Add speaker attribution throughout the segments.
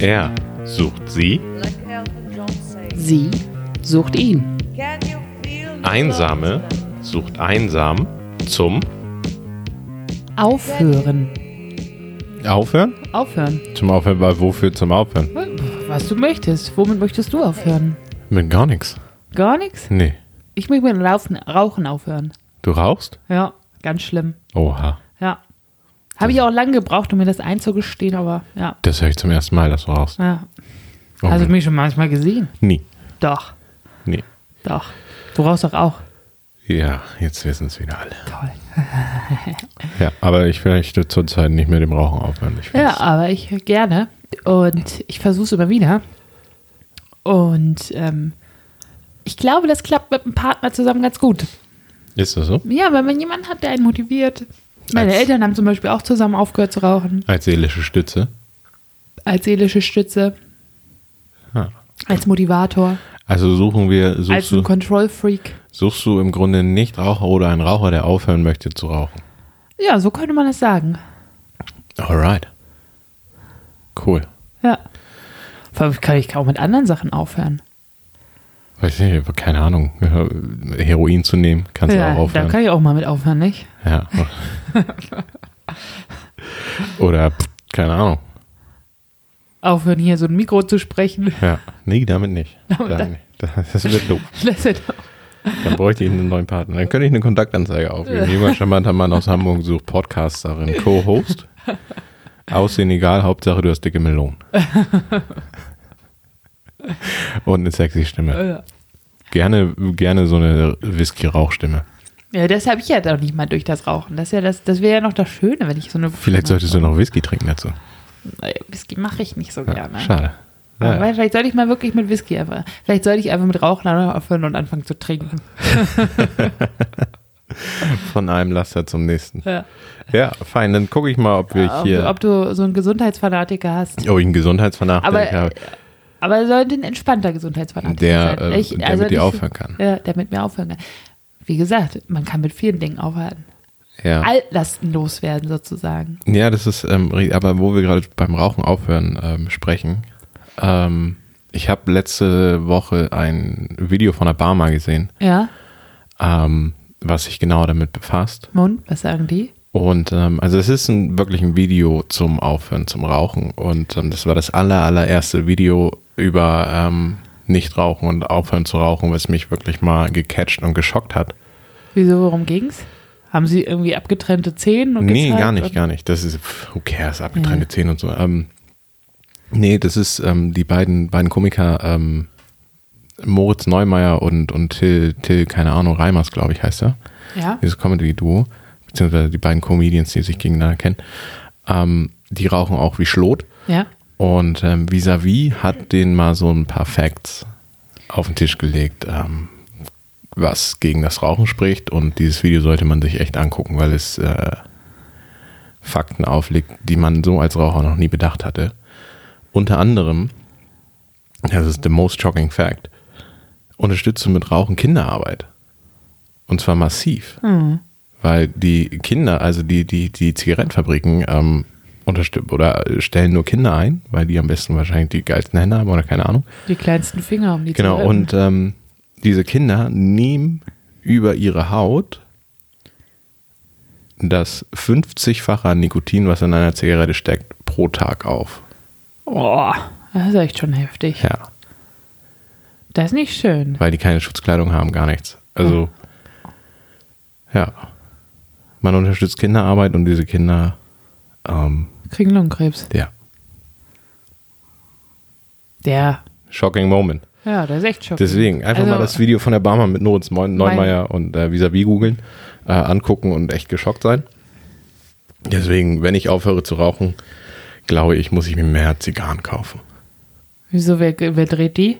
Speaker 1: Er sucht sie.
Speaker 2: Sie sucht ihn.
Speaker 1: Einsame sucht einsam zum
Speaker 2: Aufhören.
Speaker 3: Aufhören?
Speaker 2: Aufhören.
Speaker 3: Zum Aufhören, weil wofür zum Aufhören?
Speaker 2: Was du möchtest. Womit möchtest du aufhören?
Speaker 3: Mit gar nichts.
Speaker 2: Gar nichts?
Speaker 3: Nee.
Speaker 2: Ich möchte mit Laufen, Rauchen aufhören.
Speaker 3: Du rauchst?
Speaker 2: Ja, ganz schlimm.
Speaker 3: Oha.
Speaker 2: Ja. Habe ich auch lange gebraucht, um mir das einzugestehen, aber ja.
Speaker 3: Das höre ich zum ersten Mal, dass du rauchst.
Speaker 2: ja.
Speaker 3: Oh
Speaker 2: Hast du
Speaker 3: Mann.
Speaker 2: mich schon manchmal gesehen?
Speaker 3: Nie.
Speaker 2: Doch,
Speaker 3: Nee.
Speaker 2: doch. Du rauchst doch auch.
Speaker 3: Ja, jetzt wissen es wieder alle.
Speaker 2: Toll.
Speaker 3: Ja, aber ich möchte zurzeit nicht mehr dem Rauchen aufhören. Ich
Speaker 2: Ja,
Speaker 3: weiß.
Speaker 2: aber ich gerne. Und ich versuche es immer wieder. Und ähm, ich glaube, das klappt mit einem Partner zusammen ganz gut.
Speaker 3: Ist das so?
Speaker 2: Ja, wenn man jemanden hat, der einen motiviert. Meine
Speaker 3: Als-
Speaker 2: Eltern haben zum Beispiel auch zusammen aufgehört zu rauchen.
Speaker 3: Als seelische Stütze.
Speaker 2: Als seelische Stütze,
Speaker 3: Ah.
Speaker 2: als Motivator,
Speaker 3: Also suchen wir,
Speaker 2: als
Speaker 3: suchst
Speaker 2: ein
Speaker 3: du,
Speaker 2: Control-Freak.
Speaker 3: suchst du im Grunde einen Nichtraucher oder einen Raucher, der aufhören möchte zu rauchen.
Speaker 2: Ja, so könnte man das sagen.
Speaker 3: Alright. Cool.
Speaker 2: Ja. Vor allem kann ich auch mit anderen Sachen aufhören.
Speaker 3: Weiß nicht, aber keine Ahnung. Ja, Heroin zu nehmen, kannst du
Speaker 2: ja,
Speaker 3: auch aufhören.
Speaker 2: da kann ich auch mal mit aufhören, nicht?
Speaker 3: Ja. Oder, pff, keine Ahnung.
Speaker 2: Aufhören, hier so ein Mikro zu sprechen.
Speaker 3: Ja. Nee, damit nicht.
Speaker 2: Damit-
Speaker 3: damit nicht. Das, das wird doof.
Speaker 2: Das ist-
Speaker 3: Dann bräuchte ich einen neuen Partner. Dann könnte ich eine Kontaktanzeige aufgeben. Junger, charmanter Mann aus Hamburg sucht Podcasterin, Co-Host. Aussehen egal, Hauptsache du hast dicke Melonen. Und eine sexy Stimme.
Speaker 2: ja.
Speaker 3: Gerne, gerne so eine Whisky-Rauchstimme.
Speaker 2: Ja, das habe ich ja doch nicht mal durch das Rauchen. Das, ist ja das, das wäre ja noch das Schöne, wenn ich so eine.
Speaker 3: Vielleicht solltest du noch Whisky trinken dazu.
Speaker 2: Äh, Whisky mache ich nicht so gerne.
Speaker 3: Schade.
Speaker 2: Aber
Speaker 3: Naja.
Speaker 2: Vielleicht sollte ich ne? mal wirklich mit Whisky einfach. Vielleicht sollte ich einfach mit Rauchen aufhören und anfangen zu trinken.
Speaker 3: Von einem Laster zum nächsten.
Speaker 2: Ja.
Speaker 3: Ja, fein. Dann gucke ich mal, ob wir
Speaker 2: Ob,
Speaker 3: hier.
Speaker 2: du, ob du so einen Gesundheitsfanatiker hast.
Speaker 3: ob ich einen Gesundheitsvernachdenker
Speaker 2: Aber,
Speaker 3: habe,
Speaker 2: aber sollte ein entspannter Gesundheitsfanatiker
Speaker 3: der,
Speaker 2: sein.
Speaker 3: äh,
Speaker 2: Ich-
Speaker 3: der
Speaker 2: also
Speaker 3: mit dir
Speaker 2: nicht-
Speaker 3: aufhören kann.
Speaker 2: Ja, der mit mir aufhören kann. Wie gesagt, man kann mit vielen Dingen aufhören. äh,
Speaker 3: Ja.
Speaker 2: Altlasten loswerden sozusagen.
Speaker 3: Ja, das ist, ähm, ri- aber wo wir gerade beim Rauchen aufhören ähm, sprechen. Ähm, ich habe letzte Woche ein Video von der Barma gesehen,
Speaker 2: Ja,
Speaker 3: ähm, was sich genau damit befasst.
Speaker 2: Mund, was sagen die?
Speaker 3: Und ähm, also es ist ein, wirklich ein Video zum Aufhören, zum Rauchen. Und ähm, das war das aller, allererste Video über ähm, Nichtrauchen und Aufhören zu rauchen, was mich wirklich mal gecatcht und geschockt hat.
Speaker 2: Wieso, worum ging's? Haben sie irgendwie abgetrennte Zehen? Und
Speaker 3: Nee,
Speaker 2: gezeigt
Speaker 3: gar
Speaker 2: und-
Speaker 3: nicht, gar nicht. Das ist, pff, who cares, abgetrennte Zähne und so. Ähm, nee, das ist ähm, die beiden, beiden Komiker, ähm, Moritz Neumeier und, und Till, Till, keine Ahnung, Reimers, glaube ich, heißt er.
Speaker 2: Ja.
Speaker 3: Dieses Comedy-Duo, beziehungsweise die beiden Comedians, die sich gegeneinander kennen. Ähm, die rauchen auch wie Schlot.
Speaker 2: Ja.
Speaker 3: Und ähm, Vis-a-vis hat denen mal so ein paar Facts auf den Tisch gelegt, ähm, was gegen das Rauchen spricht. Und dieses Video sollte man sich echt angucken, weil es äh, Fakten auflegt, die man so als Raucher noch nie bedacht hatte. Unter anderem, das ist the most shocking fact, unterstütze mit Rauchen Kinderarbeit. Und zwar massiv weil die Kinder, also die, die, die Zigarettenfabriken ähm, unterstützen oder stellen nur Kinder ein, weil die am besten wahrscheinlich die geilsten Hände haben oder keine Ahnung.
Speaker 2: Die kleinsten Finger um die
Speaker 3: Genau,
Speaker 2: Zigaretten.
Speaker 3: und ähm, diese Kinder nehmen über ihre Haut das 50-fache an Nikotin, was in einer Zigarette steckt, pro Tag auf.
Speaker 2: Oh, das ist echt schon heftig.
Speaker 3: Ja,
Speaker 2: Das ist nicht schön.
Speaker 3: weil die keine Schutzkleidung haben, gar nichts. Also, ja. Man unterstützt Kinderarbeit und diese Kinder, ähm,
Speaker 2: Kriegen Lungenkrebs.
Speaker 3: ja.
Speaker 2: Der.
Speaker 3: Shocking Moment.
Speaker 2: Ja, das ist echt schockierend.
Speaker 3: Deswegen, einfach
Speaker 2: Also-
Speaker 3: mal das Video von der Barmer mit Noritz Neun- Neumeier und äh, vis-à-vis googeln, äh, angucken und echt geschockt sein. Deswegen, wenn ich aufhöre zu rauchen, glaube ich, muss ich mir mehr Zigarren kaufen.
Speaker 2: Wieso, wer, wer dreht die?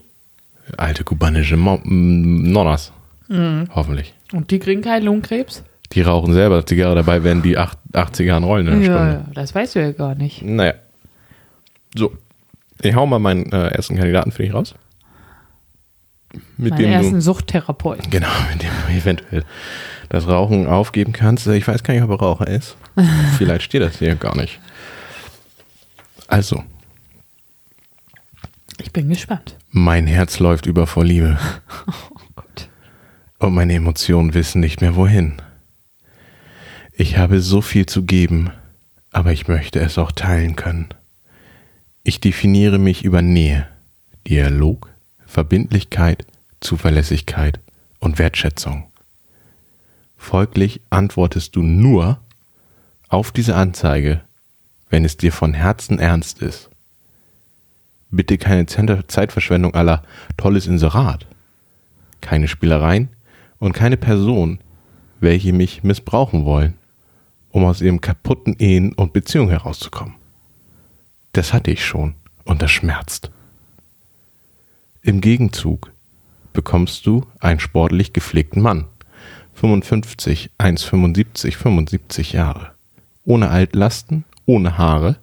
Speaker 3: Alte kubanische Mo m- Nonnas.
Speaker 2: Mhm.
Speaker 3: Hoffentlich.
Speaker 2: Und die kriegen keinen Lungenkrebs?
Speaker 3: Die rauchen selber Zigarre, dabei werden die acht, acht Zigarren rollen in einer
Speaker 2: Ja,
Speaker 3: Stunde.
Speaker 2: ja, das weißt du ja gar nicht.
Speaker 3: Naja. So. Ich hau mal meinen äh, ersten Kandidaten für dich raus. Mit
Speaker 2: Mein
Speaker 3: du-
Speaker 2: ersten Suchttherapeut.
Speaker 3: Genau, mit dem du eventuell das Rauchen aufgeben kannst. Ich weiß gar nicht, ob er Raucher ist. Vielleicht steht das hier gar nicht. Also,
Speaker 2: Ich bin gespannt.
Speaker 3: mein Herz läuft über vor Liebe
Speaker 2: Oh Gott.
Speaker 3: und meine Emotionen wissen nicht mehr wohin. Ich habe so viel zu geben, aber ich möchte es auch teilen können. Ich definiere mich über Nähe, Dialog, Verbindlichkeit, Zuverlässigkeit und Wertschätzung. Folglich antwortest du nur auf diese Anzeige, wenn es dir von Herzen ernst ist. Bitte keine Zen- Zeitverschwendung aller tolles Inserat, keine Spielereien und keine Person, welche mich missbrauchen wollen, um aus ihrem kaputten Ehen und Beziehung herauszukommen. Das hatte ich schon und das schmerzt. Im Gegenzug bekommst du einen sportlich gepflegten Mann. 55, 1,75, 75 Jahre. Ohne Altlasten, ohne Haare,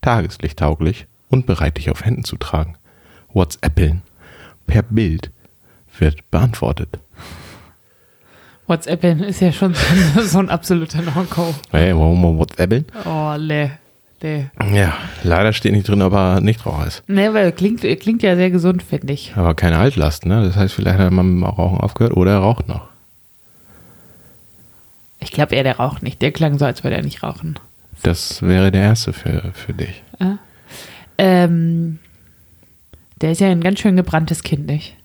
Speaker 3: tageslichttauglich und bereit, dich auf Händen zu tragen. WhatsAppeln per Bild wird beantwortet.
Speaker 2: WhatsApp ist ja schon so ein- so ein absoluter No-Go.
Speaker 3: Hey, warum mal WhatsAppeln?
Speaker 2: Oh, le. Le.
Speaker 3: Ja, leider steht nicht drin, ob er Nichtraucher ist.
Speaker 2: Ne, weil klingt, klingt ja sehr gesund, finde ich.
Speaker 3: Aber keine Altlast, ne? Das heißt, vielleicht hat man mit dem Rauchen aufgehört oder er raucht noch.
Speaker 2: Ich glaube eher, der raucht nicht. Der klang so, als würde er nicht rauchen.
Speaker 3: Das wäre der erste für, für dich.
Speaker 2: Ähm, der ist ja ein ganz schön gebranntes Kind, nicht?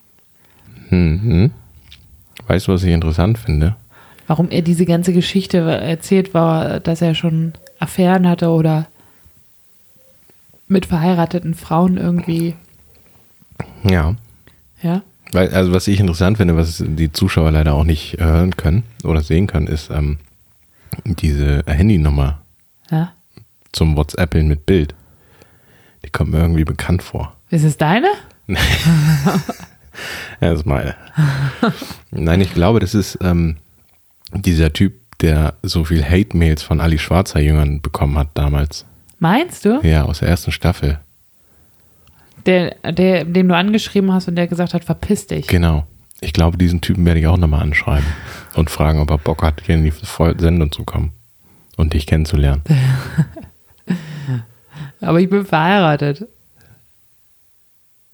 Speaker 3: Mhm. Weißt du, was ich interessant finde?
Speaker 2: Warum er diese ganze Geschichte erzählt war, dass er schon Affären hatte oder mit verheirateten Frauen irgendwie,
Speaker 3: Ja.
Speaker 2: ja?
Speaker 3: Weil, also was ich interessant finde, was die Zuschauer leider auch nicht äh, hören können oder sehen können, ist ähm, diese Handynummer
Speaker 2: ja?
Speaker 3: zum WhatsAppeln mit Bild. Die kommt mir irgendwie bekannt vor.
Speaker 2: Ist es deine?
Speaker 3: Ja, das ist meine. Nein, ich glaube, das ist ähm, dieser Typ, der so viel Hate-Mails von Ali Schwarzer Jüngern bekommen hat damals.
Speaker 2: Meinst du?
Speaker 3: Ja, aus der ersten Staffel.
Speaker 2: Der, der, dem du angeschrieben hast und der gesagt hat, verpiss dich.
Speaker 3: Genau. Ich glaube, diesen Typen werde ich auch nochmal anschreiben und fragen, ob er Bock hat, hier in die Voll- Sendung zu kommen und dich kennenzulernen.
Speaker 2: Aber ich bin verheiratet.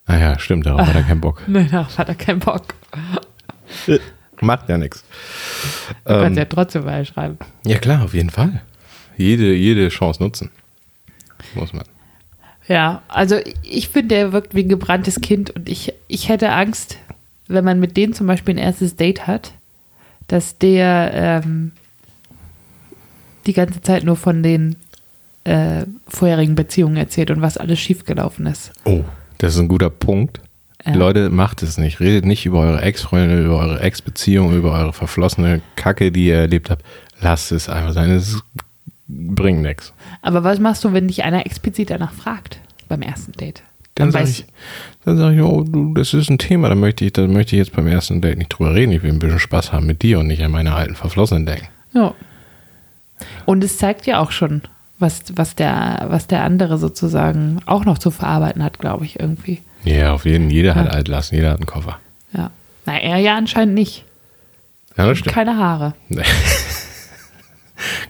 Speaker 3: Ah ja, stimmt, darauf hat er keinen Bock.
Speaker 2: Nein, darauf hat er keinen Bock.
Speaker 3: Macht ja nichts.
Speaker 2: Du kannst ja trotzdem mal schreiben.
Speaker 3: Ja klar, auf jeden Fall. Jede, jede Chance nutzen. Muss man.
Speaker 2: Ja, also ich finde, der wirkt wie ein gebranntes Kind und ich, ich hätte Angst, wenn man mit denen zum Beispiel ein erstes Date hat, dass der ähm, die ganze Zeit nur von den äh, vorherigen Beziehungen erzählt und was alles schiefgelaufen ist.
Speaker 3: Oh, das ist ein guter Punkt.
Speaker 2: Ja.
Speaker 3: Leute, macht es nicht. Redet nicht über eure Ex-Freunde, über eure Ex-Beziehung, über eure verflossene Kacke, die ihr erlebt habt. Lasst es einfach sein. Es ist- bringt nichts.
Speaker 2: Aber was machst du, wenn dich einer explizit danach fragt beim ersten Date?
Speaker 3: Dann sage ich, dann sag ich, oh, du, das ist ein Thema, da möchte ich, da möchte ich jetzt beim ersten Date nicht drüber reden. Ich will ein bisschen Spaß haben mit dir und nicht an meine alten Verflossenen denken.
Speaker 2: Ja. Und es zeigt ja auch schon, was, was, der, was der andere sozusagen auch noch zu verarbeiten hat, glaube ich, irgendwie.
Speaker 3: Ja, auf jeden Jeder hat Altlasten, jeder hat einen Koffer.
Speaker 2: Ja. Na, er ja anscheinend nicht.
Speaker 3: Ja, das stimmt.
Speaker 2: Keine Haare.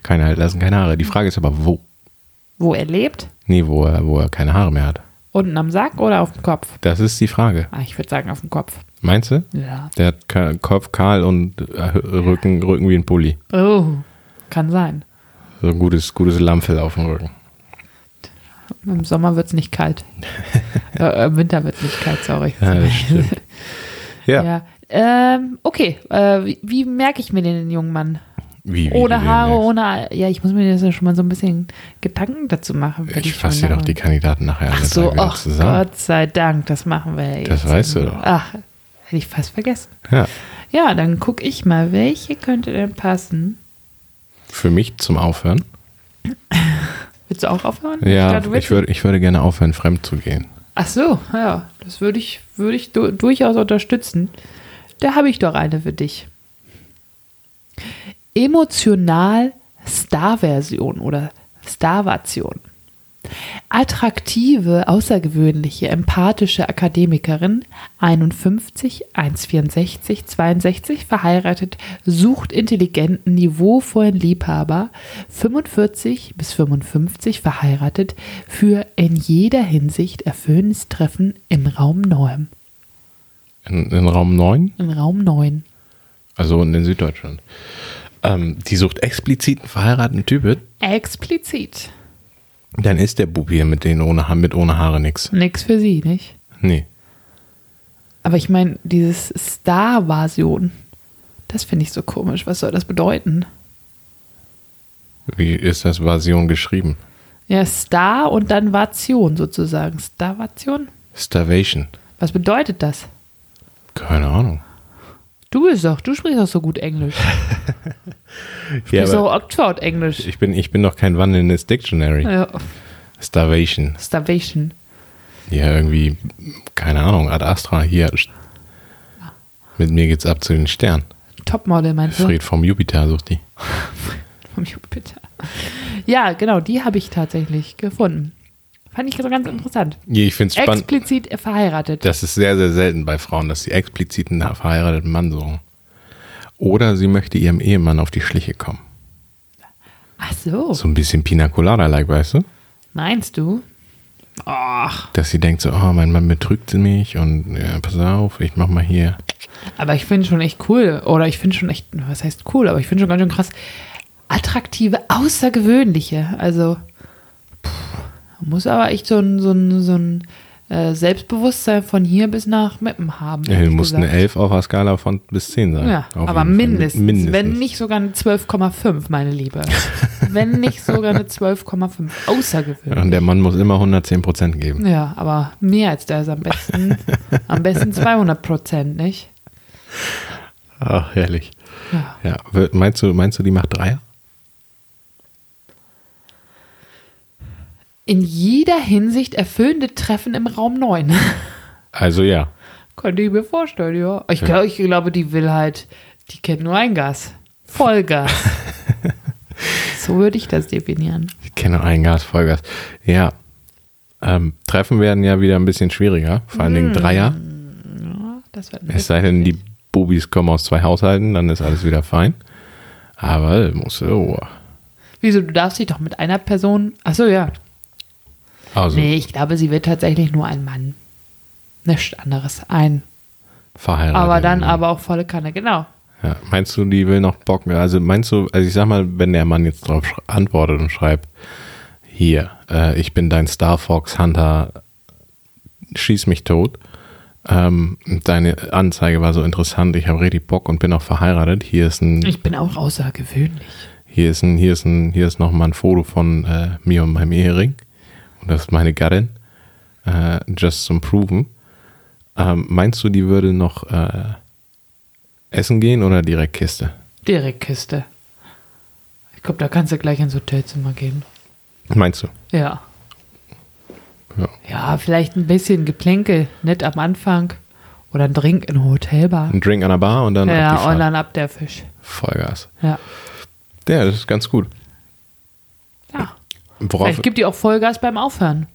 Speaker 3: Keine Altlasten, keine Haare. Die Frage ist aber, wo?
Speaker 2: Wo er lebt?
Speaker 3: Nee, wo er, wo er keine Haare mehr hat.
Speaker 2: Unten am Sack oder auf dem Kopf?
Speaker 3: Das ist die Frage.
Speaker 2: Ah, ich würde sagen, auf dem Kopf.
Speaker 3: Meinst du?
Speaker 2: Ja.
Speaker 3: Der hat Ka- Kopf kahl und äh, Rücken, Rücken wie ein Pulli.
Speaker 2: Oh, kann sein.
Speaker 3: So ein gutes, gutes Lammfell auf dem Rücken.
Speaker 2: Im Sommer wird es nicht kalt. äh, Im Winter wird es nicht kalt, sorry.
Speaker 3: Ja, das stimmt. Ja.
Speaker 2: Ja. Ähm, okay, äh, wie, wie merke ich mir den jungen Mann?
Speaker 3: Wie, wie
Speaker 2: Ohne
Speaker 3: du den
Speaker 2: Haare,
Speaker 3: merkst.
Speaker 2: ohne. Ja, ich muss mir das ja schon mal so ein bisschen Gedanken dazu machen. wenn
Speaker 3: Ich
Speaker 2: schon
Speaker 3: fasse dir doch
Speaker 2: nachher-
Speaker 3: die Kandidaten nachher
Speaker 2: Ach
Speaker 3: alle drei
Speaker 2: so,
Speaker 3: wieder
Speaker 2: ach Gott sei Dank, das machen wir ja jetzt.
Speaker 3: Das weißt du doch.
Speaker 2: Ach, hätte ich fast vergessen.
Speaker 3: Ja.
Speaker 2: Ja, dann gucke ich mal, welche könnte denn passen?
Speaker 3: Für mich zum Aufhören?
Speaker 2: Willst du auch aufhören?
Speaker 3: Ja,
Speaker 2: glaub, du willst-
Speaker 3: ich würde, ich würde gerne aufhören, fremd zu gehen.
Speaker 2: Ach so, ja, das würde ich, würde ich du, durchaus unterstützen. Da habe ich doch eine für dich. Emotional Star-Version oder Starvation. attraktive, außergewöhnliche, empathische Akademikerin, 51, 1,64, 62, verheiratet, sucht intelligenten, niveauvollen Liebhaber, 45 bis 55, verheiratet, für in jeder Hinsicht erfüllendes Treffen im Raum 9.
Speaker 3: In, in Raum 9,
Speaker 2: Im Raum 9.
Speaker 3: also in in Süddeutschland. Ähm, die sucht explizit einen verheirateten Typen,
Speaker 2: Explizit.
Speaker 3: dann ist der Bub hier mit, denen ohne, Ha- mit ohne Haare nix.
Speaker 2: Nix für sie, nicht?
Speaker 3: Nee.
Speaker 2: Aber ich meine, dieses Star-Version, das finde ich so komisch. Was soll das bedeuten?
Speaker 3: Wie ist das Version geschrieben?
Speaker 2: Ja, Star und dann Vation sozusagen. Starvation?
Speaker 3: Starvation.
Speaker 2: Was bedeutet das?
Speaker 3: Keine Ahnung.
Speaker 2: Du bist doch, du sprichst doch so gut Englisch. Du
Speaker 3: Ja,
Speaker 2: bist
Speaker 3: aber
Speaker 2: doch Oxford-Englisch.
Speaker 3: ich, bin, ich bin doch kein wandelndes Dictionary.
Speaker 2: Ja,
Speaker 3: Starvation.
Speaker 2: Starvation.
Speaker 3: Ja, irgendwie, keine Ahnung, Ad Astra hier. Mit mir geht's ab zu den Sternen.
Speaker 2: Topmodel meinst du?
Speaker 3: Fred vom Jupiter sucht die.
Speaker 2: Vom Jupiter. Ja, genau, die habe ich tatsächlich gefunden. Fand ich so ganz interessant.
Speaker 3: Ja, Ich find's spannend.
Speaker 2: Explizit verheiratet.
Speaker 3: das ist sehr, sehr selten bei Frauen, dass sie explizit einen verheirateten Mann suchen. Oder sie möchte ihrem Ehemann auf die Schliche kommen.
Speaker 2: Ach so,
Speaker 3: So ein bisschen Pina Colada-like, weißt du?
Speaker 2: meinst du? Ach,
Speaker 3: Dass sie denkt so, oh, mein Mann betrügt mich und ja, pass auf, ich mach mal hier.
Speaker 2: aber ich finde schon echt cool. Oder ich finde schon echt, was heißt cool, aber ich finde schon ganz schön krass. Attraktive, außergewöhnliche. Also, puh, muss aber echt so ein, so ein, so ein äh, Selbstbewusstsein von hier bis nach Meppen haben.
Speaker 3: Ja, du
Speaker 2: ehrlich
Speaker 3: musst eine
Speaker 2: gesagt.
Speaker 3: 11 auf der Skala von bis 10 sein.
Speaker 2: Ja,
Speaker 3: Auf
Speaker 2: aber
Speaker 3: jeden Fall.
Speaker 2: mindestens, wenn nicht sogar eine 12,5, meine Liebe. wenn nicht sogar eine 12,5.
Speaker 3: Ja, Und
Speaker 2: Außergewöhnlich.
Speaker 3: der Mann muss immer 110% geben.
Speaker 2: Ja, aber mehr als das am besten. am besten 200 Prozent, nicht?
Speaker 3: Ach, herrlich.
Speaker 2: Ja.
Speaker 3: Ja, wir- meinst du, meinst du, die macht Dreier?
Speaker 2: In jeder Hinsicht erfüllende Treffen im Raum 9.
Speaker 3: Also ja.
Speaker 2: Könnte ich mir vorstellen, ja. Ich, glaub, ich glaube, die will halt, die kennt nur ein Gas. Vollgas. so würde ich das definieren.
Speaker 3: Ich kenne einen Gas, Vollgas. Ja. Ähm, Treffen werden ja wieder ein bisschen schwieriger, vor allen Dingen
Speaker 2: Hm.
Speaker 3: Dreier.
Speaker 2: Ja, Das wird
Speaker 3: Es sei denn, die Bubis kommen aus zwei Haushalten, dann ist alles wieder fein. Aber muss oh.
Speaker 2: Wieso, du darfst dich doch mit einer Person. Achso, ja.
Speaker 3: Also
Speaker 2: Nee, ich glaube, sie wird tatsächlich nur ein Mann. Nichts anderes. Ein.
Speaker 3: verheiratet.
Speaker 2: Aber dann aber auch volle Kanne, genau.
Speaker 3: Ja. Meinst du, die will noch Bock mehr? Also meinst du, also ich sag mal, wenn der Mann jetzt drauf sch- antwortet und schreibt, hier, äh, ich bin dein Star Fox Hunter, schieß mich tot. Ähm, deine Anzeige war so interessant, ich habe richtig Bock und bin auch verheiratet. Hier ist ein
Speaker 2: Ich bin auch außergewöhnlich.
Speaker 3: Hier ist ein, hier ist ein, hier ist noch mal ein Foto von äh, mir und meinem Ehering. Und das ist meine Gattin. Äh, just zum Proven. Ähm, meinst du, die würde noch äh, essen gehen oder direkt Kiste?
Speaker 2: Direkt Kiste. Ich glaube, da kannst du gleich ins Hotelzimmer gehen.
Speaker 3: Meinst du?
Speaker 2: Ja.
Speaker 3: Ja.
Speaker 2: Ja, vielleicht ein bisschen Geplänkel, nicht am Anfang. Oder ein Drink in der Hotelbar.
Speaker 3: Ein Drink an der Bar und dann halt auf die
Speaker 2: Ja,
Speaker 3: Fahrt.
Speaker 2: und dann ab der Fisch.
Speaker 3: Vollgas.
Speaker 2: Ja.
Speaker 3: Ja, das ist ganz gut.
Speaker 2: ja.
Speaker 3: Worauf,
Speaker 2: Vielleicht gibt die auch Vollgas beim Aufhören.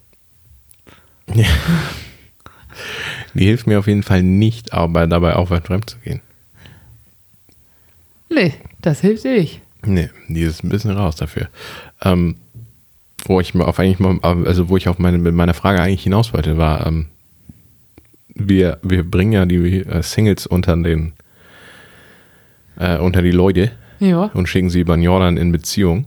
Speaker 3: die hilft mir auf jeden Fall nicht aber dabei aufwärts fremd zu gehen.
Speaker 2: Nee, das hilft dir nicht.
Speaker 3: Nee, die ist ein bisschen raus dafür. Ähm, wo ich mal auf eigentlich mal, also wo ich auf meine, mit meiner Frage eigentlich hinaus wollte, war, ähm, wir, wir bringen ja die äh, Singles unter den äh, unter die Leute
Speaker 2: Ja.
Speaker 3: und schicken sie über den Jordan in Beziehung.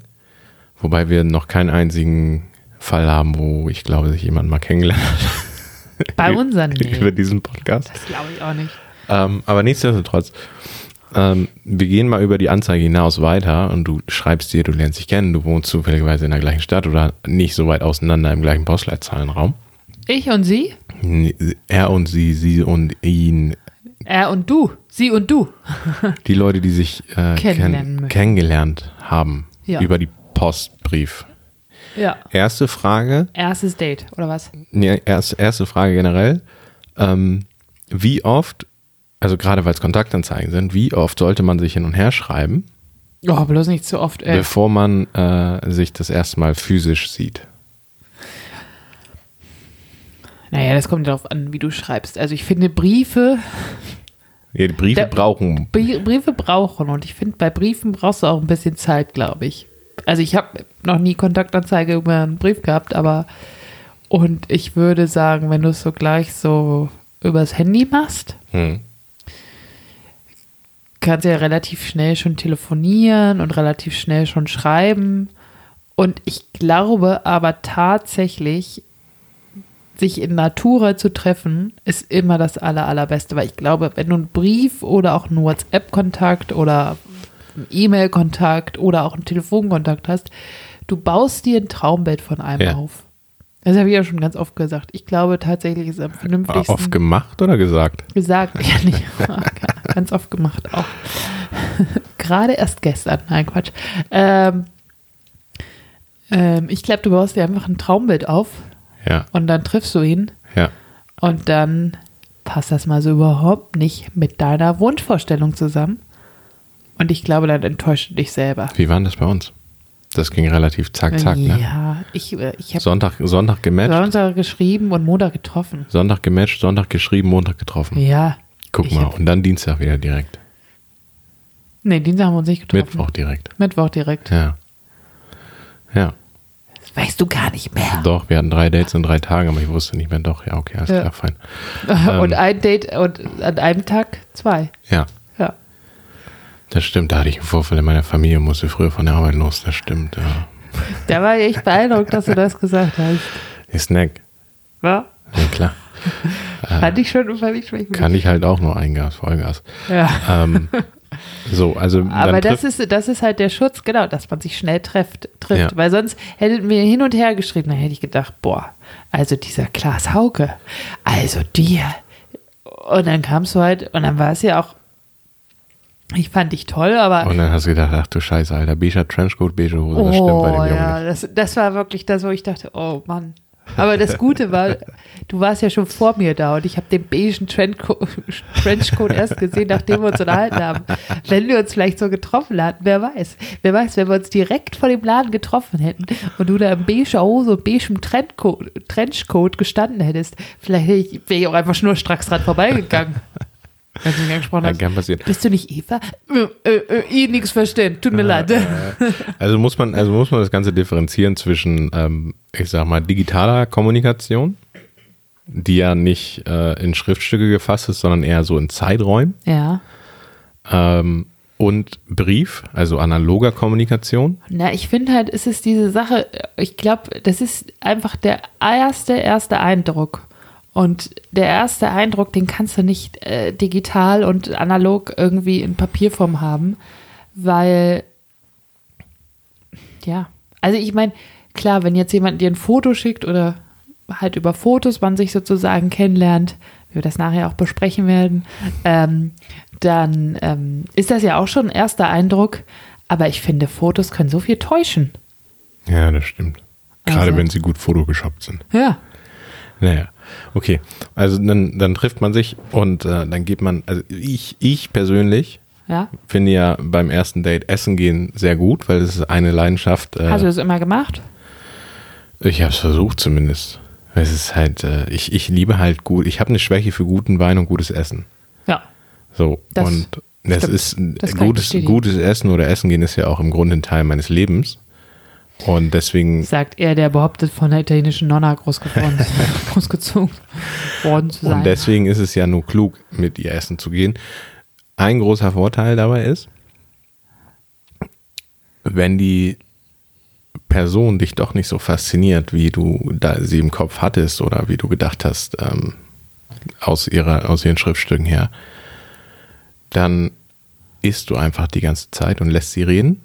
Speaker 3: Wobei wir noch keinen einzigen Fall haben, wo ich glaube, sich jemand mal kennengelernt hat
Speaker 2: Bei unseren nee.
Speaker 3: über diesen Podcast.
Speaker 2: Das glaube ich auch nicht.
Speaker 3: Ähm, aber nichtsdestotrotz, ähm, wir gehen mal über die Anzeige hinaus weiter und du schreibst dir, du lernst dich kennen, du wohnst zufälligerweise in der gleichen Stadt oder nicht so weit auseinander im gleichen Postleitzahlenraum.
Speaker 2: Ich und sie?
Speaker 3: Nee, Er und sie, sie und ihn,
Speaker 2: Er und du. Sie und du.
Speaker 3: die Leute, die sich äh,
Speaker 2: Kennenlernen
Speaker 3: kenn
Speaker 2: möchten.
Speaker 3: kennengelernt haben
Speaker 2: Ja.
Speaker 3: über die Postbrief.
Speaker 2: Ja.
Speaker 3: Erste Frage,
Speaker 2: Erstes Date, oder was?
Speaker 3: nee, erst, erste Frage generell, ähm, wie oft, also gerade weil es Kontaktanzeigen sind, wie oft sollte man sich hin und her schreiben?
Speaker 2: Oh, bloß nicht zu oft, ey.
Speaker 3: bevor man äh, sich das erste Mal physisch sieht.
Speaker 2: Naja, das kommt darauf an, wie du schreibst. Also ich finde Briefe,
Speaker 3: Ja, die Briefe
Speaker 2: Der-
Speaker 3: brauchen.
Speaker 2: Brie- Briefe brauchen und ich finde, bei Briefen brauchst du auch ein bisschen Zeit, glaube ich. Also ich habe noch nie Kontaktanzeige über einen Brief gehabt, aber und ich würde sagen, wenn du es so gleich so übers Handy machst,
Speaker 1: Hm.
Speaker 2: kannst du ja relativ schnell schon telefonieren und relativ schnell schon schreiben. Und ich glaube aber tatsächlich, sich in Natura zu treffen, ist immer das Aller, Allerbeste. Weil ich glaube, wenn du einen Brief oder auch einen WhatsApp-Kontakt oder einen E-Mail-Kontakt oder auch einen Telefonkontakt hast, du baust dir ein Traumbild von einem
Speaker 1: Ja.
Speaker 2: auf. Das habe ich ja schon ganz oft gesagt. Ich glaube tatsächlich ist es am vernünftigsten
Speaker 3: Oft gemacht oder gesagt?
Speaker 2: gesagt. Ja, nicht. Ganz oft gemacht auch. Gerade erst gestern. Nein, Quatsch. Ähm, ähm, ich glaube, du baust dir einfach ein Traumbild auf
Speaker 3: Ja,
Speaker 2: und dann triffst du ihn
Speaker 3: ja.
Speaker 2: und dann passt das mal so überhaupt nicht mit deiner Wunschvorstellung zusammen. Und ich glaube, dann enttäuscht du dich selber.
Speaker 3: Wie war denn das bei uns? Das ging relativ zack, zack, ne?
Speaker 2: Äh, Ja, ich, äh, ich habe
Speaker 3: Sonntag, Sonntag gematcht,
Speaker 2: Sonntag geschrieben und Montag getroffen.
Speaker 3: Sonntag gematcht, Sonntag geschrieben, Montag getroffen.
Speaker 2: Ja.
Speaker 3: Guck
Speaker 2: Ich
Speaker 3: mal,
Speaker 2: hab-
Speaker 3: und dann Dienstag wieder direkt.
Speaker 2: Nee, Dienstag haben wir uns nicht getroffen.
Speaker 3: Mittwoch direkt.
Speaker 2: Mittwoch direkt.
Speaker 3: Ja. Ja,
Speaker 2: Das weißt du gar nicht mehr.
Speaker 3: doch, wir hatten drei Dates in drei Tagen, aber ich wusste nicht mehr, doch, ja, okay, alles
Speaker 2: Ah. Ja.
Speaker 3: klar, fein. Ähm.
Speaker 2: Und ein Date und an einem Tag zwei.
Speaker 3: Ja,
Speaker 2: Ja.
Speaker 3: das stimmt, da hatte ich einen Vorfall in meiner Familie, musste früher von der Arbeit los, das stimmt. Ja.
Speaker 2: Da war ich echt beeindruckt, dass du das gesagt hast.
Speaker 3: Ihr Snack,
Speaker 2: Ja.
Speaker 3: ja klar.
Speaker 2: Fand ich schon, fand ich schon.
Speaker 3: Äh. Kann ich halt auch nur Eingas, Vollgas.
Speaker 2: ja.
Speaker 3: Ähm, so, also
Speaker 2: Aber
Speaker 3: dann
Speaker 2: das ist, das ist halt der Schutz, genau, dass man sich schnell trefft. trifft.
Speaker 3: Ja.
Speaker 2: Weil sonst hätten wir hin und her geschrieben, dann hätte ich gedacht, boah, also dieser Klaas Hauke, also dir. Und dann kamst du halt, und dann war es ja auch, ich fand dich toll, aber
Speaker 3: Und dann hast du gedacht, ach du Scheiße, Alter, beiger Trenchcoat, beige Hose, das stimmt bei dem Jungen.
Speaker 2: Oh, ja,
Speaker 3: nicht.
Speaker 2: das, das war wirklich das, wo ich dachte, oh Mann. Aber das Gute war, du warst ja schon vor mir da und ich habe den beigen Trenchco- Trenchcoat erst gesehen, nachdem wir uns unterhalten haben. Wenn wir uns vielleicht so getroffen hatten, wer weiß. Wer weiß, wenn wir uns direkt vor dem Laden getroffen hätten und du da in beiger Hose und beigem Trenchcoat, Trenchcoat gestanden hättest, vielleicht hätte ich- wäre ich auch einfach schnurstracks dran vorbeigegangen. Als du mich angesprochen
Speaker 3: Ja,
Speaker 2: hast.
Speaker 3: kann passieren.
Speaker 2: Bist du nicht Eva? Äh, äh, äh, ich nix verstehen, tut mir leid.
Speaker 3: Also muss man, also muss man das Ganze differenzieren zwischen, ähm, ich sag mal, digitaler Kommunikation, die ja nicht äh, in Schriftstücke gefasst ist, sondern eher so in Zeiträumen
Speaker 2: Ja.
Speaker 3: und Brief, also analoger Kommunikation.
Speaker 2: Na, ich finde halt, es ist diese Sache, ich glaube, das ist einfach der erste, erste Eindruck. Und der erste Eindruck, den kannst du nicht äh, digital und analog irgendwie in Papierform haben, weil, ja, also ich meine, klar, wenn jetzt jemand dir ein Foto schickt oder halt über Fotos man sich sozusagen kennenlernt, wie wir das nachher auch besprechen werden, ähm, dann ähm, ist das ja auch schon ein erster Eindruck. Aber ich finde, Fotos können so viel täuschen.
Speaker 3: Ja, das stimmt. Gerade
Speaker 2: Also.
Speaker 3: wenn sie gut photoshoppt sind.
Speaker 2: Ja.
Speaker 3: Naja, okay. Also dann, dann trifft man sich und äh, dann geht man, also ich, ich persönlich
Speaker 2: Ja.
Speaker 3: finde ja beim ersten Date Essen gehen sehr gut, weil es ist eine Leidenschaft. Äh,
Speaker 2: Hast du das immer gemacht?
Speaker 3: Ich habe es versucht zumindest. Es ist halt, äh, ich, ich liebe halt gut, ich habe eine Schwäche für guten Wein und gutes Essen.
Speaker 2: Ja.
Speaker 3: So.
Speaker 2: Das
Speaker 3: und das
Speaker 2: stimmt.
Speaker 3: ist ein
Speaker 2: Das kann ich
Speaker 3: gutes,
Speaker 2: bestätigen.
Speaker 3: gutes Essen oder Essen gehen ist ja auch im Grunde ein Teil meines Lebens. Und deswegen,
Speaker 2: Sagt er, der behauptet, von einer italienischen Nonna groß geworden, großgezogen worden zu sein.
Speaker 3: und deswegen ist es ja nur klug, mit ihr essen zu gehen. Ein großer Vorteil dabei ist, wenn die Person dich doch nicht so fasziniert, wie du da sie im Kopf hattest oder wie du gedacht hast, ähm, aus, ihrer, aus ihren Schriftstücken her, dann isst du einfach die ganze Zeit und lässt sie reden.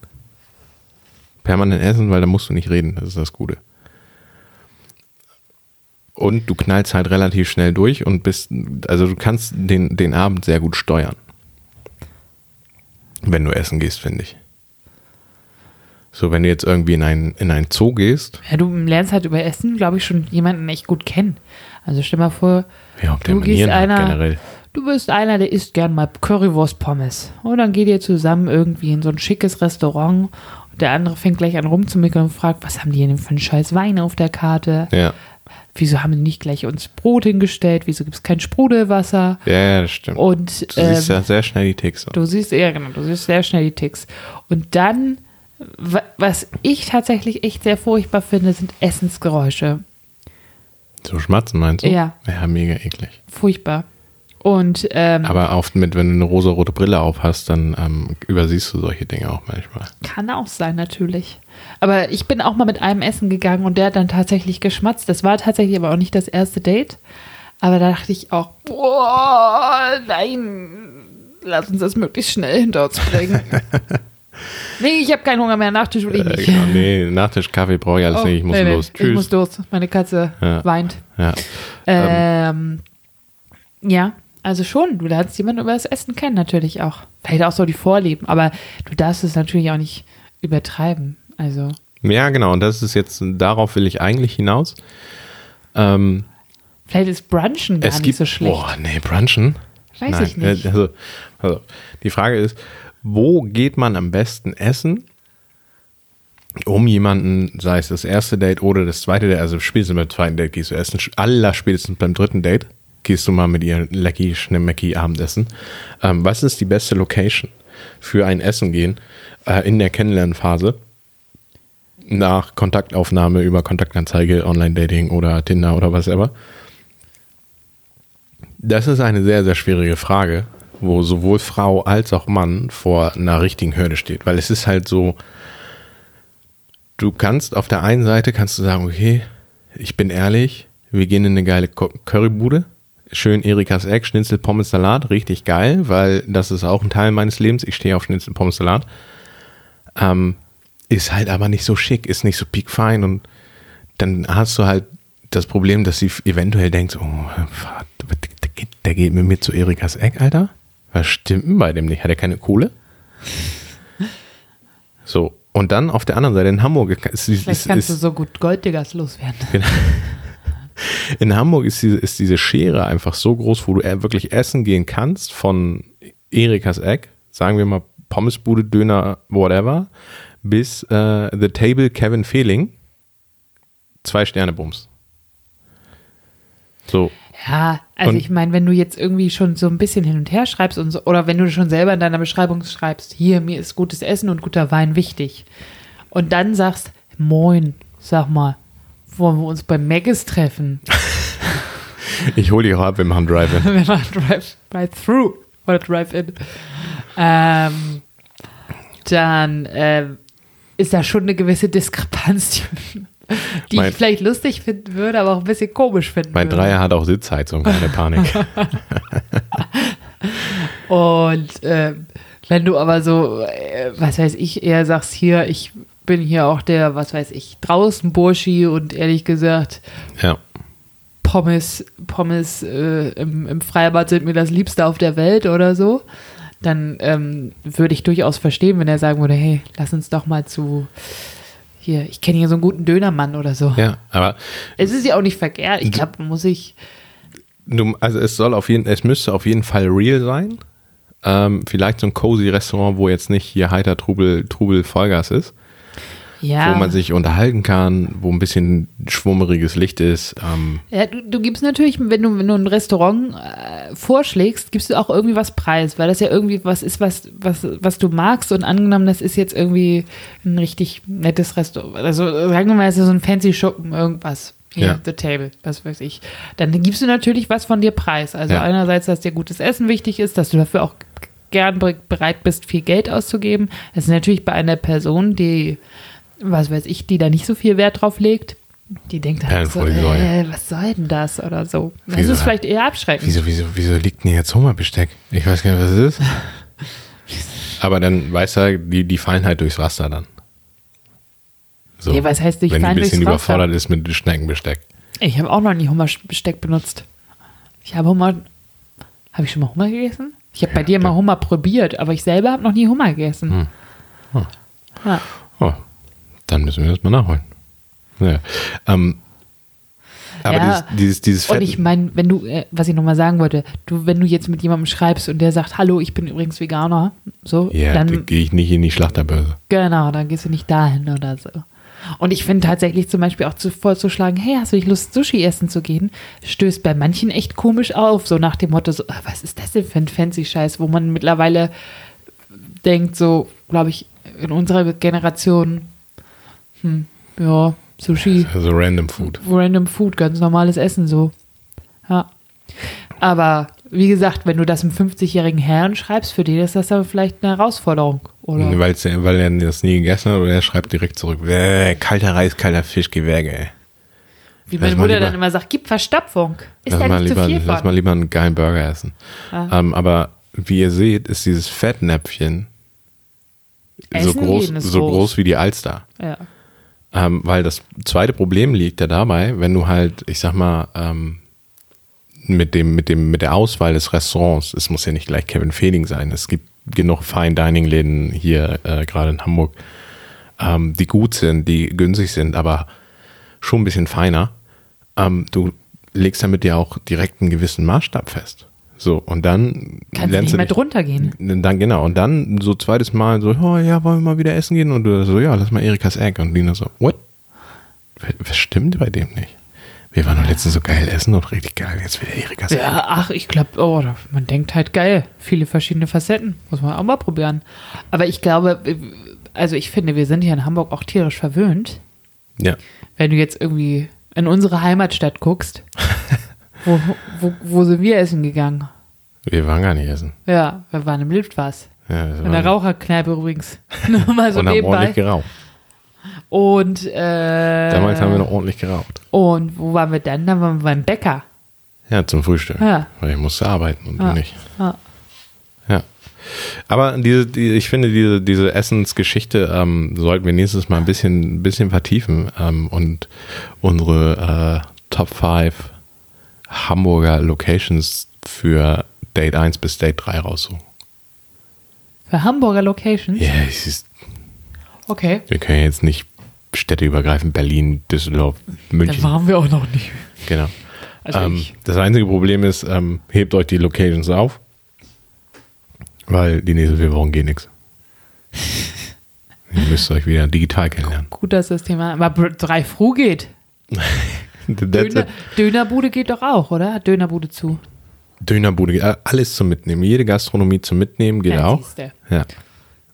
Speaker 3: Permanent essen, weil da musst du nicht reden, das ist das Gute. Und du knallst halt relativ schnell durch und bist, also du kannst den, den Abend sehr gut steuern. Wenn du essen gehst, finde ich. So, wenn du jetzt irgendwie in einen, in einen Zoo gehst,
Speaker 2: ja, du lernst halt über Essen, glaube ich, schon jemanden echt gut kennen. Also stell mal vor,
Speaker 3: ja, ob der
Speaker 2: Du gehst
Speaker 3: Manieren hat
Speaker 2: einer-
Speaker 3: generell.
Speaker 2: Du bist einer, der isst gern mal Currywurst-Pommes. Und dann geht ihr zusammen irgendwie in so ein schickes Restaurant. Und der andere fängt gleich an rumzumickeln und fragt, was haben die denn für einen scheiß Wein auf der Karte?
Speaker 3: Ja.
Speaker 2: wieso haben die nicht gleich uns Brot hingestellt? Wieso gibt es kein Sprudelwasser?
Speaker 3: Ja, ja, das stimmt.
Speaker 2: Und
Speaker 3: du siehst
Speaker 2: Oh, ähm,
Speaker 3: ja sehr schnell die Ticks.
Speaker 2: du siehst, ja genau, du siehst sehr schnell die Ticks. Und dann, wa- was ich tatsächlich echt sehr furchtbar finde, sind Essensgeräusche.
Speaker 3: So schmatzen meinst du?
Speaker 2: Ja.
Speaker 3: Ja, mega eklig.
Speaker 2: Furchtbar. Und ähm,
Speaker 3: Aber oft mit, wenn du eine rosarote Brille auf hast, dann ähm, übersiehst du solche Dinge auch manchmal.
Speaker 2: Kann auch sein, natürlich. Aber ich bin auch mal mit einem essen gegangen und der hat dann tatsächlich geschmatzt. Das war tatsächlich aber auch nicht das erste Date. Aber da dachte ich auch, boah, nein, lass uns das möglichst schnell hinter uns bringen. nee, ich habe keinen Hunger mehr, Nachtisch will ich
Speaker 3: Äh,
Speaker 2: nicht.
Speaker 3: genau, nee, Nachtisch, Kaffee brauche ich alles
Speaker 2: Oh,
Speaker 3: nicht, ich muss
Speaker 2: nee, nee,
Speaker 3: los. Tschüss.
Speaker 2: Ich muss los, meine Katze
Speaker 3: Ja.
Speaker 2: weint.
Speaker 3: ja.
Speaker 2: Ähm,
Speaker 3: Ähm.
Speaker 2: ja, also schon. Du lernst jemanden über das Essen kennen, natürlich auch. Vielleicht auch so die Vorlieben, aber du darfst es natürlich auch nicht übertreiben. Also,
Speaker 3: ja, genau, und das ist jetzt, darauf will ich eigentlich hinaus. Ähm,
Speaker 2: vielleicht ist Brunchen gar
Speaker 3: es
Speaker 2: nicht
Speaker 3: gibt,
Speaker 2: so schlecht.
Speaker 3: Boah, nee, brunchen?
Speaker 2: Weiß
Speaker 3: Nein,
Speaker 2: ich nicht.
Speaker 3: äh, Also, also, die Frage ist, wo geht man am besten essen, um jemanden, sei es das erste Date oder das zweite Date, also spätestens beim zweiten Date gehst du essen, sch- allerspätestens beim dritten Date gehst du mal mit ihr lecky, schnimmecki Abendessen. Ähm, was ist die beste Location für ein Essen gehen äh, in der Kennenlernphase? Nach Kontaktaufnahme über Kontaktanzeige, Online-Dating oder Tinder oder was ever. Das ist eine sehr, sehr schwierige Frage, wo sowohl Frau als auch Mann vor einer richtigen Hürde steht, weil es ist halt so, du kannst auf der einen Seite kannst du sagen, okay, ich bin ehrlich, wir gehen in eine geile Ko- Currybude, schön Erikas Eck, Schnitzel, Pommes, Salat, richtig geil, weil das ist auch ein Teil meines Lebens, ich stehe auf Schnitzel, Pommes, Salat. Ähm, ist halt aber nicht so schick, ist nicht so piekfein und dann hast du halt das Problem, dass sie eventuell denkt, oh, der geht, der geht mit mir zu Erikas Eck, Alter. Was stimmt denn bei dem nicht? Hat er keine Kohle? So, und dann auf der anderen Seite in Hamburg ist, ist,
Speaker 2: vielleicht
Speaker 3: ist,
Speaker 2: kannst du
Speaker 3: ist, Genau.
Speaker 2: so gut Golddiggers loswerden.
Speaker 3: in Hamburg ist diese, ist diese Schere einfach so groß, wo du e- wirklich essen gehen kannst von Erikas Eck, sagen wir mal Pommesbude, Döner, whatever, bis äh, The Table Kevin Fehling. Zwei Sterne Bums. So,
Speaker 2: Ja, also
Speaker 3: Und-
Speaker 2: ich meine, wenn du jetzt irgendwie schon so ein bisschen hin und her schreibst und so, oder wenn du schon selber in deiner Beschreibung schreibst, hier, mir ist gutes Essen und guter Wein wichtig. Und dann sagst, moin, sag mal, wollen wir uns bei Maggis treffen?
Speaker 3: ich hole dich auch ab, wir machen Drive-In.
Speaker 2: wir machen Drive, Drive-Through oder Drive-In. Ähm, dann ähm, ist da schon eine gewisse Diskrepanz, die, die
Speaker 3: Mein-
Speaker 2: ich vielleicht lustig finden würde, aber auch ein bisschen komisch finden
Speaker 3: Mein
Speaker 2: würde.
Speaker 3: Dreier hat auch Sitzheizung, keine Panik.
Speaker 2: Und ähm, wenn du aber so, äh, was weiß ich, eher sagst hier, ich bin hier auch der, was weiß ich, draußen Burschi und ehrlich gesagt,
Speaker 3: ja.
Speaker 2: Pommes, Pommes äh, im, im Freibad sind mir das Liebste auf der Welt oder so, dann ähm, würde ich durchaus verstehen, wenn er sagen würde, hey, lass uns doch mal zu hier, ich kenne hier so einen guten Dönermann oder so.
Speaker 3: ja, aber
Speaker 2: Es ist ja auch nicht verkehrt. Ich glaube, muss ich.
Speaker 3: du, also es soll auf jeden, es müsste auf jeden Fall real sein. Ähm, vielleicht so ein cozy Restaurant, wo jetzt nicht hier heiter Trubel, Trubel Vollgas ist,
Speaker 2: Ja.
Speaker 3: wo man sich unterhalten kann, wo ein bisschen schwummeriges Licht ist. Ähm,
Speaker 2: Ja, du, du gibst natürlich, wenn du, wenn du ein Restaurant äh, vorschlägst, gibst du auch irgendwie was preis, weil das ja irgendwie was ist, was, was, was du magst und angenommen, das ist jetzt irgendwie ein richtig nettes Restaurant. Also sagen wir mal, es ist so ein fancy Schuppen, irgendwas. Hier,
Speaker 3: Ja.
Speaker 2: The Table, was weiß ich. Dann gibst du natürlich was von dir preis. Also
Speaker 3: Ja.
Speaker 2: einerseits, dass dir gutes Essen wichtig ist, dass du dafür auch gern be- bereit bist, viel Geld auszugeben. Das ist natürlich bei einer Person, die, was weiß ich, die da nicht so viel Wert drauf legt, die denkt dann, so,
Speaker 3: Perlenfolie.
Speaker 2: äh, was soll denn das oder so. Das
Speaker 3: Wieso?
Speaker 2: ist vielleicht eher abschreckend.
Speaker 3: wieso, wieso, wieso liegt denn hier jetzt Hummerbesteck? Ich weiß gar nicht, was es ist. Aber dann weißt du, die, die fallen halt durchs Raster dann. So,
Speaker 2: Nee, was heißt, die
Speaker 3: wenn die ein
Speaker 2: fallen durchs
Speaker 3: bisschen
Speaker 2: Raster?
Speaker 3: überfordert ist mit Schneckenbesteck.
Speaker 2: Ich habe auch noch nie Hummerbesteck benutzt. Ich habe Hummer. Habe ich schon mal Hummer gegessen? Ich habe bei
Speaker 3: Ja,
Speaker 2: dir mal
Speaker 3: ja. Hm.
Speaker 2: Hummer probiert, aber ich selber habe noch nie Hummer gegessen. Ja.
Speaker 3: Oh, dann müssen wir das mal nachholen. Ja. Ähm, aber
Speaker 2: Ja.
Speaker 3: dieses, dieses, dieses
Speaker 2: Und
Speaker 3: Fett-
Speaker 2: ich meine, wenn du, äh, was ich nochmal sagen wollte, du, wenn du jetzt mit jemandem schreibst und der sagt, hallo, ich bin übrigens Veganer, so,
Speaker 3: ja, da
Speaker 2: dann
Speaker 3: gehe ich nicht in die Schlachterbörse.
Speaker 2: Genau, dann gehst du nicht dahin oder so. Und ich finde tatsächlich zum Beispiel auch zu, vorzuschlagen, hey, hast du nicht Lust, Sushi essen zu gehen, stößt bei manchen echt komisch auf, so nach dem Motto, so, "Ah, was ist das denn für ein fancy Scheiß, wo man mittlerweile denkt, so, glaube ich, in unserer Generation, hm, ja, Sushi,
Speaker 3: Also Random Food.
Speaker 2: random Food, ganz normales Essen so. Ja. Aber wie gesagt, wenn du das einem 50-jährigen Herrn schreibst, für den ist das dann vielleicht eine Herausforderung, oder?
Speaker 3: Nee, Weil's, ja- weil er das nie gegessen hat und er schreibt direkt zurück, "Bäh, kalter Reis, kalter Fisch, geh weg, ey.
Speaker 2: Wie
Speaker 3: Lass
Speaker 2: meine
Speaker 3: mal
Speaker 2: Mutter
Speaker 3: lieber-
Speaker 2: dann immer sagt, gib Verstopfung. Ist da
Speaker 3: mal
Speaker 2: nicht
Speaker 3: lieber,
Speaker 2: zu viel
Speaker 3: lass mal
Speaker 2: von. Ah.
Speaker 3: lieber einen geilen Burger essen. Ähm, aber wie ihr seht, ist dieses Fettnäpfchen so
Speaker 2: Essen
Speaker 3: groß,
Speaker 2: gehen ist
Speaker 3: so
Speaker 2: groß.
Speaker 3: groß wie die Alster.
Speaker 2: Ja.
Speaker 3: Ähm, weil das zweite Problem liegt ja dabei, wenn du halt, ich sag mal, ähm, mit dem, mit dem, mit der Auswahl des Restaurants, es muss ja nicht gleich Kevin Fehling sein, es gibt genug Fine-Dining-Läden hier, äh, gerade in Hamburg, ähm, die gut sind, die günstig sind, aber schon ein bisschen feiner. Ähm, du legst damit ja auch direkt einen gewissen Maßstab fest. So, und dann
Speaker 2: Kannst du nicht mehr
Speaker 3: dich-
Speaker 2: drunter gehen.
Speaker 3: und Dann genau. Und dann so zweites Mal so, oh ja, wollen wir mal wieder essen gehen? Und du so, ja, lass mal Erikas Egg. Und Lina so, what? W- Was stimmt bei dem nicht? Wir waren doch letztens so geil essen und richtig geil. Jetzt will Erikas Egg.
Speaker 2: Ja, ach, ich glaube, oh, da- man denkt halt geil. Viele verschiedene Facetten. Muss man auch mal probieren. Aber ich glaube, also ich finde, wir sind hier in Hamburg auch tierisch verwöhnt.
Speaker 3: Ja.
Speaker 2: Wenn du jetzt irgendwie in unsere Heimatstadt guckst, wo, wo, wo sind wir essen gegangen?
Speaker 3: Wir waren gar nicht essen.
Speaker 2: Ja, wir waren im Wildwas.
Speaker 3: Ja, das
Speaker 2: In der
Speaker 3: war-
Speaker 2: Raucherkneipe übrigens. Nur mal so
Speaker 3: und haben ordentlich
Speaker 2: nebenbei.
Speaker 3: geraucht.
Speaker 2: Und, äh,
Speaker 3: Damals haben wir noch ordentlich geraucht.
Speaker 2: und wo waren wir dann? Dann waren wir beim Bäcker.
Speaker 3: Ja, zum Frühstück.
Speaker 2: Ja.
Speaker 3: Weil ich musste arbeiten und du
Speaker 2: Ja.
Speaker 3: nicht.
Speaker 2: Ja.
Speaker 3: Ja. Aber diese, die, ich finde, diese, diese Essensgeschichte ähm, sollten wir nächstes Mal ein bisschen, bisschen vertiefen ähm, und unsere äh, Top 5 Hamburger Locations für Date 1 bis Date 3 raussuchen.
Speaker 2: Für Hamburger Locations.
Speaker 3: Ja, es ist,
Speaker 2: Okay.
Speaker 3: wir können ja jetzt nicht städteübergreifend Berlin, Düsseldorf,
Speaker 2: Da
Speaker 3: München.
Speaker 2: waren wir auch noch nicht.
Speaker 3: Genau.
Speaker 2: Also
Speaker 3: ähm,
Speaker 2: ich,
Speaker 3: das einzige Problem ist, ähm, hebt euch die Locations auf, weil die nächsten vier Wochen geht nichts. Ihr müsst euch wieder digital kennenlernen.
Speaker 2: gut, dass das Thema. Aber Br- drei Fru geht.
Speaker 3: That's
Speaker 2: Döner,
Speaker 3: it.
Speaker 2: Dönerbude geht doch auch, oder? Hat Dönerbude zu.
Speaker 3: Dönerbude, äh, alles zum Mitnehmen. Jede Gastronomie zum Mitnehmen geht
Speaker 2: Ja,
Speaker 3: auch.
Speaker 2: siehste.
Speaker 3: Ja.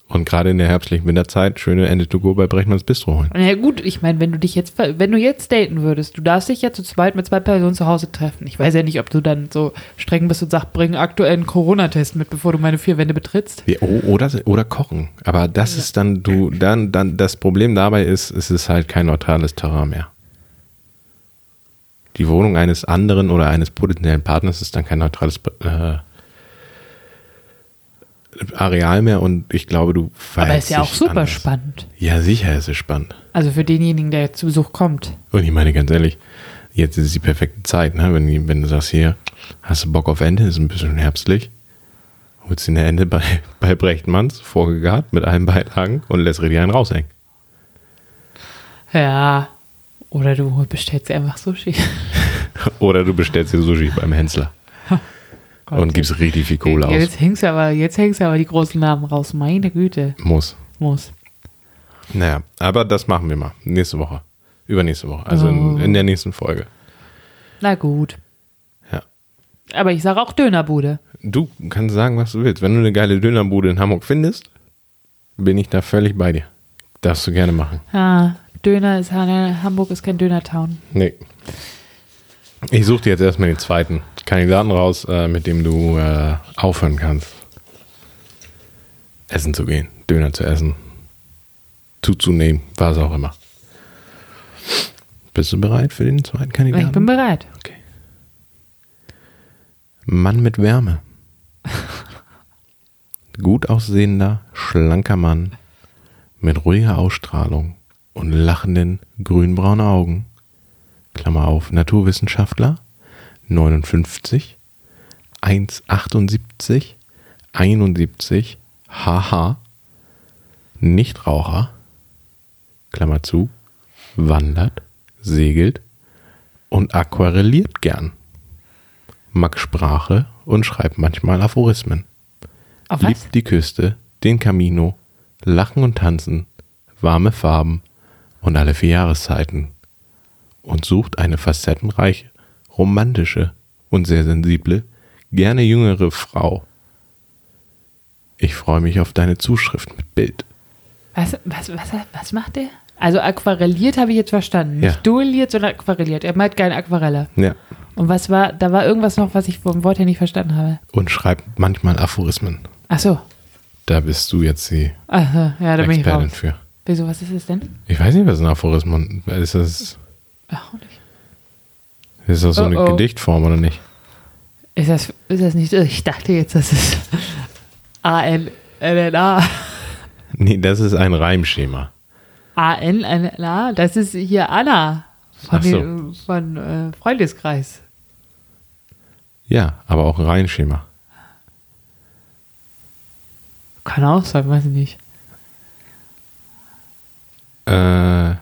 Speaker 3: Und gerade in der herbstlichen Winterzeit, schöne Ende to go bei Brechmanns Bistro holen.
Speaker 2: Na ja, gut, ich meine, wenn du dich jetzt, ver- wenn du jetzt daten würdest, du darfst dich ja zu zweit mit zwei Personen zu Hause treffen. Ich weiß ja nicht, ob du dann so streng bist und sagst, bring aktuellen Corona-Test mit, bevor du meine vier Wände betrittst.
Speaker 3: Ja, o- oder, oder kochen. Aber das ist dann, du, dann, dann, das Problem dabei ist, es ist halt kein neutrales Terrain mehr. Die Wohnung eines anderen oder eines potenziellen Partners ist dann kein neutrales äh, Areal mehr und ich glaube, du
Speaker 2: Aber
Speaker 3: verhältst
Speaker 2: ist ja auch
Speaker 3: dich
Speaker 2: super
Speaker 3: anders.
Speaker 2: spannend.
Speaker 3: Ja, sicher ist es spannend.
Speaker 2: Also für denjenigen, der zu Besuch kommt.
Speaker 3: Und ich meine ganz ehrlich, jetzt ist die perfekte Zeit, ne? wenn, die- wenn du sagst, hier, hast du Bock auf Ente, ist ein bisschen herbstlich, holst dir eine Ente bei, bei Brechtmanns, vorgegart, mit allen Beilagen und lässt richtig einen raushängen.
Speaker 2: Ja. Oder du bestellst dir einfach Sushi.
Speaker 3: Oder du bestellst dir Sushi beim Hensler und gibst richtig viel Kohle aus.
Speaker 2: Jetzt hängst du aber, jetzt hängst du aber die großen Namen raus. Meine Güte.
Speaker 3: Muss.
Speaker 2: Muss.
Speaker 3: Naja, aber das machen wir mal. Nächste Woche. Übernächste Woche. Also in, in der nächsten Folge.
Speaker 2: Na gut.
Speaker 3: Ja.
Speaker 2: Aber ich sage auch Dönerbude.
Speaker 3: Du kannst sagen, was du willst. Wenn du eine geile Dönerbude in Hamburg findest, bin ich da völlig bei dir. Darfst du gerne machen.
Speaker 2: Ah, Döner ist Hamburg ist kein Dönertown.
Speaker 3: Nee. Ich suche dir jetzt erstmal den zweiten Kandidaten raus, äh, mit dem du äh, aufhören kannst. Essen zu gehen, Döner zu essen, zuzunehmen, was auch immer. Bist du bereit für den zweiten Kandidaten?
Speaker 2: Ich bin bereit.
Speaker 3: Okay. Mann mit Wärme. Gut aussehender, schlanker Mann mit ruhiger Ausstrahlung und lachenden grünbraunen Augen. Klammer auf, Naturwissenschaftler, 59, 1,78, 71, haha, Nichtraucher, Klammer zu, wandert, segelt, und aquarelliert gern. Mag Sprache und schreibt manchmal Aphorismen.
Speaker 2: Auf was?
Speaker 3: Liebt die Küste, den Camino, Lachen und Tanzen, warme Farben und alle vier Jahreszeiten und sucht eine facettenreiche, romantische und sehr sensible, gerne jüngere Frau. Ich freue mich auf deine Zuschrift mit Bild.
Speaker 2: Was, was, was, was macht der? Also aquarelliert habe ich jetzt verstanden. Nicht
Speaker 3: Ja.
Speaker 2: duelliert, sondern aquarelliert. Er malt gerne Aquarelle.
Speaker 3: Ja.
Speaker 2: Und was war, da war irgendwas noch, was ich vom Wort her nicht verstanden habe.
Speaker 3: Und schreibt manchmal Aphorismen.
Speaker 2: Ach so.
Speaker 3: Da bist du jetzt die
Speaker 2: Aha, ja, da bin ich
Speaker 3: Expertin
Speaker 2: raus.
Speaker 3: für.
Speaker 2: Wieso, was ist es denn?
Speaker 3: Ich weiß nicht, was ein Aphorismen ist. Das,
Speaker 2: Ach, und ich-
Speaker 3: ist das so eine
Speaker 2: Oh, oh.
Speaker 3: Gedichtform oder nicht?
Speaker 2: Ist das, ist das nicht, ich dachte jetzt, das ist A-N-N-A.
Speaker 3: Nee, das ist ein Reimschema.
Speaker 2: A-N-N-A, das ist hier Anna von,
Speaker 3: Ach so.
Speaker 2: den, von äh, Freundeskreis.
Speaker 3: Ja, aber auch ein Reimschema.
Speaker 2: Kann auch sein, weiß ich nicht.
Speaker 3: Äh,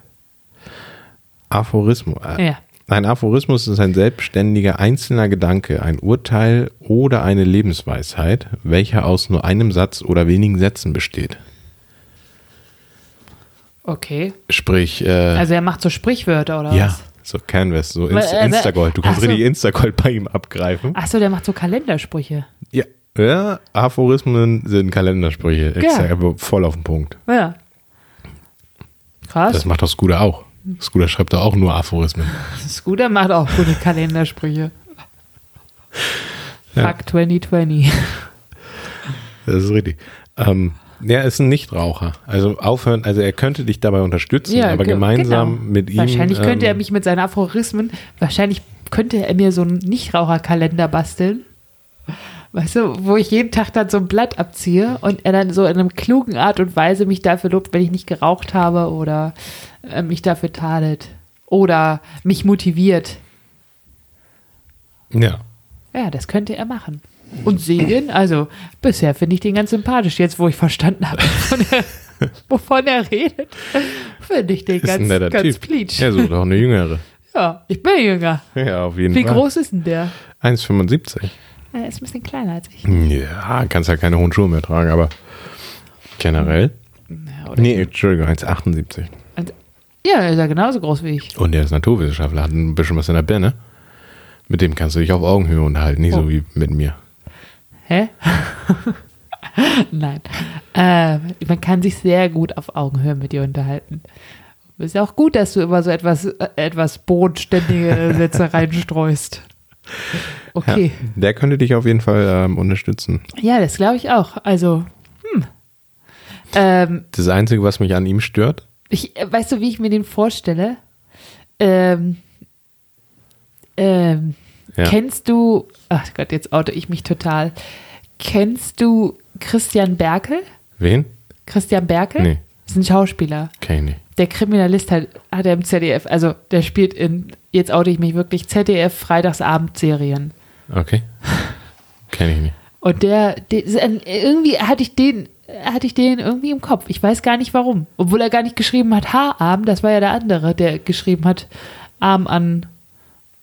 Speaker 3: Aphorismus. Äh,
Speaker 2: Ja.
Speaker 3: Ein Aphorismus ist ein selbstständiger einzelner Gedanke, ein Urteil oder eine Lebensweisheit, welcher aus nur einem Satz oder wenigen Sätzen besteht.
Speaker 2: Okay.
Speaker 3: Sprich, äh,
Speaker 2: Also er macht so Sprichwörter oder
Speaker 3: ja,
Speaker 2: Also was?
Speaker 3: so Canvas, so Inst
Speaker 2: Weil, äh,
Speaker 3: Instagold. Du kannst
Speaker 2: ach so.
Speaker 3: richtig Instagold bei ihm abgreifen.
Speaker 2: Achso, der macht so Kalendersprüche.
Speaker 3: Ja. ja, Aphorismen sind Kalendersprüche. Exakt, aber voll auf den Punkt.
Speaker 2: Ja. Krass.
Speaker 3: Das macht doch Scooter auch. Scooter schreibt da auch nur Aphorismen.
Speaker 2: Scooter macht auch gute Kalendersprüche. Fuck 2020.
Speaker 3: Das ist richtig. Ähm, er ist ein Nichtraucher. Also aufhören, also er könnte dich dabei unterstützen, aber
Speaker 2: ge-
Speaker 3: gemeinsam
Speaker 2: genau.
Speaker 3: mit ihm.
Speaker 2: Wahrscheinlich könnte er
Speaker 3: ähm,
Speaker 2: mich mit seinen Aphorismen, wahrscheinlich könnte er mir so einen Nichtraucherkalender basteln. Weißt du, wo ich jeden Tag dann so ein Blatt abziehe und er dann so in einem klugen Art und Weise mich dafür lobt, wenn ich nicht geraucht habe oder äh, mich dafür tadelt oder mich motiviert.
Speaker 3: Ja.
Speaker 2: Ja, das könnte er machen. Und Segen, also bisher finde ich den ganz sympathisch, jetzt wo ich verstanden habe, wovon er, wovon er redet, finde ich den
Speaker 3: Ist ein
Speaker 2: ganz,
Speaker 3: netter
Speaker 2: ganz
Speaker 3: Typ.
Speaker 2: pleatsch.
Speaker 3: Er sucht auch eine jüngere.
Speaker 2: Ja, ich bin jünger.
Speaker 3: Ja, auf jeden
Speaker 2: Wie
Speaker 3: Fall.
Speaker 2: groß ist denn der?
Speaker 3: 1,75.
Speaker 2: Er ist ein bisschen kleiner als ich.
Speaker 3: Ja, kannst ja keine hohen Schuhe mehr tragen, aber generell.
Speaker 2: Ja, oder
Speaker 3: Nee, Entschuldigung, 1,78.
Speaker 2: Also, ja, er ist ja genauso groß wie ich.
Speaker 3: Und er ist Naturwissenschaftler, hat ein bisschen was in der Birne. Mit dem kannst du dich auf Augenhöhe unterhalten, nicht
Speaker 2: Oh.
Speaker 3: so wie mit mir.
Speaker 2: Hä? Nein. Ähm, man kann sich sehr gut auf Augenhöhe mit dir unterhalten. Ist ja auch gut, dass du immer so etwas, äh, etwas bodenständige Sätze reinstreust.
Speaker 3: Ja,
Speaker 2: Okay.
Speaker 3: Der könnte dich auf jeden Fall ähm, unterstützen.
Speaker 2: Ja, das glaube ich auch. Also, hm. Ähm,
Speaker 3: Das Einzige, was mich an ihm stört,
Speaker 2: Ich, äh, weißt du, wie ich mir den vorstelle? Ähm, ähm,
Speaker 3: Ja.
Speaker 2: Kennst du, ach Gott, jetzt oute ich mich total. Kennst du Christian Berkel?
Speaker 3: wen?
Speaker 2: Christian Berkel?
Speaker 3: Nee.
Speaker 2: Ist ein Schauspieler.
Speaker 3: Kenn ich nicht.
Speaker 2: Der Kriminalist hat, hat er im ZDF, also der spielt in, jetzt oute ich mich wirklich, ZDF Freitagsabendserien.
Speaker 3: Okay. Kenne ich nicht.
Speaker 2: Und der, der ist ein- irgendwie hatte ich den, hatte ich den irgendwie im Kopf. Ich weiß gar nicht warum. Obwohl er gar nicht geschrieben hat, Haararm, das war ja der andere, der geschrieben hat, Arm an,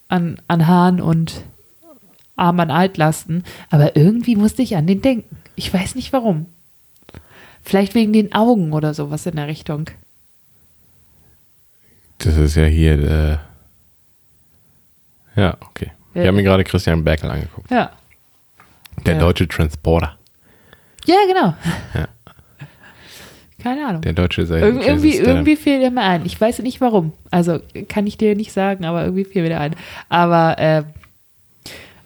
Speaker 2: an, an Haaren und Arm an Altlasten. Aber irgendwie musste ich an den denken. Ich weiß nicht warum. Vielleicht wegen den Augen oder sowas in der Richtung.
Speaker 3: Das ist ja hier. Äh ja, okay. Ich
Speaker 2: Ja.
Speaker 3: habe mir gerade Christian Berkel angeguckt.
Speaker 2: Ja.
Speaker 3: Der
Speaker 2: Ja.
Speaker 3: deutsche Transporter.
Speaker 2: Ja, genau.
Speaker 3: Ja.
Speaker 2: Keine Ahnung.
Speaker 3: Der deutsche sei
Speaker 2: Irg irgendwie, irgendwie fiel der mir ein. Ich weiß nicht warum. Also kann ich dir nicht sagen, aber irgendwie fiel mir der ein. Aber ähm,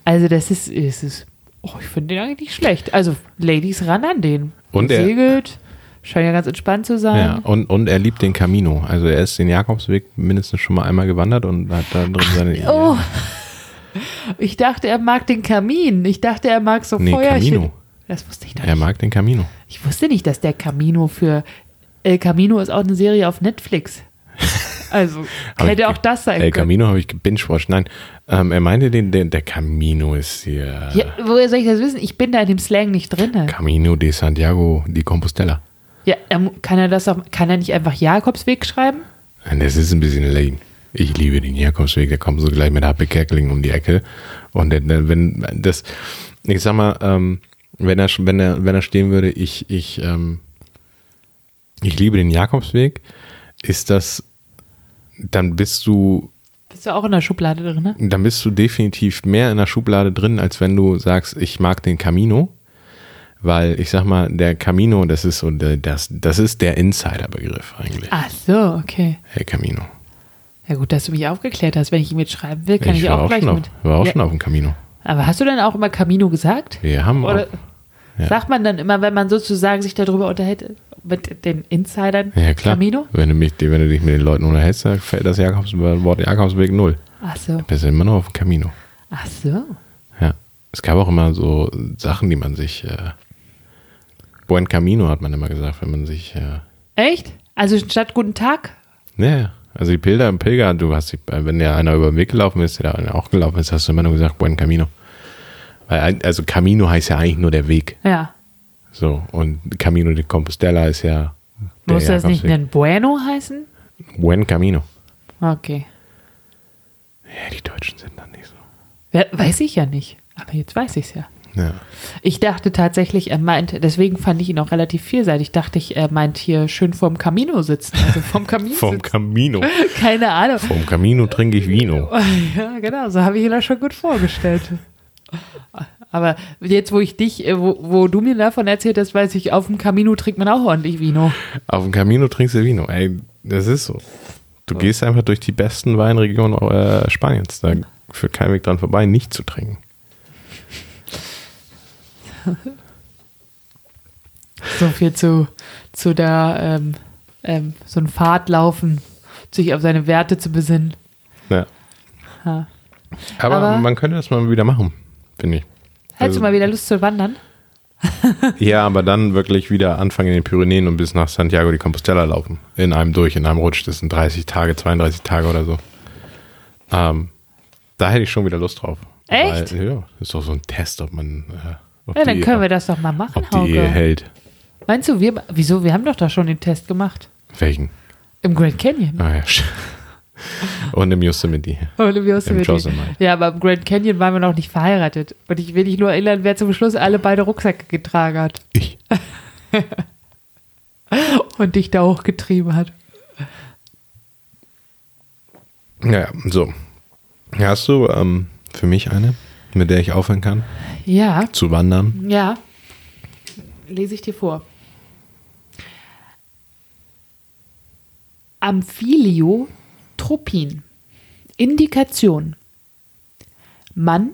Speaker 2: also das ist, ist es. Oh, ich finde den eigentlich nicht schlecht. Also Ladies ran an den.
Speaker 3: Und er-
Speaker 2: segelt. Scheint ja ganz entspannt zu
Speaker 3: Ja,
Speaker 2: sein.
Speaker 3: und, und er liebt den Camino. Also er ist den Jakobsweg mindestens schon mal einmal gewandert und hat da drin seine.
Speaker 2: Oh. Ich dachte, er mag den Kamin. Ich dachte, er mag so
Speaker 3: Nee,
Speaker 2: Feuerchen.
Speaker 3: Camino.
Speaker 2: Das wusste ich doch
Speaker 3: Er
Speaker 2: nicht.
Speaker 3: mag den Camino.
Speaker 2: Ich wusste nicht, dass der Camino für El Camino ist auch eine Serie auf Netflix. Also
Speaker 3: Hab ich
Speaker 2: hätte auch
Speaker 3: ge-
Speaker 2: das sein
Speaker 3: El
Speaker 2: können.
Speaker 3: Camino habe ich gebingewashed. Nein, ähm, er meinte den, der, der Camino ist hier.
Speaker 2: Ja, woher soll ich das wissen? Ich bin da in dem Slang nicht drin.
Speaker 3: Camino de Santiago de Compostela.
Speaker 2: Ja, er mu- kann er das auch, kann er nicht einfach Jakobsweg schreiben?
Speaker 3: Und Das ist ein bisschen lame. Ich liebe den Jakobsweg, da kommen sie gleich mit HP Kerkeling um die Ecke. Und dann- dann, wenn das, ich sag mal, ähm, wenn er, wenn er, wenn er stehen würde, ehm, ich, ich, ähm, ich liebe den Jakobsweg, ist das dann bist du
Speaker 2: Bist du auch in der Schublade drin, ne?
Speaker 3: dann bist du definitiv mehr in der Schublade drin, als wenn du sagst, ich mag den Camino. Weil ich sag mal, der Camino, das ist so der- das, das ist der Insider-Begriff eigentlich.
Speaker 2: Ach so, okay.
Speaker 3: El Camino.
Speaker 2: Ja gut, dass du mich aufgeklärt hast. Wenn ich ihm jetzt schreiben will, kann ich,
Speaker 3: war
Speaker 2: auch gleich
Speaker 3: schon auf,
Speaker 2: mit.
Speaker 3: war auch
Speaker 2: ja,
Speaker 3: schon auf dem Camino.
Speaker 2: aber hast du dann auch immer Camino gesagt?
Speaker 3: Wir haben
Speaker 2: Oder
Speaker 3: Ja.
Speaker 2: sagt man dann immer, wenn man sozusagen sich darüber unterhält, mit den Insidern
Speaker 3: auch, ja klar.
Speaker 2: Camino?
Speaker 3: Wenn du, mich, wenn du dich mit den Leuten unterhältst, dann fällt das Jakobs, Wort Jakobsweg null.
Speaker 2: Ach so,
Speaker 3: Bist du immer noch auf dem Camino.
Speaker 2: ach so.
Speaker 3: Ja. Es gab auch immer so Sachen, die man sich. Äh, Buen Camino hat man immer gesagt, wenn man sich. Äh,
Speaker 2: Echt? Also statt guten Tag?
Speaker 3: Ja, also die Pilger im Pilger, du hast, die- wenn dir einer über den Weg gelaufen ist, der dann auch gelaufen ist, hast du immer nur gesagt, Buen Camino. Weil, ein- also Camino heißt ja eigentlich nur der Weg.
Speaker 2: Ja.
Speaker 3: So, und Camino de Compostela ist ja. der
Speaker 2: Muss das nicht
Speaker 3: Jakobsweg.
Speaker 2: denn Bueno heißen?
Speaker 3: Buen Camino.
Speaker 2: Okay.
Speaker 3: Ja, die Deutschen sind dann nicht so.
Speaker 2: We- Weiß ich ja nicht. Aber jetzt weiß ich es ja.
Speaker 3: Ja.
Speaker 2: Ich dachte tatsächlich, er meint, deswegen fand ich ihn auch relativ vielseitig. Dachte ich, er meint hier schön vorm Camino sitzen. Also vorm Kamin
Speaker 3: Vom
Speaker 2: sitzen.
Speaker 3: Camino.
Speaker 2: Keine Ahnung.
Speaker 3: Vom Camino trinke ich Vino.
Speaker 2: Ja, genau, so habe ich ihn das schon gut vorgestellt. Aber jetzt, wo ich dich, äh, wo, wo du mir davon erzählt hast, weiß ich, auf dem Camino trinkt man auch ordentlich Vino.
Speaker 3: Auf dem Camino trinkst du Vino. Ey, das ist so. Du gehst einfach durch die besten Weinregionen äh, Spaniens. Da führt kein Weg dran vorbei, nicht zu trinken.
Speaker 2: So viel zu, zu der, ähm, ähm, so ein Fahrtlaufen, sich auf seine Werte zu besinnen.
Speaker 3: Ja.
Speaker 2: Ja.
Speaker 3: Aber,
Speaker 2: Aber-
Speaker 3: man könnte das mal wieder machen, finde ich.
Speaker 2: Hättest du
Speaker 3: Also-
Speaker 2: mal wieder Lust zu wandern?
Speaker 3: Ja, aber dann wirklich wieder anfangen in den Pyrenäen und bis nach Santiago de Compostela laufen. In einem durch, in einem Rutsch. Das sind 30 Tage, 32 Tage oder so. Ähm, da hätte ich schon wieder Lust drauf.
Speaker 2: Echt?
Speaker 3: Weil, ja, ist doch so ein Test, ob man. Äh, ob
Speaker 2: Ja, dann
Speaker 3: die,
Speaker 2: können wir das doch mal machen,
Speaker 3: Ob die Ehe
Speaker 2: Hauke.
Speaker 3: hält.
Speaker 2: Meinst du, wir, wieso, wir haben doch da schon den Test gemacht.
Speaker 3: Welchen?
Speaker 2: Im Grand Canyon.
Speaker 3: Ah ja, sch- Und im Yosemite.
Speaker 2: Oder wie hast du
Speaker 3: Im
Speaker 2: mir die-
Speaker 3: Yosemite.
Speaker 2: ja, aber im Grand Canyon waren wir noch nicht verheiratet. Und ich will dich nur erinnern, wer zum Schluss alle beide Rucksäcke getragen hat.
Speaker 3: Ich.
Speaker 2: und dich da hochgetrieben hat.
Speaker 3: Ja, so. Hast du ähm, für mich eine, mit der ich aufhören kann,
Speaker 2: Ja,
Speaker 3: zu wandern?
Speaker 2: ja. Lese ich dir vor. Amphiliotropin. Indikation. Mann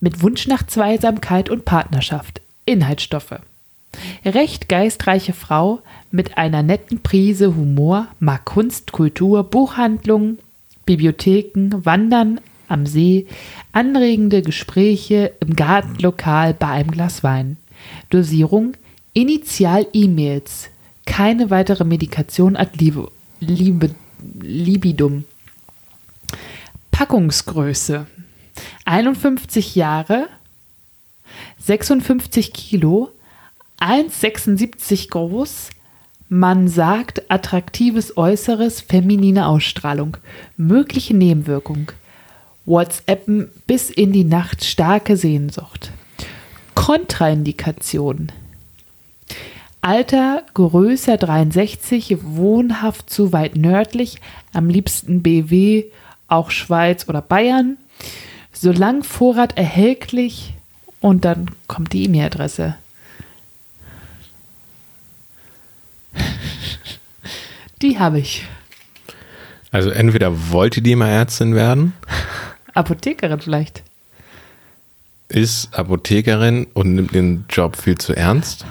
Speaker 2: mit Wunsch nach Zweisamkeit und Partnerschaft. Inhaltsstoffe. Recht geistreiche Frau mit einer netten Prise Humor mag Kunst, Kultur, Buchhandlungen, Bibliotheken, Wandern am See, anregende Gespräche im Gartenlokal bei einem Glas Wein. Dosierung: Initial-E-Mails. Keine weitere Medikation ad libe, libe, libidum. Packungsgröße: 51 Jahre, 56 Kilo, 1,76 groß. Man sagt attraktives Äußeres, feminine Ausstrahlung. Mögliche Nebenwirkung. WhatsAppen bis in die Nacht starke Sehnsucht. Kontraindikation. Alter größer 63, wohnhaft zu weit nördlich, am liebsten BW, auch Schweiz oder Bayern. Solange Vorrat erhältlich und dann kommt die E-Mail-Adresse. Die habe ich.
Speaker 3: Also entweder wollte die mal Ärztin werden,
Speaker 2: Apothekerin vielleicht.
Speaker 3: ist Apothekerin und nimmt den Job viel zu ernst.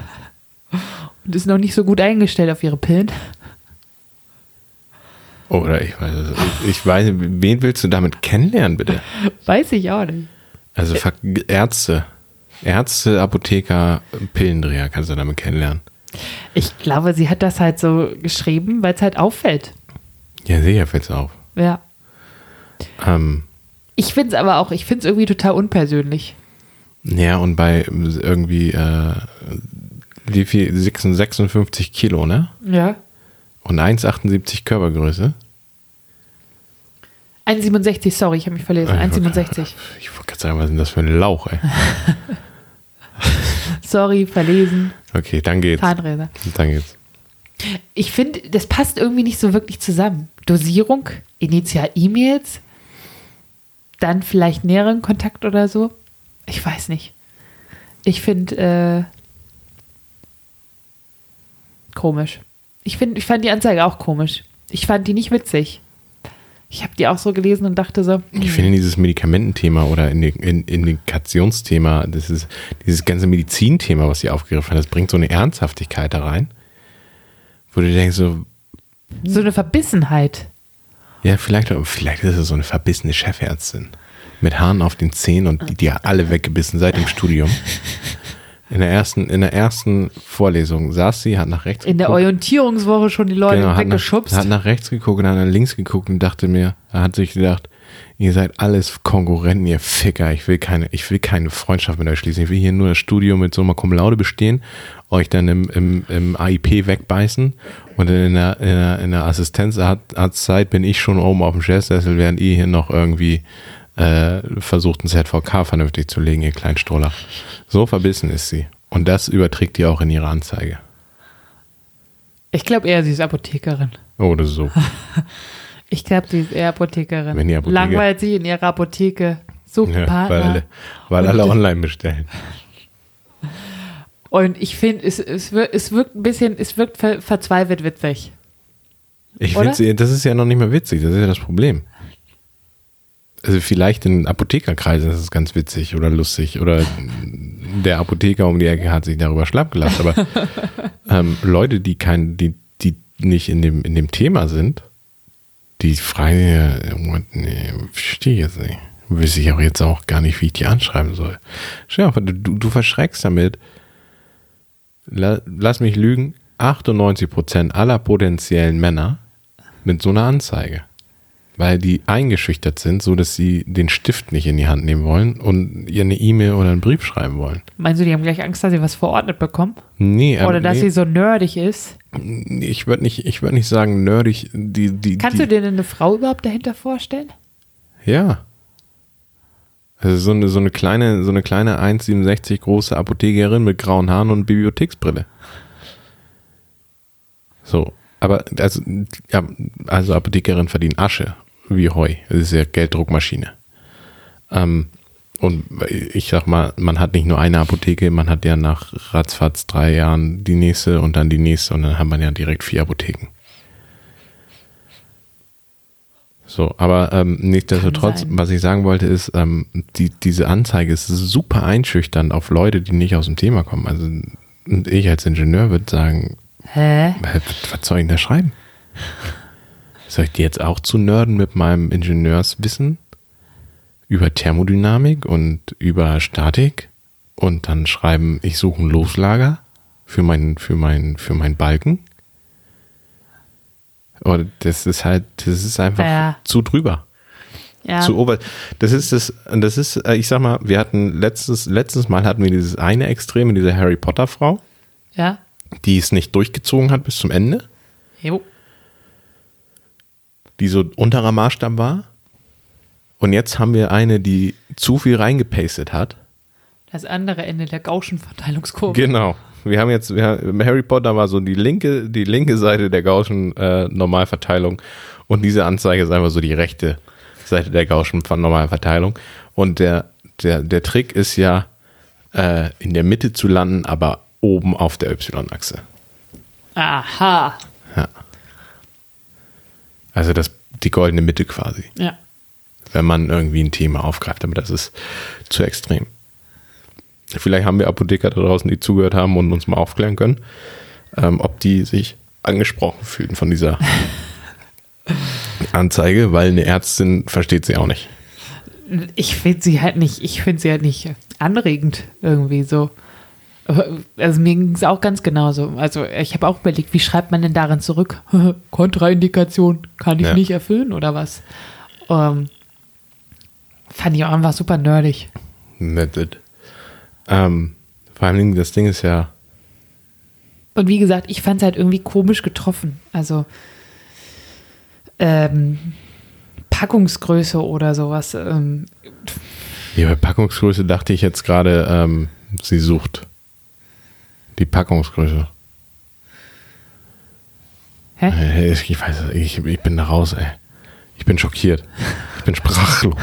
Speaker 2: Und ist noch nicht so gut eingestellt auf ihre Pillen.
Speaker 3: Oder ich weiß es. Ich, ich weiß, wen willst du damit kennenlernen, bitte?
Speaker 2: Weiß ich auch nicht.
Speaker 3: Also fuck, Ärzte. Ärzte, Apotheker, Pillendreher kannst du damit kennenlernen.
Speaker 2: Ich glaube, sie hat das halt so geschrieben, weil es halt auffällt.
Speaker 3: Ja, sicher fällt's auf.
Speaker 2: Ja.
Speaker 3: Ähm,
Speaker 2: Ich finde es aber auch, ich finde es irgendwie total unpersönlich.
Speaker 3: ja, und bei irgendwie äh, wie viel, 56 Kilo, ne?
Speaker 2: Ja.
Speaker 3: Und 1,78 Körpergröße.
Speaker 2: 1,67, sorry, ich habe mich verlesen. 1,67.
Speaker 3: Ich wollte gerade sagen, was ist denn das für ein Lauch, ey?
Speaker 2: Sorry, verlesen,
Speaker 3: Okay, dann geht's.
Speaker 2: Zahnräder.
Speaker 3: Dann geht's.
Speaker 2: Ich finde, das passt irgendwie nicht so wirklich zusammen. Dosierung, initial E-Mails, dann vielleicht näheren Kontakt oder so. Ich weiß nicht. Ich finde äh, komisch. Ich, find, ich fand die Anzeige auch komisch. Ich fand die nicht witzig. Ich habe die auch so gelesen und dachte so,
Speaker 3: Ich finde dieses Medikamententhema oder Indi- In- Indikationsthema, das ist dieses ganze Medizinthema, was sie aufgegriffen hat, das bringt so eine Ernsthaftigkeit da rein, wo du denkst so,
Speaker 2: so eine Verbissenheit.
Speaker 3: ja, vielleicht, vielleicht ist es so eine verbissene Chefärztin mit Haaren auf den Zähnen und die, die ja alle weggebissen seit dem Studium. In der ersten, in der ersten Vorlesung saß sie, hat nach rechts
Speaker 2: In der
Speaker 3: geguckt.
Speaker 2: Orientierungswoche schon die Leute
Speaker 3: Genau, hat nach,
Speaker 2: weggeschubst.
Speaker 3: hat nach rechts geguckt und dann nach links geguckt und dachte mir, er hat sich gedacht, ihr seid alles Konkurrenten, ihr Ficker. Ich will keine, ich will keine Freundschaft mit euch schließen. Ich will hier nur das Studium mit so einer Cum Laude bestehen, euch dann im, im, im AIP wegbeißen und in der, in der, in der Assistenzarztzeit bin ich schon oben auf dem Chefsessel, während ihr hier noch irgendwie äh, versucht, ein ZVK vernünftig zu legen, ihr kleinen Stroller. So verbissen ist sie. Und das überträgt ihr auch in ihre Anzeige.
Speaker 2: ich glaube eher, sie ist Apothekerin.
Speaker 3: Oh, das ist so.
Speaker 2: Ich glaube, sie ist eher Apothekerin.
Speaker 3: Wenn die Apotheke-
Speaker 2: Langweilt sie in ihrer Apotheke. So
Speaker 3: Ja, weil
Speaker 2: Partner.
Speaker 3: alle, weil
Speaker 2: Und
Speaker 3: alle
Speaker 2: das-
Speaker 3: online bestellen.
Speaker 2: Und ich finde, es, es, wir- es wirkt ein bisschen, es wirkt ver verzweifelt witzig.
Speaker 3: Ich
Speaker 2: Oder?
Speaker 3: find's, eh, das ist ja noch nicht mal witzig, das ist ja das Problem. Also vielleicht in Apothekerkreisen ist es ganz witzig oder lustig oder der Apotheker um die Ecke hat sich darüber schlapp gelacht, aber ähm, Leute, die kein, die, die nicht in dem, in dem Thema sind, die fragen ja, Moment, nee, verstehe ich jetzt nicht. Wüsste ich auch jetzt auch gar nicht, wie ich die anschreiben soll. Stell dir mal vor, du, du verschreckst damit, la, lass mich lügen, 98% aller potenziellen Männer mit so einer Anzeige. Weil die eingeschüchtert sind, so dass sie den Stift nicht in die Hand nehmen wollen und ihr eine E-Mail oder einen Brief schreiben wollen.
Speaker 2: Meinst du, die haben gleich Angst, dass sie was verordnet bekommen?
Speaker 3: Nee, aber
Speaker 2: Oder dass
Speaker 3: nee,
Speaker 2: sie so nerdig ist?
Speaker 3: ich würde nicht, ich würd nicht sagen nerdig. Die, die,
Speaker 2: Kannst
Speaker 3: die,
Speaker 2: du dir denn eine Frau überhaupt dahinter vorstellen?
Speaker 3: Ja. Also so eine, so eine kleine, so eine kleine 1,67 große Apothekerin mit grauen Haaren und Bibliotheksbrille. So, aber also, ja, also Apothekerin verdienen Asche wie Heu. Das ist ja Gelddruckmaschine. Ähm, und ich sag mal, man hat nicht nur eine Apotheke, man hat ja nach ratzfatz drei Jahren die nächste und dann die nächste und dann hat man ja direkt vier Apotheken. So, aber ähm, nichtsdestotrotz,
Speaker 2: sein.
Speaker 3: was ich sagen wollte, ist, ähm, die, diese Anzeige ist super einschüchternd auf Leute, die nicht aus dem Thema kommen. Also und ich als Ingenieur würde sagen,
Speaker 2: Hä?
Speaker 3: was was soll ich denn da schreiben? Soll ich die jetzt auch zu nörden mit meinem Ingenieurswissen über Thermodynamik und über Statik und dann schreiben, ich suche ein Loslager für meinen für meinen für meinen Balken? Oder das ist halt, das ist einfach
Speaker 2: Ja.
Speaker 3: zu drüber
Speaker 2: Ja.
Speaker 3: zu ober. Das ist das, das ist, äh, ich sag mal, wir hatten letztes, letztes Mal hatten wir dieses eine Extrem mit dieser Harry Potter Frau,
Speaker 2: ja.
Speaker 3: die es nicht durchgezogen hat bis zum Ende,
Speaker 2: Jo.
Speaker 3: die so unterer Maßstab war. Und jetzt haben wir eine, die zu viel reingepastet hat.
Speaker 2: Das andere Ende der Gaußschen Verteilungskurve.
Speaker 3: Genau. Wir haben jetzt, wir haben, Harry Potter war so die linke, die linke Seite der Gaußschen äh, Normalverteilung und diese Anzeige ist einfach so die rechte Seite der Gaußschen Ver- Normalverteilung. Und der, der, der Trick ist ja, äh, in der Mitte zu landen, aber oben auf der Y-Achse.
Speaker 2: Aha.
Speaker 3: Also das, die goldene Mitte quasi,
Speaker 2: Ja.
Speaker 3: wenn man irgendwie ein Thema aufgreift, aber das ist zu extrem. Vielleicht haben wir Apotheker da draußen, die zugehört haben und uns mal aufklären können, ähm, ob die sich angesprochen fühlen von dieser Anzeige, weil eine Ärztin versteht sie auch nicht.
Speaker 2: Ich finde sie halt nicht, ich finde sie halt nicht anregend irgendwie so. Aber, Also mir ging es auch ganz genauso. Also ich habe auch überlegt, wie schreibt man denn darin zurück? Kontraindikation kann ich
Speaker 3: Ja.
Speaker 2: nicht erfüllen oder was? Ähm, fand ich auch einfach super nerdig.
Speaker 3: Method. Ähm, vor allem das Ding ist ja,
Speaker 2: Und wie gesagt, ich fand es halt irgendwie komisch getroffen. Also ähm, Packungsgröße oder sowas. Ähm,
Speaker 3: ja, bei Packungsgröße dachte ich jetzt gerade, ähm, sie sucht die Packungsgröße.
Speaker 2: Hä?
Speaker 3: Äh, Ich weiß, es, ich, ich bin da raus, ey. Ich bin schockiert. Ich bin sprachlos.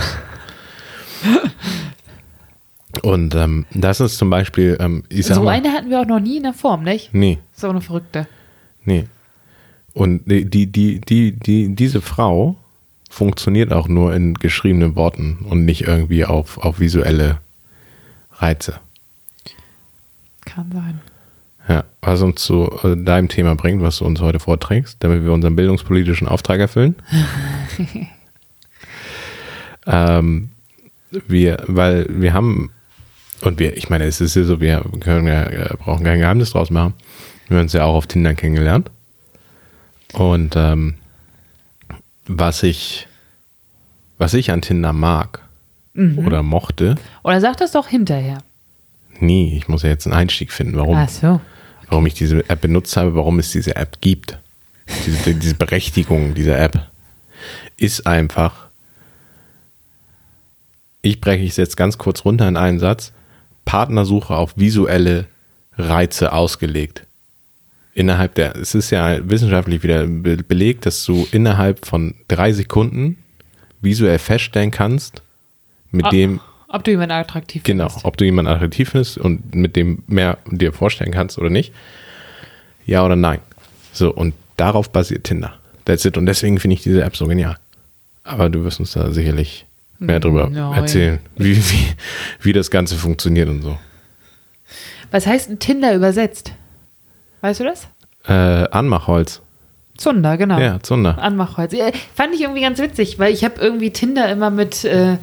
Speaker 3: Und ähm, das ist zum Beispiel, ähm, ich sag
Speaker 2: So
Speaker 3: mal, Hm.
Speaker 2: eine hatten wir auch noch nie in der Form, nicht?
Speaker 3: nee,
Speaker 2: So eine verrückte.
Speaker 3: nee. Und die, die, die, die, die, diese Frau funktioniert auch nur in geschriebenen Worten und nicht irgendwie auf, auf visuelle Reize.
Speaker 2: Kann sein.
Speaker 3: Ja, was uns zu äh, deinem Thema bringt, was du uns heute vorträgst, damit wir unseren bildungspolitischen Auftrag erfüllen. ähm, wir, weil wir haben, und wir, ich meine, es ist ja so, wir können ja, äh, brauchen kein Geheimnis draus machen. Wir haben uns ja auch auf Tinder kennengelernt. Und ähm, was ich, was ich an Tinder mag oder mochte,
Speaker 2: Oder sag das doch hinterher.
Speaker 3: nie, ich muss ja jetzt einen Einstieg finden, warum
Speaker 2: Ach so.
Speaker 3: warum ich diese App benutzt habe, warum es diese App gibt. Diese, diese Berechtigung dieser App ist einfach, ich breche es jetzt ganz kurz runter in einen Satz, Partnersuche auf visuelle Reize ausgelegt. Innerhalb der, es ist ja wissenschaftlich wieder be belegt, dass du innerhalb von drei Sekunden visuell feststellen kannst, mit
Speaker 2: Ah.
Speaker 3: dem
Speaker 2: Ob du jemanden attraktiv
Speaker 3: Genau,
Speaker 2: findest.
Speaker 3: ob du jemanden attraktiv findest und mit dem mehr dir vorstellen kannst oder nicht. Ja oder nein. So, und darauf basiert Tinder. That's it. Und deswegen finde ich diese App so genial. Aber du wirst uns da sicherlich mehr drüber
Speaker 2: Mm, Nein.
Speaker 3: erzählen, wie, wie, wie das Ganze funktioniert und so. Genau.
Speaker 2: Was heißt denn Tinder übersetzt? Weißt du das?
Speaker 3: Äh, Anmachholz.
Speaker 2: Zunder, genau.
Speaker 3: Ja, Zunder.
Speaker 2: Anmachholz. Äh, Fand ich irgendwie ganz witzig, weil ich habe irgendwie Tinder immer mit, äh, äh,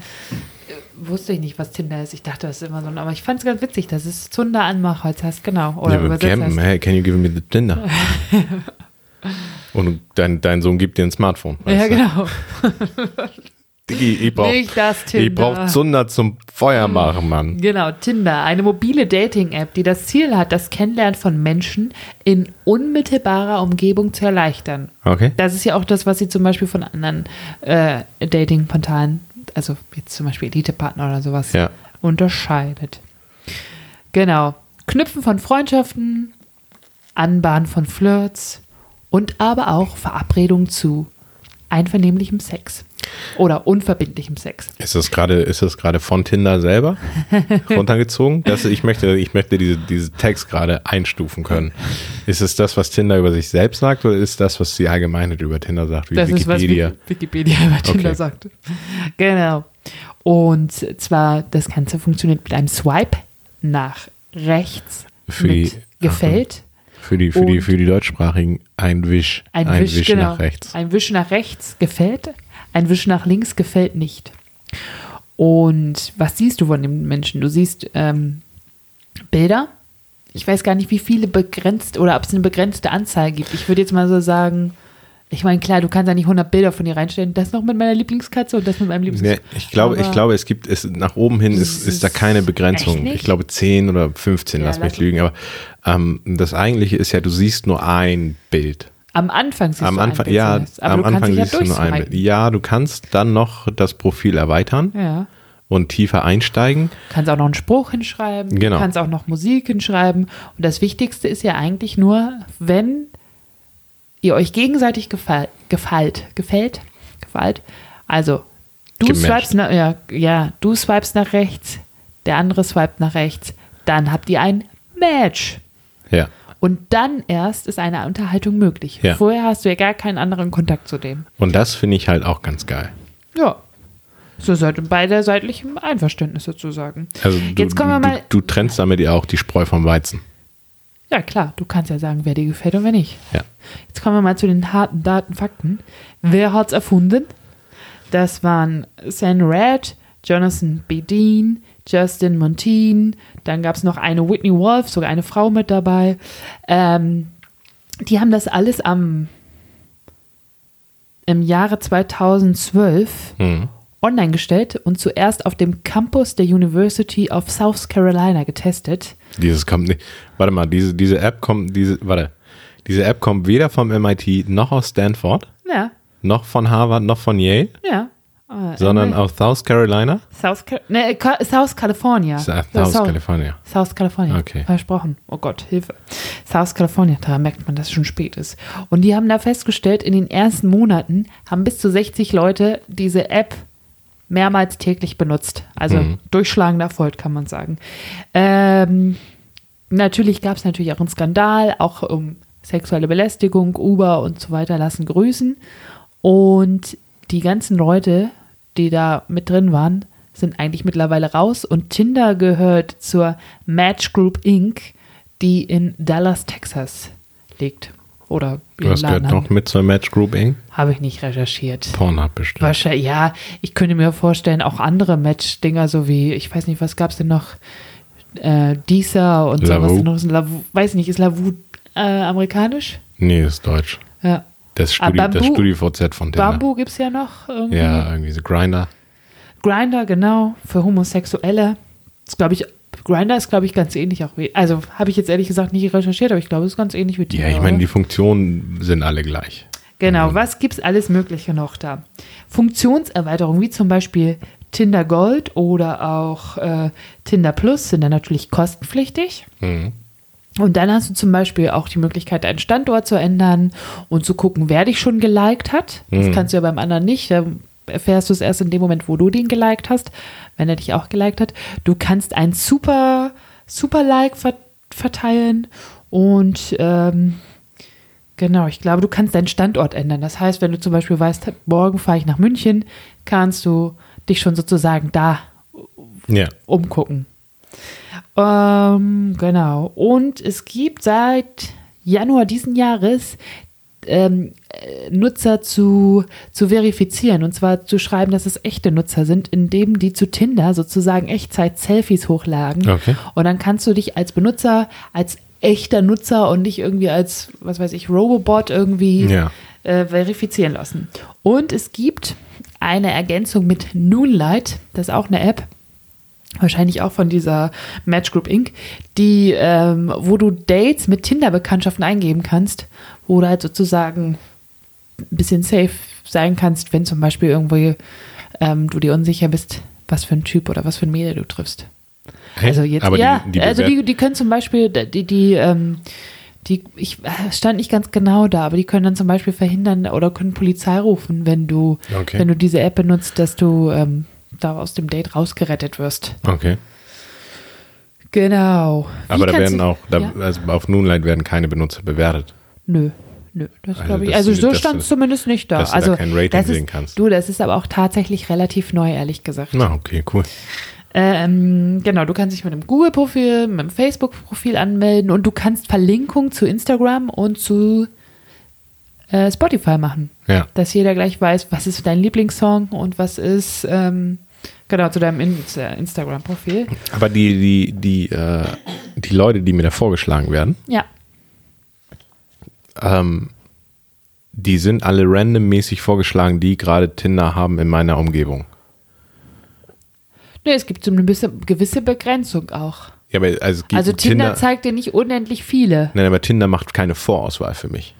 Speaker 2: wusste ich nicht, was Tinder ist. Ich dachte, das ist immer so, ein- aber ich fand es ganz witzig, dass es Zunder Anmachholz heißt, genau. Oder
Speaker 3: Ja, beim
Speaker 2: übersetzt
Speaker 3: Campen,
Speaker 2: heißt.
Speaker 3: hey, can you give me the Tinder? und dein, dein Sohn gibt dir ein Smartphone.
Speaker 2: Ja,
Speaker 3: weißt du?
Speaker 2: genau.
Speaker 3: Diggi, ich brauch,
Speaker 2: Nicht das
Speaker 3: ich
Speaker 2: Tinder.
Speaker 3: brauch Zunder zum Feuer machen, Mann.
Speaker 2: Genau, Tinder, eine mobile Dating-App, die das Ziel hat, das Kennenlernen von Menschen in unmittelbarer Umgebung zu erleichtern.
Speaker 3: Okay.
Speaker 2: Das ist ja auch das, was sie zum Beispiel von anderen äh, Dating-Portalen, also jetzt zum Beispiel Elite-Partner oder sowas,
Speaker 3: Ja.
Speaker 2: unterscheidet. Genau. Knüpfen von Freundschaften, Anbahnen von Flirts und aber auch Verabredungen zu einvernehmlichem Sex oder unverbindlichem Sex.
Speaker 3: Ist das gerade, ist das gerade von Tinder selber runtergezogen? Das, ich möchte, ich möchte diese, diese Text gerade einstufen können. Ist es das, was Tinder über sich selbst sagt, oder ist das, was die Allgemeinheit über Tinder sagt, wie
Speaker 2: Das
Speaker 3: Wikipedia?
Speaker 2: ist, was Wiki- Wikipedia über Tinder
Speaker 3: Okay.
Speaker 2: sagt. Genau. Und zwar, das Ganze funktioniert mit einem Swipe nach rechts
Speaker 3: Für
Speaker 2: mit
Speaker 3: die-
Speaker 2: gefällt.
Speaker 3: für die, für die,
Speaker 2: Und-
Speaker 3: für die deutschsprachigen ein Wisch,
Speaker 2: Ein, Wisch, genau.
Speaker 3: nach rechts.
Speaker 2: Ein Wisch nach rechts gefällt, ein Wisch nach links gefällt nicht. Und was siehst du von dem Menschen? Du siehst ähm, Bilder. Ich weiß gar nicht, wie viele begrenzt oder ob es eine begrenzte Anzahl gibt. Ich würde jetzt mal so sagen, ich meine, klar, du kannst ja nicht 100 Bilder von dir reinstellen. Das noch mit meiner Lieblingskatze und das mit meinem
Speaker 3: Nee,
Speaker 2: Lieblingskatze.
Speaker 3: ich glaube, ich
Speaker 2: Aber-
Speaker 3: glaube, es gibt es nach oben hin ist, ist da keine
Speaker 2: Echt
Speaker 3: Begrenzung.
Speaker 2: nicht?
Speaker 3: Ich glaube 10 oder 15,
Speaker 2: Ja,
Speaker 3: lass mich
Speaker 2: lass-
Speaker 3: lügen, aber ähm, das eigentliche ist ja, du siehst nur ein Bild.
Speaker 2: Am Anfang siehst
Speaker 3: am
Speaker 2: du
Speaker 3: Anfang,
Speaker 2: ein Bild
Speaker 3: ja,
Speaker 2: zumindest. Aber
Speaker 3: am
Speaker 2: du kannst
Speaker 3: Anfang
Speaker 2: dich ja
Speaker 3: siehst du nur ein Bild.
Speaker 2: durchswipen.
Speaker 3: Ja, du kannst dann noch das Profil erweitern
Speaker 2: Ja.
Speaker 3: und tiefer einsteigen.
Speaker 2: kannst auch noch einen Spruch hinschreiben,
Speaker 3: Genau.
Speaker 2: kannst auch noch Musik hinschreiben. Und das Wichtigste ist ja eigentlich nur, wenn ihr euch gegenseitig gefall, gefallt, gefällt, gefällt. Also du
Speaker 3: Gematcht.
Speaker 2: swipest nach, ja, ja, du swipest nach rechts, der andere swipet nach rechts, dann habt ihr ein Match.
Speaker 3: Ja,
Speaker 2: Und dann erst ist eine Unterhaltung möglich.
Speaker 3: Ja.
Speaker 2: Vorher hast du ja gar keinen anderen Kontakt zu dem.
Speaker 3: und das finde ich halt auch ganz geil.
Speaker 2: Ja. So sollte beide seitlichem Einverständnis sozusagen.
Speaker 3: Also du,
Speaker 2: Jetzt kommen wir mal.
Speaker 3: du, du trennst damit ja auch die Spreu vom Weizen.
Speaker 2: Ja, klar, du kannst ja sagen, wer dir gefällt und wer nicht.
Speaker 3: Ja.
Speaker 2: Jetzt kommen wir mal zu den harten Daten, Fakten. Wer hat's erfunden? Das waren Sam Red, Jonathan B. Dean, Justin Montine, dann gab's noch eine Whitney Wolf, sogar eine Frau mit dabei. Ähm, die haben das alles am im Jahre 2012 online gestellt und zuerst auf dem Campus der University of South Carolina getestet.
Speaker 3: Dieses kommt nicht. Warte mal, diese, diese App kommt, diese, warte, diese App kommt weder vom MIT noch aus Stanford,
Speaker 2: Ja,
Speaker 3: noch von Harvard, noch von Yale.
Speaker 2: Ja. Ah,
Speaker 3: sondern
Speaker 2: irgendwie-
Speaker 3: aus South Carolina?
Speaker 2: South, Car ne, Ca- South California.
Speaker 3: South,
Speaker 2: Äh,
Speaker 3: South California.
Speaker 2: South California.
Speaker 3: Okay.
Speaker 2: Versprochen. Oh Gott, Hilfe. South California, da merkt man, dass es schon spät ist. Und die haben da festgestellt, in den ersten Monaten haben bis zu 60 Leute diese App mehrmals täglich benutzt. Also
Speaker 3: Mhm.
Speaker 2: durchschlagender Erfolg, kann man sagen. Ähm, natürlich gab es natürlich auch einen Skandal, auch um sexuelle Belästigung, Uber und so weiter lassen grüßen. Und die ganzen Leute, die da mit drin waren, sind eigentlich mittlerweile raus. Und Tinder gehört zur Match Group Inc., die in Dallas, Texas liegt. Oder ihren
Speaker 3: Was gehört
Speaker 2: Laden haben.
Speaker 3: noch mit zur Match Group Inc?
Speaker 2: Habe ich nicht recherchiert.
Speaker 3: Pornhub bestimmt.
Speaker 2: Wahrscheinlich, ja, ich könnte mir vorstellen, auch andere Match-Dinger, so wie, ich weiß nicht, was gab es denn noch? Äh, Deezer und
Speaker 3: Lavu.
Speaker 2: sowas. Noch, so Lavu, weiß nicht, ist Lavu äh, amerikanisch?
Speaker 3: Nee, ist deutsch.
Speaker 2: Ja.
Speaker 3: Das
Speaker 2: Ah,
Speaker 3: Studi- das
Speaker 2: Bambu-
Speaker 3: StudiVZ von Tinder.
Speaker 2: Bambu gibt es ja noch. Irgendwie.
Speaker 3: Ja, irgendwie so Grinder.
Speaker 2: Grinder, genau, für Homosexuelle. Ist, glaube ich, Grinder ist, glaube ich, ganz ähnlich auch wie. Also, habe ich jetzt ehrlich gesagt nicht recherchiert, aber ich glaube, es ist ganz ähnlich wie
Speaker 3: Ja,
Speaker 2: Tinder,
Speaker 3: ich meine,
Speaker 2: oder?
Speaker 3: die Funktionen sind alle gleich.
Speaker 2: Genau, was gibt's alles Mögliche noch da? Funktionserweiterung, wie zum Beispiel Tinder Gold oder auch äh, Tinder Plus, sind dann natürlich kostenpflichtig. Und dann hast du zum Beispiel auch die Möglichkeit, einen Standort zu ändern und zu gucken, wer dich schon geliked hat. Das kannst du ja beim anderen nicht. Da erfährst du es erst in dem Moment, wo du den geliked hast, wenn er dich auch geliked hat. Du kannst ein super, super Like ver verteilen und ähm, Genau, ich glaube, du kannst deinen Standort ändern. Das heißt, wenn du zum Beispiel weißt, morgen fahre ich nach München, kannst du dich schon sozusagen da
Speaker 3: Ja.
Speaker 2: umgucken. Ähm, genau. Und es gibt seit Januar diesen Jahres ähm, äh, Nutzer zu, zu verifizieren und zwar zu schreiben, dass es echte Nutzer sind, indem die zu Tinder sozusagen Echtzeit-Selfies hochladen.
Speaker 3: Okay.
Speaker 2: Und dann kannst du dich als Benutzer, als echter Nutzer und nicht irgendwie als, was weiß ich, Robobot irgendwie
Speaker 3: Ja.
Speaker 2: äh, verifizieren lassen. Und es gibt eine Ergänzung mit Noonlight, das ist auch eine App, wahrscheinlich auch von dieser Match Group Inc., die, ähm, wo du Dates mit Tinder-Bekanntschaften eingeben kannst, wo du halt sozusagen ein bisschen safe sein kannst, wenn zum Beispiel irgendwie ähm, du dir unsicher bist, was für ein Typ oder was für ein Mädel du triffst. Also jetzt,
Speaker 3: Aber
Speaker 2: ja,
Speaker 3: die, die
Speaker 2: also
Speaker 3: Bewert-
Speaker 2: die, die können zum Beispiel, die, die, ähm, die, ich es stand nicht ganz genau da, aber die können dann zum Beispiel verhindern oder können Polizei rufen, wenn du,
Speaker 3: Okay.
Speaker 2: wenn du diese App benutzt, dass du ähm, da aus dem Date rausgerettet wirst.
Speaker 3: Okay.
Speaker 2: Genau. Wie
Speaker 3: Aber da
Speaker 2: kannst
Speaker 3: werden
Speaker 2: du-
Speaker 3: auch, da,
Speaker 2: ja?
Speaker 3: also auf Noonlight werden keine Benutzer bewertet.
Speaker 2: Nö. Nö, das
Speaker 3: Also,
Speaker 2: glaube ich.
Speaker 3: dass
Speaker 2: Also
Speaker 3: du-
Speaker 2: so
Speaker 3: dass
Speaker 2: stand
Speaker 3: du-
Speaker 2: es zumindest nicht da.
Speaker 3: dass du da
Speaker 2: also
Speaker 3: kein Rating
Speaker 2: das ist,
Speaker 3: sehen kannst.
Speaker 2: Du, das ist aber auch tatsächlich relativ neu, ehrlich gesagt.
Speaker 3: Na, Ah, okay, cool.
Speaker 2: Ähm, genau, du kannst dich mit einem Google-Profil, mit einem Facebook-Profil anmelden und du kannst Verlinkung zu Instagram und zu äh, Spotify machen.
Speaker 3: Ja.
Speaker 2: Dass jeder gleich weiß, was ist dein Lieblingssong und was ist, ähm, genau, zu deinem In äh, Instagram-Profil.
Speaker 3: Aber die, die, die, äh, die Leute, die mir da vorgeschlagen werden,
Speaker 2: Ja,
Speaker 3: die sind alle randommäßig vorgeschlagen, die gerade Tinder haben in meiner Umgebung.
Speaker 2: nee, es gibt so eine gewisse, gewisse Begrenzung auch.
Speaker 3: Ja, aber also, es gibt
Speaker 2: Also Tinder, zeigt dir nicht unendlich viele.
Speaker 3: Nein, aber Tinder macht keine Vorauswahl für mich.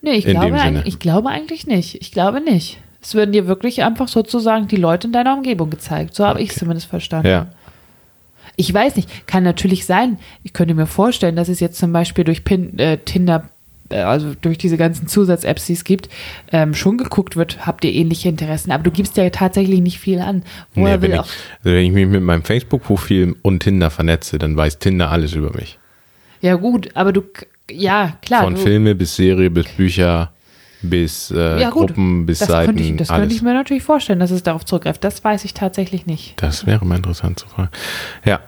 Speaker 2: Nee, ich
Speaker 3: In dem
Speaker 2: glaube,
Speaker 3: Sinne.
Speaker 2: eigentlich- ich glaube eigentlich nicht. Ich glaube nicht. Es werden dir wirklich einfach sozusagen die Leute in deiner Umgebung gezeigt. So habe ich es zumindest verstanden.
Speaker 3: Ja.
Speaker 2: Ich weiß nicht, kann natürlich sein. Ich könnte mir vorstellen, dass es jetzt zum Beispiel durch Pin, äh, Tinder, äh, also durch diese ganzen Zusatz-Apps, die es gibt, ähm, schon geguckt wird, habt ihr ähnliche Interessen. Aber du gibst ja tatsächlich nicht viel an. Woher
Speaker 3: Nee, wenn,
Speaker 2: will
Speaker 3: ich,
Speaker 2: auch.
Speaker 3: also wenn ich mich mit meinem Facebook-Profil und Tinder vernetze, dann weiß Tinder alles über mich.
Speaker 2: Ja, gut, aber du. k- Ja, klar.
Speaker 3: Von
Speaker 2: du,
Speaker 3: Filme bis Serie bis Bücher bis äh,
Speaker 2: ja, gut.
Speaker 3: Gruppen bis
Speaker 2: das
Speaker 3: Seiten.
Speaker 2: Könnte ich, das
Speaker 3: alles.
Speaker 2: könnte ich mir natürlich vorstellen, dass es darauf zurückgreift. Das weiß ich tatsächlich nicht.
Speaker 3: das wäre mal interessant zu fragen. Ja,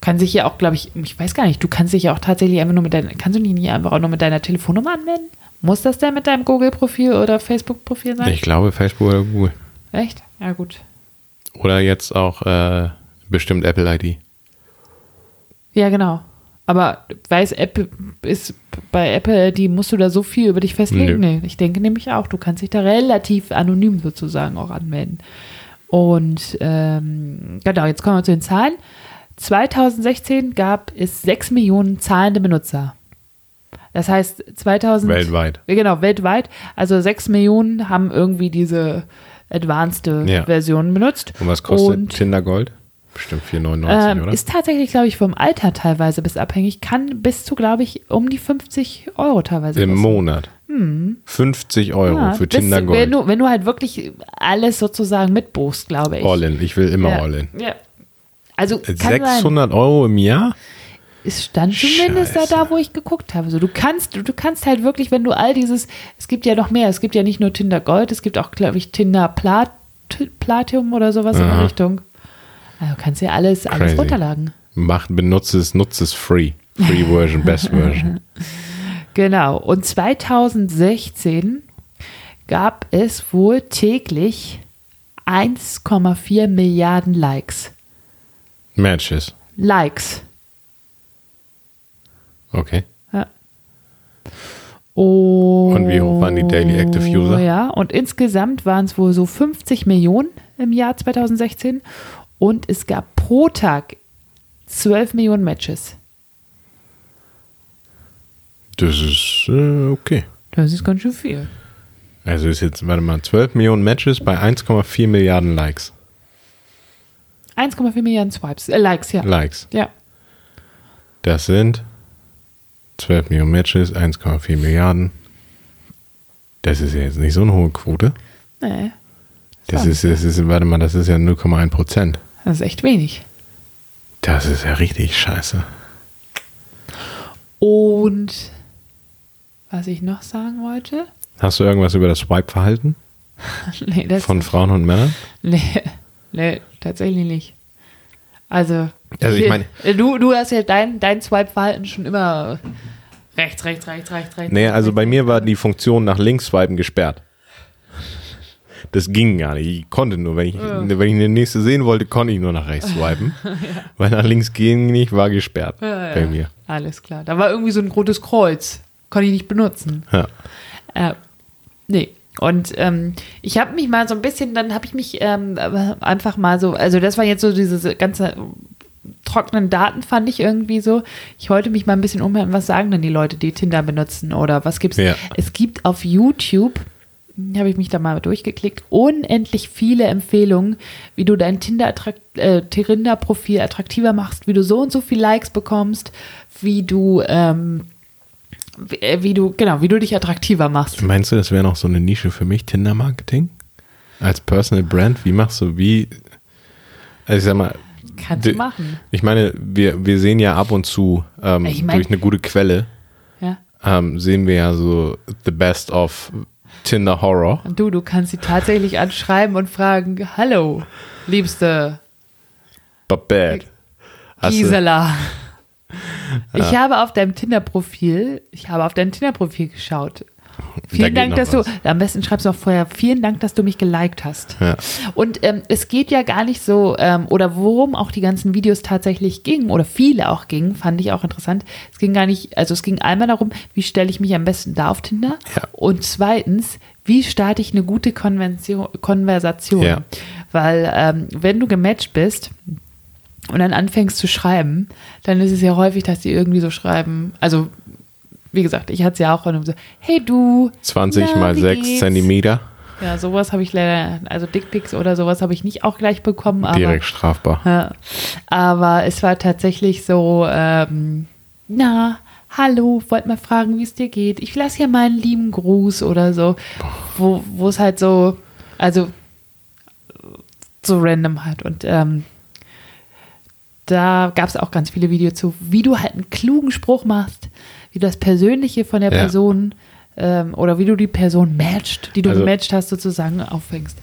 Speaker 2: kann sich ja auch, glaube ich, ich weiß gar nicht, du kannst dich ja auch tatsächlich einfach nur mit deiner, kannst du dich nicht einfach auch nur mit deiner Telefonnummer anmelden? Muss das denn mit deinem Google-Profil oder Facebook-Profil sein?
Speaker 3: ich glaube Facebook oder Google.
Speaker 2: Echt? Ja, gut.
Speaker 3: Oder jetzt auch äh, bestimmt Apple ID.
Speaker 2: Ja, genau. Aber weiß Apple ist bei Apple, die musst du da so viel über dich festlegen?
Speaker 3: Nö.
Speaker 2: Nee, ich denke nämlich auch, du kannst dich da relativ anonym sozusagen auch anmelden. Und ähm, genau, jetzt kommen wir zu den Zahlen. 2016 gab es 6 Millionen zahlende Benutzer. Das heißt 2000
Speaker 3: Weltweit.
Speaker 2: Ja, Genau, weltweit. Also 6 Millionen haben irgendwie diese advanced
Speaker 3: Ja.
Speaker 2: Version benutzt.
Speaker 3: Und was kostet
Speaker 2: Und,
Speaker 3: Tinder Gold? Bestimmt 4,99,
Speaker 2: ähm,
Speaker 3: oder?
Speaker 2: ist tatsächlich, glaube ich, vom Alter teilweise bis abhängig. Kann bis zu, glaube ich, um die 50 Euro teilweise
Speaker 3: Im
Speaker 2: kosten.
Speaker 3: Monat. 50 Euro
Speaker 2: Hm. Ja,
Speaker 3: für
Speaker 2: bis-
Speaker 3: Tinder
Speaker 2: Wenn
Speaker 3: Gold.
Speaker 2: du, wenn du halt wirklich alles sozusagen mitbuchst, glaube ich.
Speaker 3: All in. Ich will immer
Speaker 2: ja.
Speaker 3: all in.
Speaker 2: Ja. Also kann sein.
Speaker 3: 600 Euro im Jahr?
Speaker 2: Es stand zumindest da,
Speaker 3: Scheiße.
Speaker 2: da, wo ich geguckt habe. So, du kannst, du kannst halt wirklich, wenn du all dieses, es gibt ja noch mehr, es gibt ja nicht nur Tinder Gold, es gibt auch, glaube ich, Tinder Plat, Platinum oder sowas in
Speaker 3: Aha.
Speaker 2: der Richtung. Also du kannst ja alles, alles
Speaker 3: Crazy.
Speaker 2: runterladen.
Speaker 3: Macht, benutze es, nutze es free. Free Version, Best Version.
Speaker 2: Genau. Und 2016 gab es wohl täglich 1,4 Milliarden Likes.
Speaker 3: Matches.
Speaker 2: Likes.
Speaker 3: Okay.
Speaker 2: Oh,
Speaker 3: Und wie hoch waren die Daily Active User?
Speaker 2: Ja, und insgesamt waren es wohl so 50 Millionen im Jahr 2016 und es gab pro Tag 12 Millionen Matches.
Speaker 3: Das ist äh, okay.
Speaker 2: Das ist ganz schön viel.
Speaker 3: Also ist jetzt, warte mal, 12 Millionen Matches bei 1,4 Milliarden Likes.
Speaker 2: 1,4 Milliarden Swipes, äh, Likes, ja.
Speaker 3: Likes.
Speaker 2: ja.
Speaker 3: Das sind 12 Millionen Matches, 1,4 Milliarden. Das ist ja jetzt nicht so eine hohe Quote.
Speaker 2: Nee,
Speaker 3: Das
Speaker 2: So.
Speaker 3: ist, das ist, warte mal, das ist ja 0,1 Prozent.
Speaker 2: das ist echt wenig.
Speaker 3: Das ist ja richtig scheiße.
Speaker 2: Und was ich noch sagen wollte?
Speaker 3: Hast du irgendwas über das Swipe-Verhalten
Speaker 2: Nee, das
Speaker 3: von Frauen und Männern?
Speaker 2: nee, nee, tatsächlich nicht. Also,
Speaker 3: Also ich meine-
Speaker 2: du, du hast ja dein, dein Swipe-Verhalten schon immer rechts, rechts, rechts, rechts, rechts.
Speaker 3: Nee, also bei mir war die Funktion nach links swipen gesperrt. Das ging gar nicht. Ich konnte nur, wenn ich, wenn ich eine nächste sehen wollte, konnte ich nur nach rechts swipen. Weil nach links ging nicht, war gesperrt
Speaker 2: Ja, ja.
Speaker 3: bei mir.
Speaker 2: Alles klar. Da war irgendwie so ein rotes Kreuz. Konnte ich nicht benutzen.
Speaker 3: Ja.
Speaker 2: Äh, nee. Und ähm, ich habe mich mal so ein bisschen, dann habe ich mich ähm, aber einfach mal so, also das war jetzt so diese ganze trockenen Daten, fand ich irgendwie so. Ich wollte mich mal ein bisschen umhören, was sagen denn die Leute, die Tinder benutzen oder was gibt's?
Speaker 3: Ja.
Speaker 2: Es gibt auf YouTube, habe ich mich da mal durchgeklickt, unendlich viele Empfehlungen, wie du dein Tinder-Attrakt- äh, Tinder-Profil attraktiver machst, wie du so und so viel Likes bekommst, wie du, ähm, wie, äh, wie du, genau, wie du dich attraktiver machst.
Speaker 3: Meinst du, das wäre noch so eine Nische für mich, Tinder-Marketing? Als Personal Brand? Wie machst du, wie. Also ich sag mal.
Speaker 2: Kannst du
Speaker 3: d-
Speaker 2: machen.
Speaker 3: Ich meine, wir, wir sehen ja ab und zu ähm,
Speaker 2: Ich mein-
Speaker 3: durch eine gute Quelle,
Speaker 2: Ja.
Speaker 3: ähm, sehen wir ja so The Best of Tinder Horror.
Speaker 2: Und du, du kannst sie tatsächlich anschreiben und fragen, hallo, liebste
Speaker 3: But bad. Hast du,
Speaker 2: Gisela. Ich habe auf deinem Tinder-Profil, ich habe auf dein Tinder-Profil geschaut. Vielen
Speaker 3: geht
Speaker 2: Dank,
Speaker 3: noch
Speaker 2: dass
Speaker 3: was.
Speaker 2: du, am besten schreibst du auch vorher, vielen Dank, dass du mich geliked hast.
Speaker 3: Ja.
Speaker 2: Und ähm, es geht ja gar nicht so, ähm, oder worum auch die ganzen Videos tatsächlich gingen, oder viele auch gingen, fand ich auch interessant. Es ging gar nicht, also es ging einmal darum, wie stelle ich mich am besten da auf Tinder?
Speaker 3: Ja.
Speaker 2: Und zweitens, wie starte ich eine gute Konvention, Konversation?
Speaker 3: Ja.
Speaker 2: Weil ähm, wenn du gematcht bist, und dann anfängst zu schreiben, dann ist es ja häufig, dass die irgendwie so schreiben, also wie gesagt, ich hatte es ja auch und so, hey du.
Speaker 3: 20
Speaker 2: na,
Speaker 3: mal
Speaker 2: wie
Speaker 3: 6
Speaker 2: geht's?
Speaker 3: Zentimeter.
Speaker 2: Ja, sowas habe ich leider, also Dickpics oder sowas habe ich nicht auch gleich bekommen, aber,
Speaker 3: Direkt strafbar.
Speaker 2: Ja, aber es war tatsächlich so, ähm, na, hallo, wollt mal fragen, wie es dir geht. Ich lasse hier meinen lieben Gruß oder so, wo wo es halt so, also so random halt. Und ähm, da gab es auch ganz viele Videos zu, wie du halt einen klugen Spruch machst, wie du das Persönliche von der
Speaker 3: Ja.
Speaker 2: Person ähm, oder wie du die Person matcht, die du
Speaker 3: Also-
Speaker 2: gematcht hast, sozusagen auffängst.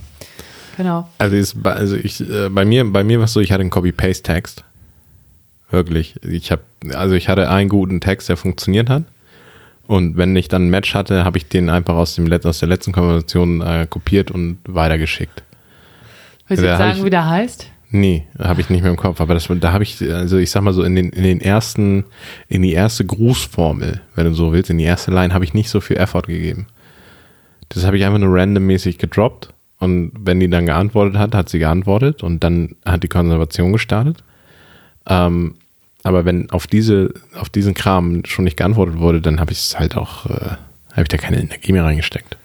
Speaker 2: Genau.
Speaker 3: Also, ist, bei- also ich, äh, bei mir, bei mir war es so, ich hatte einen Copy-Paste-Text. Wirklich. Ich habe, also ich hatte einen guten Text, der funktioniert hat. Und wenn ich dann ein Match hatte, habe ich den einfach aus, dem, Let- aus der letzten Konversation äh, kopiert und weitergeschickt.
Speaker 2: Willst du
Speaker 3: Ja,
Speaker 2: jetzt
Speaker 3: hab
Speaker 2: sagen,
Speaker 3: ich-
Speaker 2: wie der heißt?
Speaker 3: Nee, habe ich nicht mehr im Kopf. Aber das, da habe ich, also ich sag mal so, in den, in den ersten, in die erste Grußformel, wenn du so willst, in die erste Line, habe ich nicht so viel Effort gegeben. Das habe ich einfach nur randommäßig gedroppt. Und wenn die dann geantwortet hat, hat sie geantwortet und dann hat die Konservation gestartet. Ähm, Aber wenn auf diese, auf diesen Kram schon nicht geantwortet wurde, dann habe ich es halt auch, äh, habe ich da keine Energie mehr reingesteckt.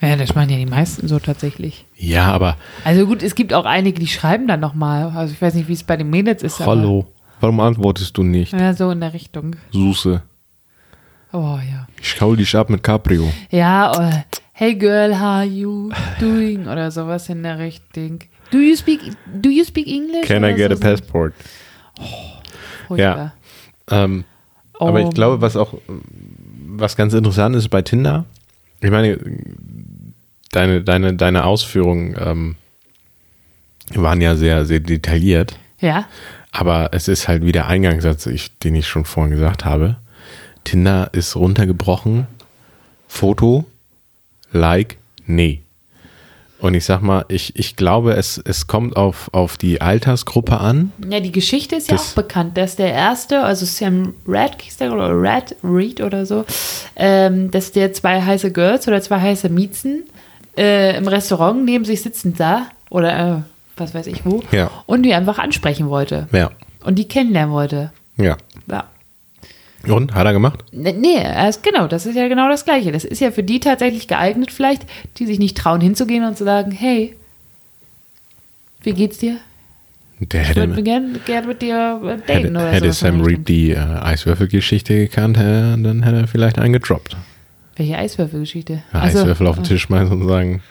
Speaker 2: Ja, das machen ja die meisten so tatsächlich.
Speaker 3: Ja, aber
Speaker 2: Also gut, es gibt auch einige, die schreiben dann nochmal. Also ich weiß nicht, wie es bei den Mädels ist. aber-
Speaker 3: hallo, warum antwortest du nicht?
Speaker 2: Ja, so in der Richtung.
Speaker 3: Suse,
Speaker 2: Oh ja.
Speaker 3: ich schaue dich ab mit Cabrio.
Speaker 2: Ja, oder Hey girl, how you doing? Oder sowas in der Richtung. Do you speak, do you speak English?
Speaker 3: Can I
Speaker 2: Oder
Speaker 3: get a
Speaker 2: so sind-
Speaker 3: passport?
Speaker 2: Furchtbar.
Speaker 3: Ähm,
Speaker 2: Oh,
Speaker 3: Aber ich glaube, was auch was ganz interessant ist bei Tinder, ich meine, deine, deine, deine Ausführungen ähm, waren ja sehr, sehr detailliert,
Speaker 2: Ja,
Speaker 3: aber es ist halt wie der Eingangssatz, ich, den ich schon vorhin gesagt habe. Tinder ist runtergebrochen, Foto, Like, nee. Und ich sag mal, ich, ich glaube, es, es kommt auf, auf die Altersgruppe an.
Speaker 2: Ja, die Geschichte ist ja
Speaker 3: Das-
Speaker 2: auch bekannt, dass der erste, also Sam Red, hieß der, oder Red Reed oder so, ähm, dass der zwei heiße Girls oder zwei heiße Miezen äh, im Restaurant neben sich sitzend sah oder äh, was weiß ich wo
Speaker 3: Ja.
Speaker 2: und die einfach ansprechen wollte
Speaker 3: Ja,
Speaker 2: und die kennenlernen wollte.
Speaker 3: ja.
Speaker 2: Ja.
Speaker 3: Und, hat er gemacht?
Speaker 2: Nee, Nee, erst genau, das ist ja genau das Gleiche. Das ist ja für die tatsächlich geeignet, vielleicht, die sich nicht trauen hinzugehen und zu sagen, hey, wie geht's dir?
Speaker 3: Der
Speaker 2: Ich
Speaker 3: hätte ne-
Speaker 2: würde gerne gern mit dir äh, daten
Speaker 3: Hätte,
Speaker 2: oder
Speaker 3: hätte
Speaker 2: sowas in
Speaker 3: Sam
Speaker 2: der Richtung.
Speaker 3: Reed die äh, Eiswürfelgeschichte gekannt, äh, dann hätte er vielleicht einen gedroppt.
Speaker 2: Welche Eiswürfelgeschichte? Also- Ah,
Speaker 3: Ja,
Speaker 2: Ach so.
Speaker 3: Eiswürfel auf den Tisch schmeißen und sagen,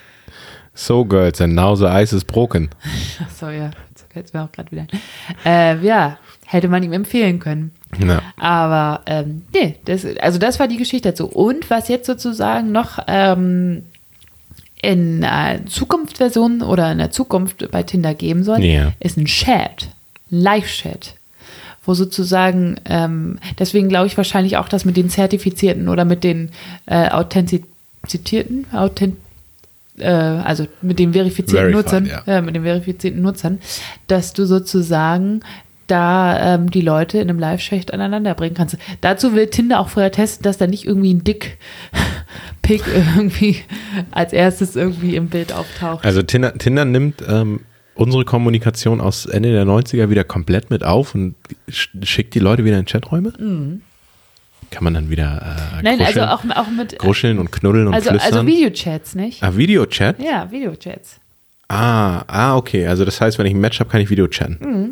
Speaker 3: so girls, and now the ice is broken.
Speaker 2: Ach so, ja. Jetzt fällt mir auch gerade wieder ein. Äh, ja, hätte man ihm empfehlen können.
Speaker 3: Ja.
Speaker 2: Aber ähm, nee, das, also das war die Geschichte dazu. Und was jetzt sozusagen noch ähm, in einer Zukunftsversion oder in der Zukunft bei Tinder geben soll,
Speaker 3: Ja.
Speaker 2: ist ein Chat, Live-Chat. Wo sozusagen, ähm, deswegen glaube ich wahrscheinlich auch, dass mit den Zertifizierten oder mit den äh, authentizierten, authent, äh, also mit den verifizierten
Speaker 3: Verified,
Speaker 2: Nutzern,
Speaker 3: ja.
Speaker 2: äh, mit den verifizierten Nutzern, dass du sozusagen da ähm, die Leute in einem Live-Schicht aneinander bringen kannst. Dazu will Tinder auch vorher testen, dass da nicht irgendwie ein Dick-Pick irgendwie als erstes irgendwie im Bild auftaucht.
Speaker 3: Also Tinder, Tinder nimmt ähm, unsere Kommunikation aus Ende der 90er wieder komplett mit auf und sch schickt die Leute wieder in Chaträume. Kann man dann wieder äh,
Speaker 2: Mhm. Nein, also
Speaker 3: gruscheln,
Speaker 2: auch, auch mit
Speaker 3: gruscheln und knuddeln und
Speaker 2: also,
Speaker 3: flüstern.
Speaker 2: also Videochats, nicht?
Speaker 3: ah, Videochat?
Speaker 2: Ja, Videochats.
Speaker 3: Ah, ah, okay. Also das heißt, wenn ich ein Match habe, kann ich
Speaker 2: Mhm.
Speaker 3: Videochatten.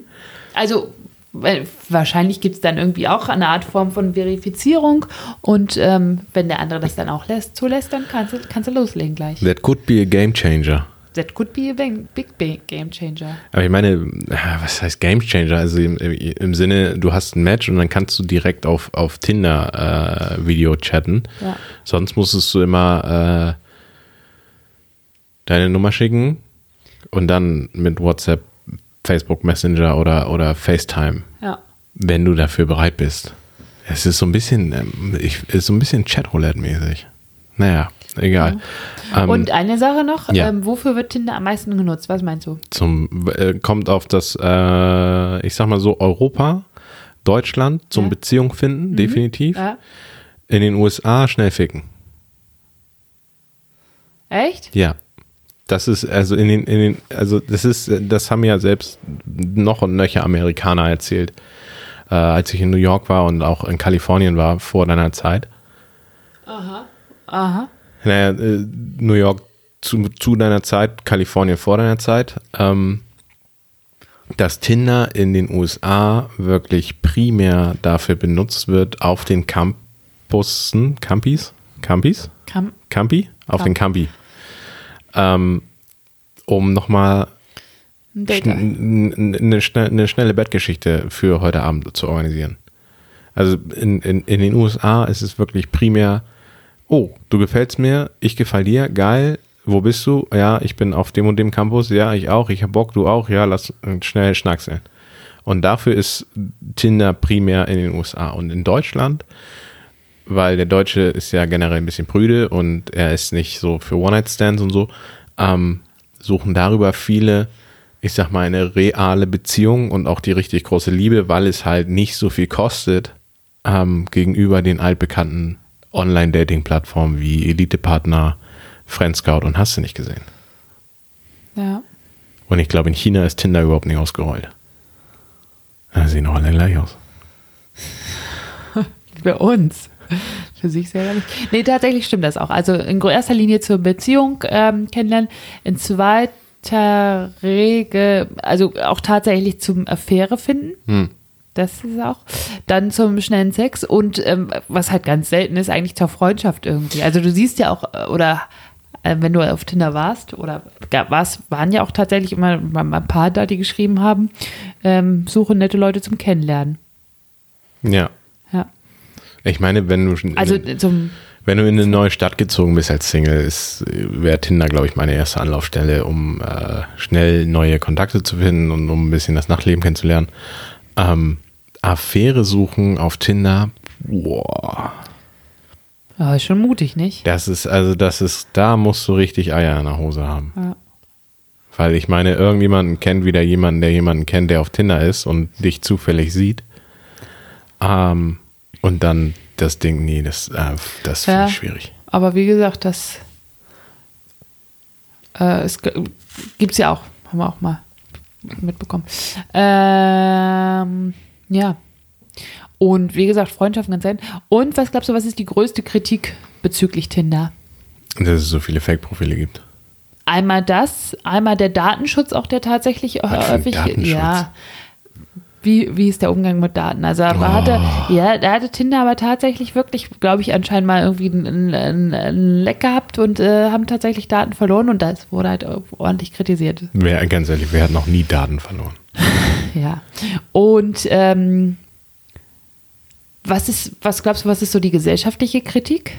Speaker 2: Also weil wahrscheinlich gibt es dann irgendwie auch eine Art Form von Verifizierung und ähm, wenn der andere das dann auch lässt, zulässt, dann kannst du, kannst du loslegen gleich.
Speaker 3: That could be a game changer.
Speaker 2: That could be a big, big, big game changer.
Speaker 3: Aber ich meine, ah, was heißt Game Changer? Also im, im- im Sinne, du hast ein Match und dann kannst du direkt auf, auf Tinder äh, Video chatten.
Speaker 2: Ja.
Speaker 3: Sonst musstest du immer äh, deine Nummer schicken und dann mit WhatsApp, Facebook Messenger oder, oder FaceTime,
Speaker 2: Ja.
Speaker 3: wenn du dafür bereit bist. Es ist so ein bisschen, ähm, ich, ist so ein bisschen Chatroulette-mäßig. Naja, egal. Ähm,
Speaker 2: Und eine Sache noch,
Speaker 3: ja.
Speaker 2: ähm, wofür wird Tinder am meisten genutzt? Was meinst du?
Speaker 3: zum äh, kommt auf das, äh, ich sag mal so, Europa, Deutschland zum
Speaker 2: Ja. Mhm.
Speaker 3: Beziehung finden, definitiv.
Speaker 2: Ja?
Speaker 3: In den USA schnell ficken.
Speaker 2: Echt?
Speaker 3: Ja. Das ist also in den, in den, also das ist, äh, das haben ja selbst noch und nöcher Amerikaner erzählt. Äh, als ich in New York war und auch in Kalifornien war vor deiner Zeit.
Speaker 2: Aha.
Speaker 3: Naja, äh, New York zu, zu deiner Zeit, Kalifornien vor deiner Zeit, ähm, dass Tinder in den USA wirklich primär dafür benutzt wird, auf den Campussen, Campis, Campis,
Speaker 2: Kam
Speaker 3: Campi, auf
Speaker 2: Camp-
Speaker 3: den Campi, ähm, um nochmal
Speaker 2: ein Date. ein.
Speaker 3: eine schnell- eine schnelle Bettgeschichte für heute Abend zu organisieren. Also in, in, in den USA ist es wirklich primär, oh, du gefällst mir, ich gefall dir, geil, wo bist du? Ja, ich bin auf dem und dem Campus, ja, ich auch, ich hab Bock, du auch, ja, lass äh, schnell schnackseln. Und dafür ist Tinder primär in den USA. Und in Deutschland, weil der Deutsche ist ja generell ein bisschen prüde und er ist nicht so für One-Night-Stands und so, ähm, suchen darüber viele, ich sag mal, eine reale Beziehung und auch die richtig große Liebe, weil es halt nicht so viel kostet ähm, gegenüber den altbekannten Online-Dating-Plattformen wie Elite-Partner, Friendscout und hast du nicht gesehen.
Speaker 2: Ja.
Speaker 3: Und ich glaube, in China ist Tinder überhaupt nicht ausgerollt. Na, sehen auch alle gleich aus.
Speaker 2: Für uns. Für sich selber nicht. Nee, tatsächlich stimmt das auch. Also in erster Linie zur Beziehung ähm, kennenlernen, in zweiter Regel, also auch tatsächlich zum Affäre finden. Das ist auch. Dann zum schnellen Sex und ähm, was halt ganz selten ist, eigentlich zur Freundschaft irgendwie. Also du siehst ja auch, äh, oder äh, wenn du auf Tinder warst, oder gab- war's, waren ja auch tatsächlich immer mal mal ein paar da, die geschrieben haben, ähm, suche nette Leute zum Kennenlernen.
Speaker 3: Ja.
Speaker 2: Ja.
Speaker 3: Ich meine, wenn du schon in-
Speaker 2: Also zum
Speaker 3: Wenn du in eine neue Stadt gezogen bist als Single, wäre Tinder, glaube ich, meine erste Anlaufstelle, um äh, schnell neue Kontakte zu finden und um ein bisschen das Nachtleben kennenzulernen. Ähm, Affäre suchen auf Tinder, boah,
Speaker 2: Ah, ist schon mutig, nicht?
Speaker 3: das ist, also das ist, da musst du richtig Eier in der Hose haben.
Speaker 2: Ja.
Speaker 3: Weil ich meine, irgendjemanden kennt wieder jemanden, der jemanden kennt, der auf Tinder ist und dich zufällig sieht. Ähm, und dann das Ding, nee, das, äh, das finde
Speaker 2: Ja.
Speaker 3: ich schwierig.
Speaker 2: Aber wie gesagt, das äh, es gibt es ja auch, haben wir auch mal mitbekommen. Ähm, ja. Und wie gesagt, Freundschaften ganz selten. Und was glaubst du, was ist die größte Kritik bezüglich Tinder?
Speaker 3: Dass es so viele Fake-Profile gibt.
Speaker 2: Einmal das, einmal der Datenschutz auch, der tatsächlich äh,
Speaker 3: für ein
Speaker 2: häufig,
Speaker 3: Datenschutz?
Speaker 2: ja. Wie, wie ist der Umgang mit Daten? Also aber hatte, ja, da hatte Tinder aber tatsächlich wirklich, glaube ich, anscheinend mal irgendwie ein, ein, ein Leck gehabt und äh, haben tatsächlich Daten verloren und das wurde halt ordentlich kritisiert.
Speaker 3: Wer, ganz ehrlich, wer hat noch nie Daten verloren?
Speaker 2: Ja. Und ähm, was ist, was glaubst du, was ist so die gesellschaftliche Kritik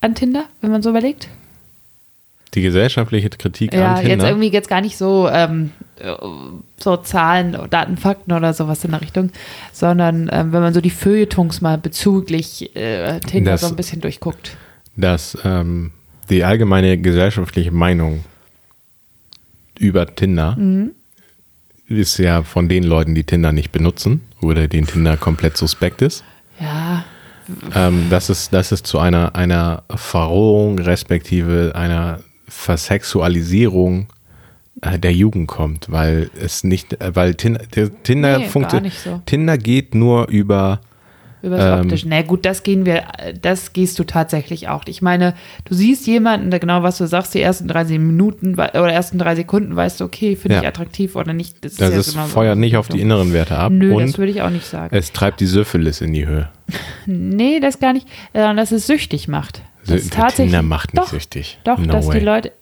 Speaker 2: an Tinder, wenn man so überlegt?
Speaker 3: Die gesellschaftliche Kritik
Speaker 2: Ja,
Speaker 3: an Tinder.
Speaker 2: jetzt irgendwie jetzt gar nicht so, ähm, äh, so Zahlen, Daten, Fakten oder sowas in der Richtung, sondern ähm, wenn man so die Feuilletons mal bezüglich äh, Tinder
Speaker 3: Das-
Speaker 2: so ein bisschen durchguckt.
Speaker 3: dass ähm, die allgemeine gesellschaftliche Meinung über Tinder
Speaker 2: Mhm.
Speaker 3: ist ja von den Leuten, die Tinder nicht benutzen oder den Tinder komplett suspekt ist,
Speaker 2: Ja,
Speaker 3: ähm, dass, es, dass es zu einer, einer Verrohung respektive einer Versexualisierung äh, der Jugend kommt, weil es nicht, äh, weil Tinder, Tinder
Speaker 2: Nee, gar
Speaker 3: funktioniert,
Speaker 2: nicht so.
Speaker 3: Tinder geht nur über
Speaker 2: über
Speaker 3: Ähm.
Speaker 2: das Optische. Na gut, das gehen wir, äh, das gehst du tatsächlich auch. Ich meine, du siehst jemanden, da genau was du sagst, die ersten 30 Minuten wei- oder ersten drei Sekunden weißt du, okay, finde
Speaker 3: Ja.
Speaker 2: ich attraktiv oder nicht. ist
Speaker 3: Das
Speaker 2: ja genau
Speaker 3: ist,
Speaker 2: genauso.
Speaker 3: also feuert nicht auf die inneren Werte ab
Speaker 2: Nö, das
Speaker 3: und Äh.
Speaker 2: würde ich auch nicht sagen.
Speaker 3: es treibt die Syphilis in die Höhe.
Speaker 2: Nee, das gar nicht, sondern dass es süchtig macht.
Speaker 3: Sü-
Speaker 2: Das ist
Speaker 3: der Tinder macht nicht
Speaker 2: doch,
Speaker 3: süchtig.
Speaker 2: Doch,
Speaker 3: No
Speaker 2: dass
Speaker 3: way.
Speaker 2: die Leute.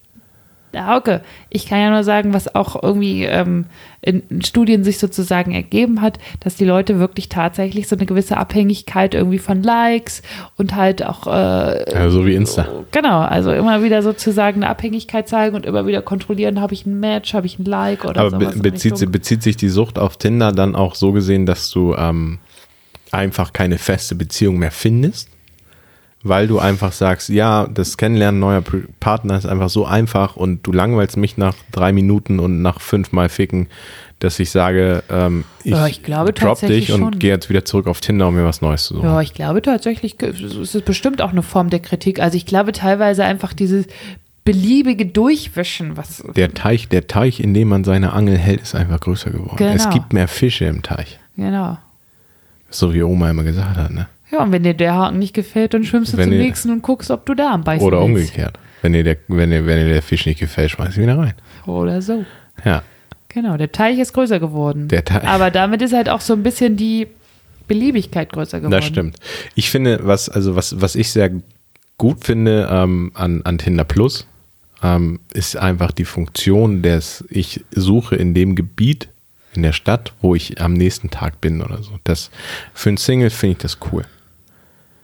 Speaker 2: Hauke, ich kann ja nur sagen, was auch irgendwie ähm, in, in Studien sich sozusagen ergeben hat, dass die Leute wirklich tatsächlich so eine gewisse Abhängigkeit irgendwie von Likes und halt auch, äh,
Speaker 3: Also so wie Insta.
Speaker 2: genau, also immer wieder sozusagen eine Abhängigkeit zeigen und immer wieder kontrollieren, habe ich ein Match, habe ich ein Like oder
Speaker 3: Aber
Speaker 2: sowas.
Speaker 3: be
Speaker 2: in
Speaker 3: bezieht, sie-
Speaker 2: Richtung.
Speaker 3: bezieht sich die Sucht auf Tinder dann auch so gesehen, dass du ähm, einfach keine feste Beziehung mehr findest? Weil du einfach sagst, ja, das Kennenlernen neuer P- Partner ist einfach so einfach und du langweilst mich nach drei Minuten und nach fünfmal Ficken, dass ich sage, ähm, ich,
Speaker 2: Ja, ich glaube
Speaker 3: drop
Speaker 2: tatsächlich
Speaker 3: dich und
Speaker 2: schon.
Speaker 3: gehe jetzt wieder zurück auf Tinder, um mir was Neues zu suchen.
Speaker 2: Ja, ich glaube tatsächlich ge- ist es bestimmt auch eine Form der Kritik. Also ich glaube teilweise einfach dieses beliebige Durchwischen, was
Speaker 3: Der Teich, der Teich, in dem man seine Angel hält, ist einfach größer geworden.
Speaker 2: Genau.
Speaker 3: Es gibt mehr Fische im Teich.
Speaker 2: genau.
Speaker 3: So wie Oma immer gesagt hat, ne?
Speaker 2: Ja, und wenn dir der Haken nicht gefällt, dann schwimmst du
Speaker 3: Wenn
Speaker 2: zum
Speaker 3: dir-
Speaker 2: nächsten und guckst, ob du da am Beißen
Speaker 3: Oder
Speaker 2: willst.
Speaker 3: umgekehrt. Wenn dir, der, wenn, dir, wenn dir der Fisch nicht gefällt, schmeiß ihn wieder rein.
Speaker 2: Oder so.
Speaker 3: Ja.
Speaker 2: Genau, der Teich ist größer geworden.
Speaker 3: Der Teich.
Speaker 2: Aber damit ist halt auch so ein bisschen die Beliebigkeit größer geworden.
Speaker 3: Das stimmt. Ich finde, was, also was, was ich sehr gut finde ähm, an, an Tinder Plus, ähm, ist einfach die Funktion, dass ich suche in dem Gebiet, in der Stadt, wo ich am nächsten Tag bin oder so. Das, für einen Single finde ich das cool.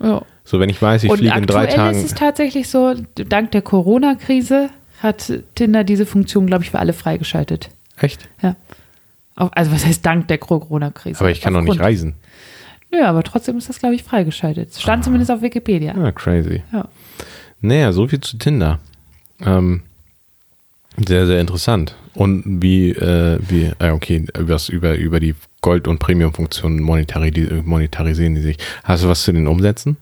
Speaker 2: Ja.
Speaker 3: So, wenn ich weiß, ich
Speaker 2: Und
Speaker 3: fliege
Speaker 2: aktuell
Speaker 3: in drei Tagen.
Speaker 2: ist es tatsächlich so, dank der Corona-Krise hat Tinder diese Funktion, glaube ich, für alle freigeschaltet.
Speaker 3: Echt?
Speaker 2: Ja. Auf, also was heißt dank der Corona-Krise?
Speaker 3: Aber ich kann doch nicht
Speaker 2: Aufgrund-
Speaker 3: reisen.
Speaker 2: Nö, aber trotzdem ist das, glaube ich, freigeschaltet. Stand zumindest auf Wikipedia.
Speaker 3: Ah, crazy.
Speaker 2: Ja.
Speaker 3: Naja, so viel zu Tinder. Ähm, sehr, sehr interessant. Und wie, äh, wie äh, okay, übers, über, über die Gold- und Premium-Funktionen monetari die- monetarisieren die sich. Hast du was zu den Umsätzen?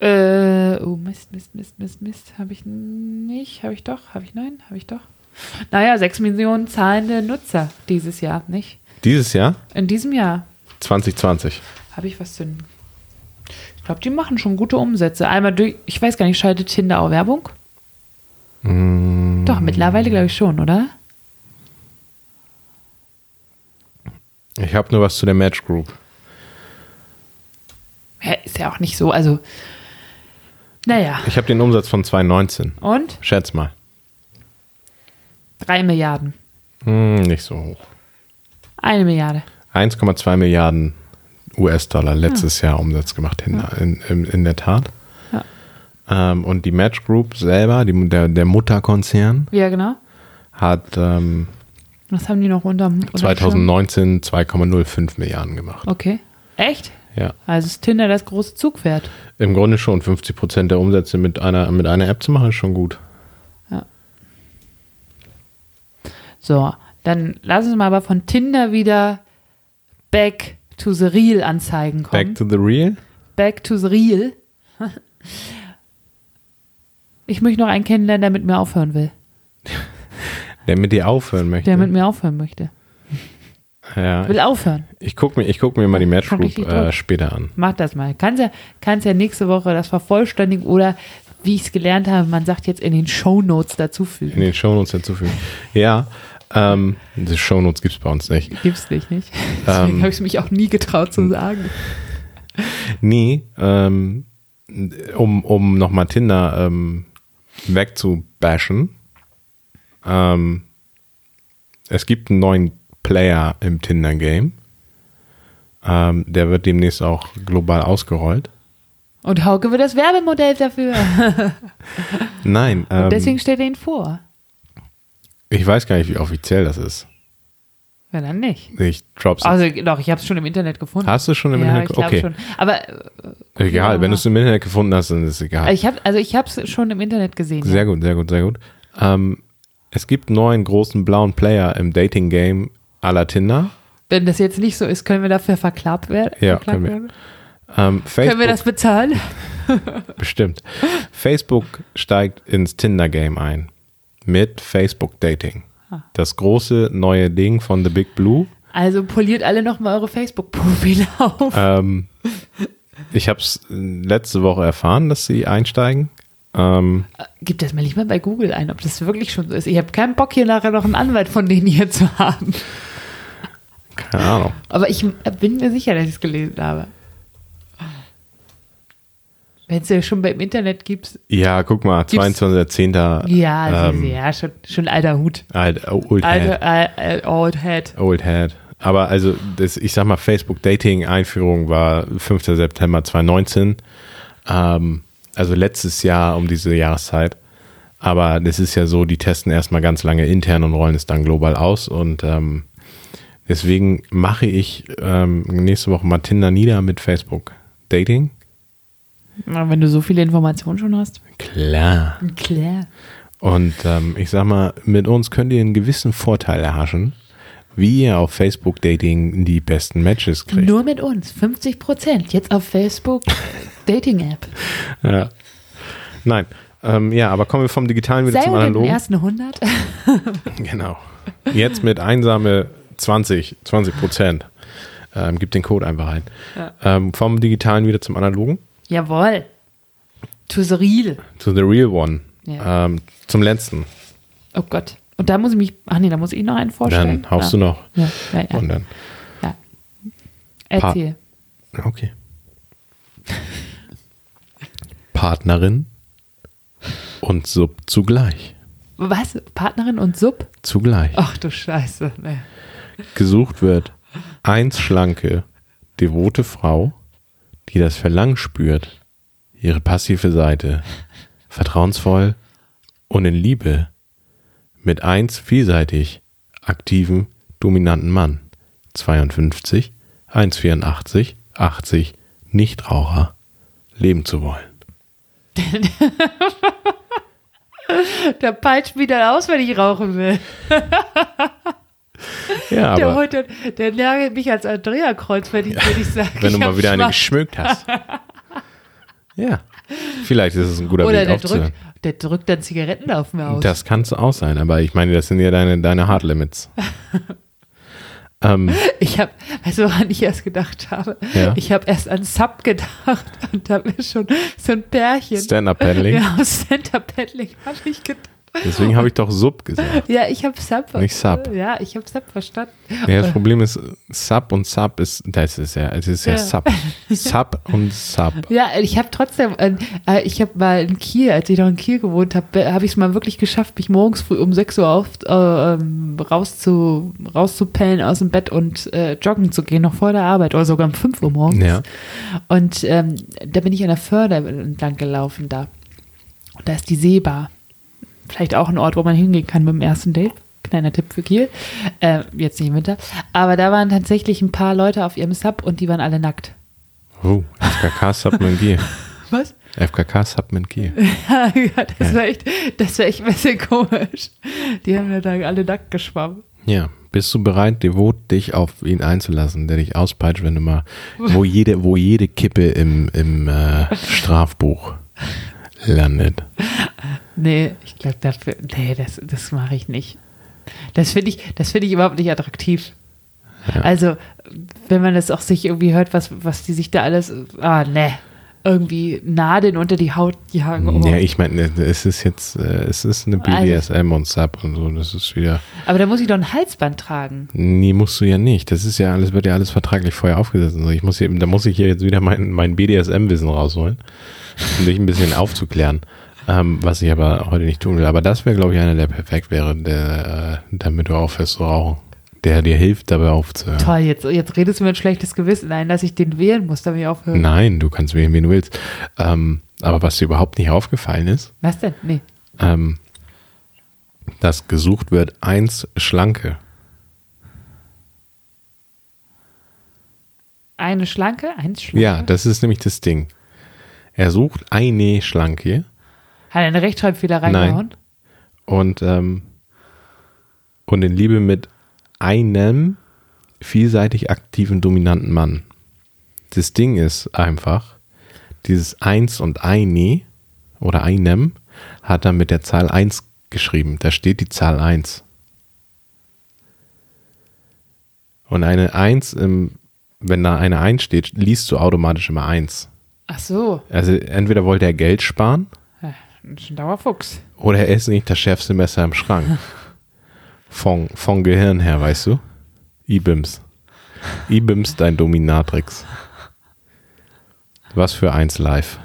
Speaker 2: Äh, oh Mist, Mist, Mist, Mist, Mist. Habe ich nicht. Habe ich doch. Habe ich nein. Habe ich doch. Naja, 6 Millionen zahlende Nutzer dieses Jahr, nicht?
Speaker 3: Dieses Jahr?
Speaker 2: In diesem Jahr
Speaker 3: 2020.
Speaker 2: habe ich was zu. Ich glaube, die machen schon gute Umsätze. Einmal durch, ich weiß gar nicht, schaltet Tinder auch Werbung? Doch, mittlerweile glaube ich schon, oder?
Speaker 3: Ich habe nur was zu der Match Group.
Speaker 2: Hä, ist ja auch nicht so, also. Naja,
Speaker 3: Ich habe den Umsatz von 2019.
Speaker 2: und?
Speaker 3: Schätz mal.
Speaker 2: Drei Milliarden.
Speaker 3: Hm, nicht so hoch.
Speaker 2: Eine Milliarde.
Speaker 3: 1,2 Milliarden US-Dollar letztes Jahr Umsatz gemacht, in, in, in, in der Tat.
Speaker 2: Ja.
Speaker 3: Ähm, und die Match Group selber, die, der, der Mutterkonzern,
Speaker 2: Ja, genau.
Speaker 3: hat ähm,
Speaker 2: Was haben die noch unterm. unterm Schirm?
Speaker 3: 2019 2,05 Milliarden gemacht.
Speaker 2: Okay. Echt?
Speaker 3: Ja,
Speaker 2: Also ist Tinder das große Zugpferd.
Speaker 3: im Grunde schon 50 Prozent der Umsätze mit einer, mit einer App zu machen, ist schon gut.
Speaker 2: So, dann lass uns mal aber von Tinder wieder back to the real Anzeigen
Speaker 3: Back
Speaker 2: kommen.
Speaker 3: to the real.
Speaker 2: Back to the real. Ich möchte noch einen kennenlernen, der mit mir aufhören will.
Speaker 3: Der mit dir aufhören möchte.
Speaker 2: Der mit mir aufhören möchte.
Speaker 3: ja,
Speaker 2: Will aufhören.
Speaker 3: ich gucke mir, ich guck mir mal die Match
Speaker 2: Schon
Speaker 3: Group
Speaker 2: richtig drauf.
Speaker 3: äh, später an.
Speaker 2: Mach das mal. Kannst ja, kannst ja nächste Woche das vervollständigen oder wie ich es gelernt habe, man sagt jetzt in den Shownotes
Speaker 3: In
Speaker 2: dazufügen.
Speaker 3: den Shownotes hinzufügen. Ja, ähm, die Shownotes gibt es bei uns nicht.
Speaker 2: Gibt's nicht, nicht? Deswegen habe ich es mich auch nie getraut zu sagen.
Speaker 3: Nee, ähm, um, um nochmal Tinder ähm, wegzubashen. Ähm, es gibt einen neuen Player im Tinder-Game. Ähm, der wird demnächst auch global ausgerollt.
Speaker 2: Und Hauke wird das Werbemodell dafür.
Speaker 3: Nein, ähm,
Speaker 2: Deswegen stellt er ihn vor.
Speaker 3: ich weiß gar nicht, wie offiziell das ist.
Speaker 2: Wenn dann nicht.
Speaker 3: Ich drop's.
Speaker 2: Also doch, ich habe es schon im Internet gefunden.
Speaker 3: Hast du schon im
Speaker 2: ja,
Speaker 3: Internet?
Speaker 2: Ich glaub
Speaker 3: okay,
Speaker 2: schon. Aber äh,
Speaker 3: egal.
Speaker 2: Ja.
Speaker 3: Wenn du es im Internet gefunden hast, dann ist es egal.
Speaker 2: ich habe also ich habe es schon im Internet gesehen.
Speaker 3: Sehr gut, sehr gut, sehr gut. Ähm, es gibt einen neuen großen blauen Player im Dating-Game à la Tinder.
Speaker 2: Wenn das jetzt nicht so ist, können wir dafür verklagt werden?
Speaker 3: Ja,
Speaker 2: verklagt
Speaker 3: können wir.
Speaker 2: werden?
Speaker 3: Ähm, Facebook,
Speaker 2: Können wir das bezahlen?
Speaker 3: bestimmt. Facebook steigt ins Tinder-Game ein mit Facebook Dating.
Speaker 2: Ah.
Speaker 3: Das große neue Ding von The Big Blue.
Speaker 2: Also poliert alle nochmal eure Facebook-Profile auf.
Speaker 3: Ähm, ich habe es letzte Woche erfahren, dass sie einsteigen. Ähm,
Speaker 2: Gib das mal nicht mal bei Google ein, ob das wirklich schon so ist. Ich habe keinen Bock, hier nachher noch einen Anwalt von denen hier zu haben.
Speaker 3: keine Ahnung.
Speaker 2: Aber ich bin mir sicher, dass ich es gelesen habe. Wenn es ja schon beim Internet gibt,
Speaker 3: Ja, guck mal,
Speaker 2: Gibt's-
Speaker 3: 22.10.
Speaker 2: ja,
Speaker 3: ähm,
Speaker 2: sie- sie- ja schon, schon alter Hut.
Speaker 3: Alt, old
Speaker 2: Alter,
Speaker 3: head.
Speaker 2: äh, äh, old head.
Speaker 3: Old head. Aber also, das, ich sag mal, Facebook-Dating-Einführung war 5. September 2019. Ähm, also letztes Jahr um diese Jahreszeit. Aber das ist ja so, die testen erstmal ganz lange intern und rollen es dann global aus. Und ähm, deswegen mache ich ähm, nächste Woche mal Tinder nieder mit Facebook-Dating.
Speaker 2: Na, Wenn du so viele Informationen schon hast.
Speaker 3: Klar.
Speaker 2: Klar.
Speaker 3: Und ähm, ich sag mal, mit uns könnt ihr einen gewissen Vorteil erhaschen, wie ihr auf Facebook-Dating die besten Matches kriegt.
Speaker 2: Nur mit uns. 50 Prozent. Jetzt auf Facebook Dating-App.
Speaker 3: Ja. Nein. Ähm, ja, aber kommen wir vom Digitalen wieder
Speaker 2: Sei
Speaker 3: zum
Speaker 2: unter den
Speaker 3: Analogen.
Speaker 2: ersten 100.
Speaker 3: Genau. Jetzt mit einsame 20, 20 Prozent. Ähm, gib den Code einfach ein. Ähm, vom Digitalen wieder zum Analogen.
Speaker 2: Jawohl. To the real.
Speaker 3: To the real one.
Speaker 2: Ja.
Speaker 3: Ähm, zum letzten.
Speaker 2: Oh Gott. Und da muss ich mich. Ach nee, da muss ich noch einen vorstellen.
Speaker 3: Dann haust
Speaker 2: ja.
Speaker 3: du noch.
Speaker 2: Ja, ja, ja.
Speaker 3: Und dann.
Speaker 2: ja. Erzähl.
Speaker 3: Okay. Partnerin und Sub zugleich.
Speaker 2: Was? Partnerin und Sub?
Speaker 3: Zugleich.
Speaker 2: Ach du Scheiße. ne. Nee.
Speaker 3: gesucht wird. Eins schlanke, devote Frau, die das Verlangen spürt, ihre passive Seite, vertrauensvoll und in Liebe, mit eins vielseitig, aktiven, dominanten Mann, 52, 184, 80, Nichtraucher, leben zu wollen.
Speaker 2: Der peitscht mich dann aus, wenn ich rauchen will.
Speaker 3: Ja,
Speaker 2: der
Speaker 3: aber
Speaker 2: heute, der nagelt mich als Andrea Kreuz, wenn ich, wenn ich sage,
Speaker 3: wenn du
Speaker 2: ich hab
Speaker 3: mal wieder eine
Speaker 2: Schmack.
Speaker 3: geschmückt hast. Ja, vielleicht ist es ein guter
Speaker 2: Oder
Speaker 3: Weg
Speaker 2: der
Speaker 3: aufzuhören.
Speaker 2: drückt, der drückt dann Zigaretten auf mir aus.
Speaker 3: Das kannst du auch sein, aber ich meine, das sind ja deine, deine Hard Limits. Ähm,
Speaker 2: Ich habe, weißt du, woran ich erst gedacht habe?
Speaker 3: Ja.
Speaker 2: Ich habe erst an Sub gedacht und da ist schon so ein Pärchen.
Speaker 3: Stand-up-Paddling.
Speaker 2: ja, aus Center Paddling habe ich gedacht.
Speaker 3: Deswegen habe ich doch Sub gesagt.
Speaker 2: Ja, ich habe Sub.
Speaker 3: Nicht Sub.
Speaker 2: Ja, ich habe Sub verstanden.
Speaker 3: Ja, das Problem ist, Sub und Sub ist, das ist ja, es ist ja,
Speaker 2: Ja.
Speaker 3: Sub. Sub und Sub.
Speaker 2: Ja, ich habe trotzdem, äh, äh, ich habe mal in Kiel, als ich noch in Kiel gewohnt habe, habe ich es mal wirklich geschafft, mich morgens früh um 6 Uhr auf, äh, ähm, raus zu, rauszupellen aus dem Bett und äh, joggen zu gehen, noch vor der Arbeit oder sogar um 5 Uhr morgens.
Speaker 3: Ja.
Speaker 2: Und ähm, da bin ich an der Förder entlang gelaufen da. Und da ist die Seebar. Vielleicht auch ein Ort, wo man hingehen kann mit dem ersten Date. Kleiner Tipp für Kiel. Äh, jetzt nicht im Winter. Aber da waren tatsächlich ein paar Leute auf ihrem Sub und die waren alle nackt.
Speaker 3: Oh, FKK Sub mit Gier.
Speaker 2: Was?
Speaker 3: FKK Sub mit Gier.
Speaker 2: Ja, das wäre echt, das wär echt ein bisschen komisch. Die haben ja da alle nackt geschwommen.
Speaker 3: Ja. Bist du bereit, devot dich auf ihn einzulassen, der dich auspeitscht, wenn du mal, wo jede, wo jede Kippe im, im äh, Strafbuch landet?
Speaker 2: Nee, ich glaube, dafür, nee, das, das mache ich nicht. Das finde ich, das finde ich überhaupt nicht attraktiv. Also, wenn man das auch sich irgendwie hört, was, was die sich da alles, ah, nee, irgendwie Nadeln unter die Haut jagen. Oh.
Speaker 3: Ja, ich meine, es ist jetzt, äh, es ist eine
Speaker 2: Also-
Speaker 3: BDSM und Sub und so, das ist wieder.
Speaker 2: Aber da muss ich doch ein Halsband tragen.
Speaker 3: Nee, musst du ja nicht. Das ist ja alles, wird ja alles vertraglich vorher aufgesetzt. Also ich muss hier, da muss ich hier jetzt wieder mein, mein BDSM-Wissen rausholen, um dich ein bisschen aufzuklären. Ähm, was ich aber heute nicht tun will. Aber das wäre, glaube ich, einer, der perfekt wäre, der, äh, damit du aufhörst zu rauchen. Der dir hilft, dabei aufzuhören.
Speaker 2: Toll, jetzt, jetzt redest du mir ein schlechtes Gewissen ein, dass ich den wählen muss, damit ich aufhöre.
Speaker 3: Nein, du kannst wählen, wen du willst. Ähm, aber was dir überhaupt nicht aufgefallen ist,
Speaker 2: Was denn? Nee.
Speaker 3: ähm, dass gesucht wird, eins Schlanke.
Speaker 2: Eine Schlanke, eins Schlanke.
Speaker 3: Ja, das ist nämlich das Ding. Er sucht eine Schlanke.
Speaker 2: Hat er eine Rechtschreibfehler
Speaker 3: Nein.
Speaker 2: reingehauen?
Speaker 3: und, ähm, und in Liebe mit einem vielseitig aktiven, dominanten Mann. Das Ding ist einfach, dieses Eins und eine oder einem hat er mit der Zahl 1 geschrieben. Da steht die Zahl 1. Und eine 1 im, wenn da eine 1 steht, liest du automatisch immer 1.
Speaker 2: Ach so,
Speaker 3: Also entweder wollte er Geld sparen
Speaker 2: Ja, ist ein Dauerfuchs.
Speaker 3: Oder er ist nicht das schärfste Messer im Schrank. Von, von Gehirn her, weißt du? Ibims. Ibims, dein Dominatrix. Was für eins live.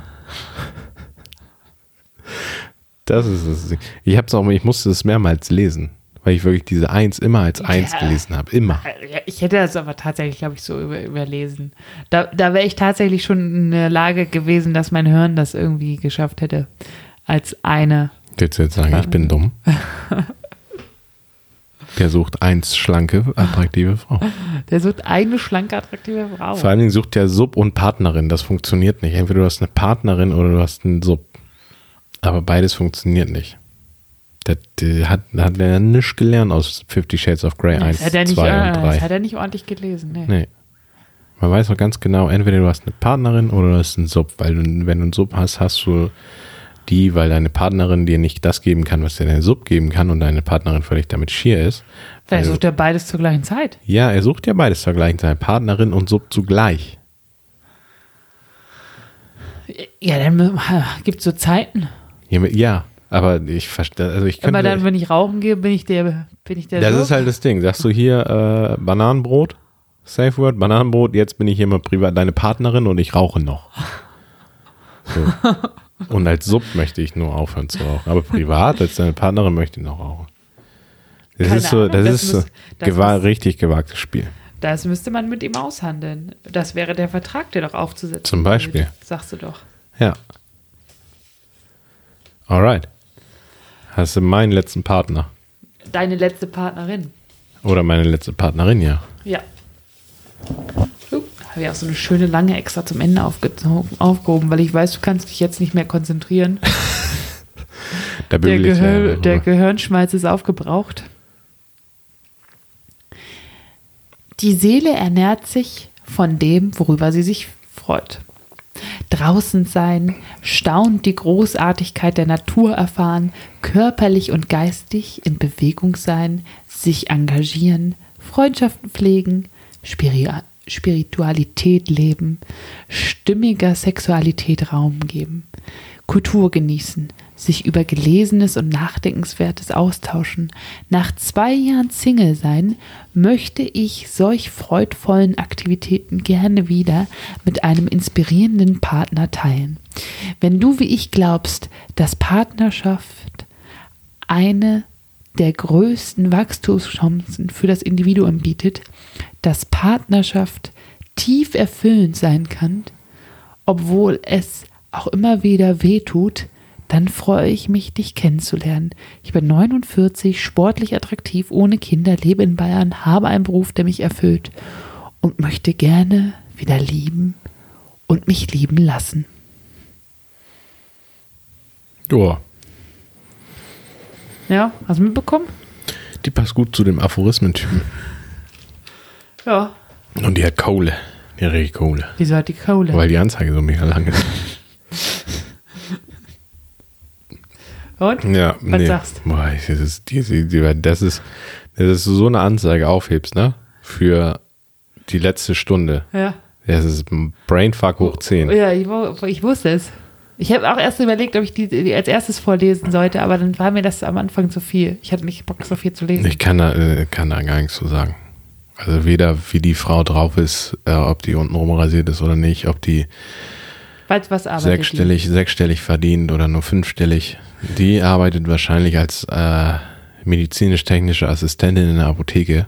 Speaker 3: Das ist das Ding. Ich hab's auch, ich musste es mehrmals lesen, weil ich wirklich diese Eins immer als Eins
Speaker 2: Ja.
Speaker 3: gelesen habe. Immer.
Speaker 2: Ja, Ich hätte das aber tatsächlich, glaube ich, so über, überlesen. Da, da wäre ich tatsächlich schon in der Lage gewesen, dass mein Hirn das irgendwie geschafft hätte. Als eine.
Speaker 3: Willst du jetzt sagen, ich bin dumm? Der sucht eins schlanke, attraktive Frau.
Speaker 2: Der sucht eine schlanke, attraktive Frau.
Speaker 3: Vor allen Dingen sucht der Sub und Partnerin. Das funktioniert nicht. Entweder du hast eine Partnerin oder du hast einen Sub. Aber beides funktioniert nicht. Das äh, hat, hat er nichts gelernt aus Fifty Shades of Grey
Speaker 2: das,
Speaker 3: 1,
Speaker 2: hat er
Speaker 3: 2
Speaker 2: nicht,
Speaker 3: und
Speaker 2: äh, das hat
Speaker 3: 3.
Speaker 2: er nicht ordentlich gelesen. Nee.
Speaker 3: Nee. Man weiß auch ganz genau, entweder du hast eine Partnerin oder du hast einen Sub. Weil du, wenn du einen Sub hast, hast du die, weil deine Partnerin dir nicht das geben kann, was dir dein Sub geben kann und deine Partnerin völlig damit schier ist.
Speaker 2: Vielleicht
Speaker 3: Also-
Speaker 2: sucht er beides zur gleichen Zeit.
Speaker 3: Ja, er sucht ja beides zur gleichen Zeit. Partnerin und Sub zugleich.
Speaker 2: Ja, dann gibt es so Zeiten.
Speaker 3: Ja, mit- ja, aber ich verstehe, also ich könnte.
Speaker 2: Immer dann, wenn ich rauchen gehe, bin ich der, bin ich der
Speaker 3: das
Speaker 2: Sub.
Speaker 3: ist halt das Ding. Sagst du hier äh, Bananenbrot, Safe Word, Bananenbrot, jetzt bin ich hier mal privat deine Partnerin und ich rauche noch. So. und als Sub möchte ich nur aufhören zu rauchen. Aber privat, als deine Partnerin möchte ich noch rauchen. Das
Speaker 2: Keine
Speaker 3: ist so, das,
Speaker 2: Ahnung, das
Speaker 3: ist so
Speaker 2: muss- das
Speaker 3: gewa
Speaker 2: muss-
Speaker 3: richtig gewagtes Spiel.
Speaker 2: Das müsste man mit ihm aushandeln. Das wäre der Vertrag, der doch aufzusetzen
Speaker 3: Zum Beispiel.
Speaker 2: gilt, Sagst du doch.
Speaker 3: Ja. Alright. Hast du meinen letzten Partner?
Speaker 2: Deine letzte Partnerin.
Speaker 3: Oder meine letzte Partnerin, ja.
Speaker 2: Ja. Uh, Habe ich auch so eine schöne lange extra zum Ende aufgezogen, aufgehoben, weil ich weiß, du kannst dich jetzt nicht mehr konzentrieren.
Speaker 3: Da
Speaker 2: Der,
Speaker 3: bügel ich ja
Speaker 2: Gehir
Speaker 3: immer.
Speaker 2: der Gehirnschmalz ist aufgebraucht. Die Seele ernährt sich von dem, worüber sie sich freut. Draußen sein, staunend die Großartigkeit der Natur erfahren, körperlich und geistig in Bewegung sein, sich engagieren, Freundschaften pflegen, Spiri Spiritualität leben, stimmiger Sexualität Raum geben, Kultur genießen, sich über Gelesenes und Nachdenkenswertes austauschen. Nach zwei Jahren Single sein, möchte ich solch freudvollen Aktivitäten gerne wieder mit einem inspirierenden Partner teilen. Wenn du wie ich glaubst, dass Partnerschaft eine der größten Wachstumschancen für das Individuum bietet, dass Partnerschaft tief erfüllend sein kann, obwohl es auch immer wieder wehtut, dann freue ich mich, dich kennenzulernen. Ich bin 49, sportlich attraktiv, ohne Kinder, lebe in Bayern, habe einen Beruf, der mich erfüllt und möchte gerne wieder lieben und mich lieben lassen.
Speaker 3: Ja,
Speaker 2: Ja, hast du mitbekommen?
Speaker 3: die passt gut zu dem Aphorismentypen.
Speaker 2: Ja.
Speaker 3: Und die hat Kohle. Die hat richtig Kohle.
Speaker 2: Wieso hat die Kohle?
Speaker 3: Weil die Anzeige so mega lang ist.
Speaker 2: und?
Speaker 3: Ja,
Speaker 2: Was sagst
Speaker 3: Boah, ich- das, ist, die- die- die- das ist, das ist so eine Anzeige aufhebst, ne? Für die letzte Stunde.
Speaker 2: Ja.
Speaker 3: Das ist ein Brainfuck hoch 10.
Speaker 2: Ja, ich, wu- ich wusste es. Ich habe auch erst überlegt, ob ich die, die als erstes vorlesen sollte, aber dann war mir das am Anfang zu viel. Ich hatte nicht Bock, so viel zu lesen.
Speaker 3: Ich kann da, äh, kann da gar nichts zu sagen. Also weder wie die Frau drauf ist, äh, ob die unten rumrasiert ist oder nicht, ob die
Speaker 2: Was, was arbeitet
Speaker 3: sechsstellig, sechsstellig verdient oder nur fünfstellig. Die arbeitet wahrscheinlich als äh, medizinisch-technische Assistentin in der Apotheke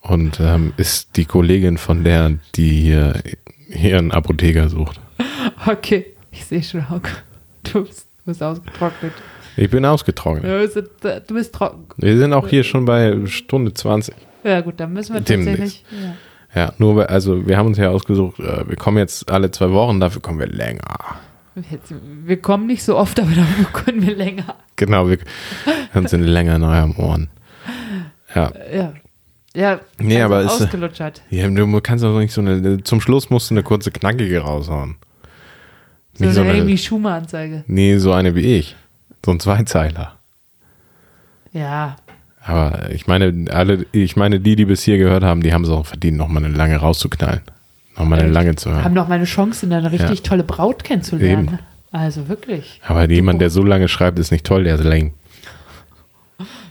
Speaker 3: und ähm, ist die Kollegin von der, die hier ihren Apotheker sucht.
Speaker 2: die? Okay, ich sehe schon, Hauke. Du bist, du bist ausgetrocknet.
Speaker 3: Ich bin ausgetrocknet.
Speaker 2: Du bist, äh, du bist trocken.
Speaker 3: Wir sind auch hier schon bei Stunde 20.
Speaker 2: Ja gut, dann müssen wir
Speaker 3: Demnächst.
Speaker 2: tatsächlich... Ja.
Speaker 3: Ja, nur, weil- also wir haben uns ja ausgesucht, äh, wir kommen jetzt alle zwei Wochen, dafür kommen wir länger.
Speaker 2: Jetzt, wir kommen nicht so oft, aber dafür können wir länger.
Speaker 3: Genau, wir wir sind länger in eurem Ohren. Ja.
Speaker 2: Ja, ja also
Speaker 3: Nee, aber äh, ist-
Speaker 2: ausgelutschert.
Speaker 3: Ja, du kannst doch nicht so eine. Zum Schluss musst du eine kurze knackige raushauen.
Speaker 2: So
Speaker 3: nicht so
Speaker 2: eine
Speaker 3: eine-
Speaker 2: Amy Schumer-Anzeige.
Speaker 3: Nee, so eine wie ich. So ein Zweizeiler.
Speaker 2: Ja,
Speaker 3: Aber ich meine, alle, ich meine, die, die bis hier gehört haben, die haben es auch verdient, nochmal eine lange rauszuknallen. Nochmal eine
Speaker 2: Echt?
Speaker 3: lange zu hören.
Speaker 2: haben noch mal eine Chance, eine richtig tolle Braut kennenzulernen.
Speaker 3: Eben.
Speaker 2: Also wirklich,
Speaker 3: Aber jemand, der so lange schreibt, ist nicht toll, der ist lame.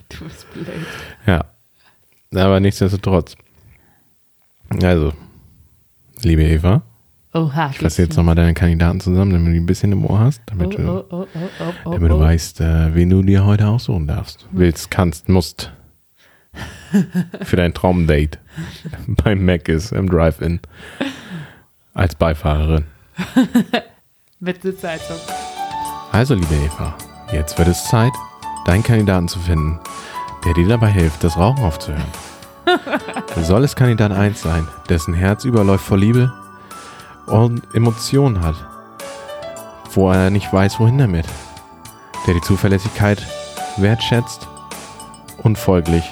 Speaker 2: du bist blöd.
Speaker 3: Ja. Aber nichtsdestotrotz. Also, liebe Eva,
Speaker 2: Oha,
Speaker 3: ich fasse jetzt äh, nochmal deine Kandidaten zusammen, damit du die ein bisschen im Ohr hast,
Speaker 2: Oh,
Speaker 3: damit du
Speaker 2: oh, oh, oh, oh, oh,
Speaker 3: Damit
Speaker 2: oh.
Speaker 3: du
Speaker 2: Hm.
Speaker 3: weißt, äh, wen du dir heute aussuchen darfst. Willst, kannst, musst. Für dein Traumdate. Beim Mac ist im Drive-In. Als Beifahrerin.
Speaker 2: Mit Sitzheizung.
Speaker 3: Also, liebe Eva, jetzt wird es Zeit, deinen Kandidaten zu finden, der dir dabei hilft, das Rauchen aufzuhören. Soll es Kandidat 1 sein, dessen Herz überläuft vor Liebe und Emotionen hat, wo er nicht weiß, wohin damit, der die Zuverlässigkeit wertschätzt und folglich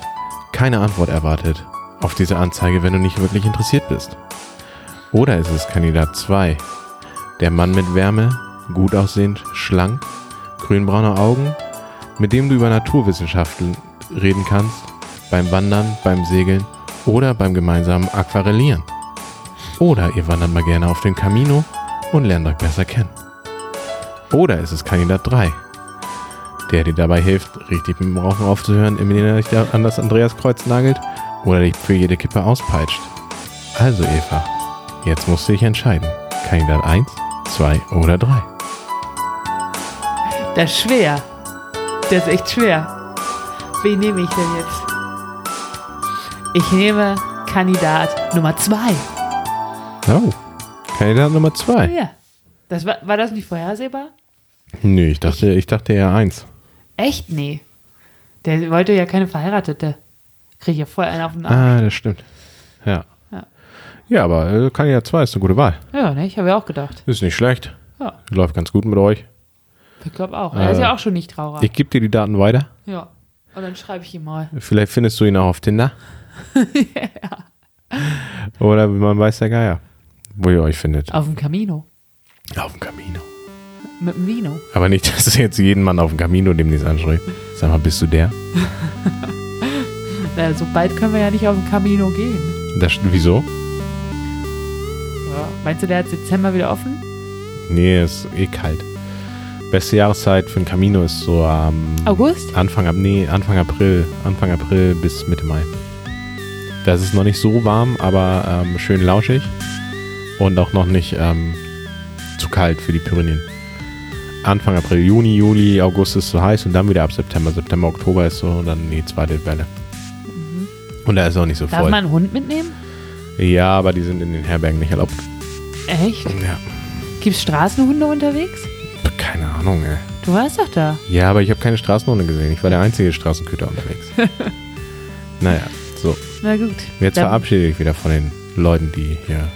Speaker 3: keine Antwort erwartet auf diese Anzeige, wenn du nicht wirklich interessiert bist? Oder ist es Kandidat 2, der Mann mit Wärme, gut aussehend, schlank, grünbraune Augen, mit dem du über Naturwissenschaften reden kannst, beim Wandern, beim Segeln oder beim gemeinsamen Aquarellieren. Oder ihr wandert mal gerne auf dem Camino und lernt euch besser kennen. Oder ist es Kandidat 3, der dir dabei hilft, richtig mit dem Rauchen aufzuhören, indem er dich da an das Andreas Kreuz nagelt oder dich für jede Kippe auspeitscht. Also Eva, jetzt musst du dich entscheiden. Kandidat 1, 2 oder 3.
Speaker 2: Das ist schwer. Das ist echt schwer. Wen nehme ich denn jetzt? Ich nehme Kandidat Nummer zwei. Ah,
Speaker 3: Oh, Kandidat Nummer 2.
Speaker 2: Ja. Das war, war das nicht vorhersehbar?
Speaker 3: Nee, ich dachte, ich dachte eher 1.
Speaker 2: Echt? Nee. Der wollte ja keine Verheiratete. Kriege ich ja voll einen auf den Arm.
Speaker 3: Ah, das stimmt. Ja.
Speaker 2: Ja.
Speaker 3: Ja, aber äh, Kandidat 2 ist eine gute Wahl.
Speaker 2: Ja, ne? Ich habe ja auch gedacht.
Speaker 3: Ist nicht schlecht.
Speaker 2: Ja,
Speaker 3: Läuft ganz gut mit euch.
Speaker 2: ich glaube auch. Er ist
Speaker 3: Äh,
Speaker 2: ja auch schon nicht traurig.
Speaker 3: Ich gebe dir die Daten weiter.
Speaker 2: Ja. Und dann schreibe ich ihm mal.
Speaker 3: Vielleicht findest du ihn auch auf Tinder. Oder man weiß ja Geier, wo ihr euch findet.
Speaker 2: Auf dem Camino.
Speaker 3: Auf dem Camino.
Speaker 2: Mit dem Vino.
Speaker 3: Aber nicht, dass du jetzt jeden Mann auf dem Camino demnächst anschreibst. Sag mal, bist du der?
Speaker 2: Na, Äh, so bald können wir ja nicht auf den Camino gehen.
Speaker 3: Das, wieso?
Speaker 2: Meinst du, der hat Dezember wieder offen?
Speaker 3: Nee, ist eh kalt. Beste Jahreszeit für den Camino ist so am
Speaker 2: August?
Speaker 3: Anfang, Ab- nee, Anfang April. Anfang April bis Mitte Mai. Das ist noch nicht so warm, aber ähm, schön lauschig. Und auch noch nicht ähm, zu kalt für die Pyrenäen. Anfang April, Juni, Juli, August ist so heiß und dann wieder ab September. September, Oktober ist so dann die zweite Welle. Und da ist auch nicht so
Speaker 2: Mhm. Darf
Speaker 3: voll.
Speaker 2: man einen Hund mitnehmen?
Speaker 3: Ja, aber die sind in den Herbergen nicht erlaubt.
Speaker 2: Echt?
Speaker 3: Ja.
Speaker 2: Gibt's Straßenhunde unterwegs?
Speaker 3: Keine Ahnung, ey.
Speaker 2: Du warst doch da.
Speaker 3: Ja, aber ich habe keine Straßenhunde gesehen. Ich war der einzige Straßenköter unterwegs. naja, so.
Speaker 2: Na gut.
Speaker 3: Jetzt
Speaker 2: Dann-
Speaker 3: verabschiede ich wieder von den Leuten, die hier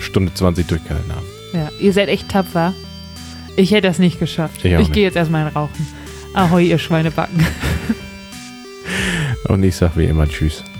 Speaker 3: Stunde 20 durchgehalten haben.
Speaker 2: Ja, ihr seid echt tapfer. Ich hätte das nicht geschafft.
Speaker 3: Ich auch
Speaker 2: Ich
Speaker 3: nicht.
Speaker 2: gehe jetzt erstmal rauchen. Ahoi, ihr Schweinebacken.
Speaker 3: Und ich sage wie immer Tschüss.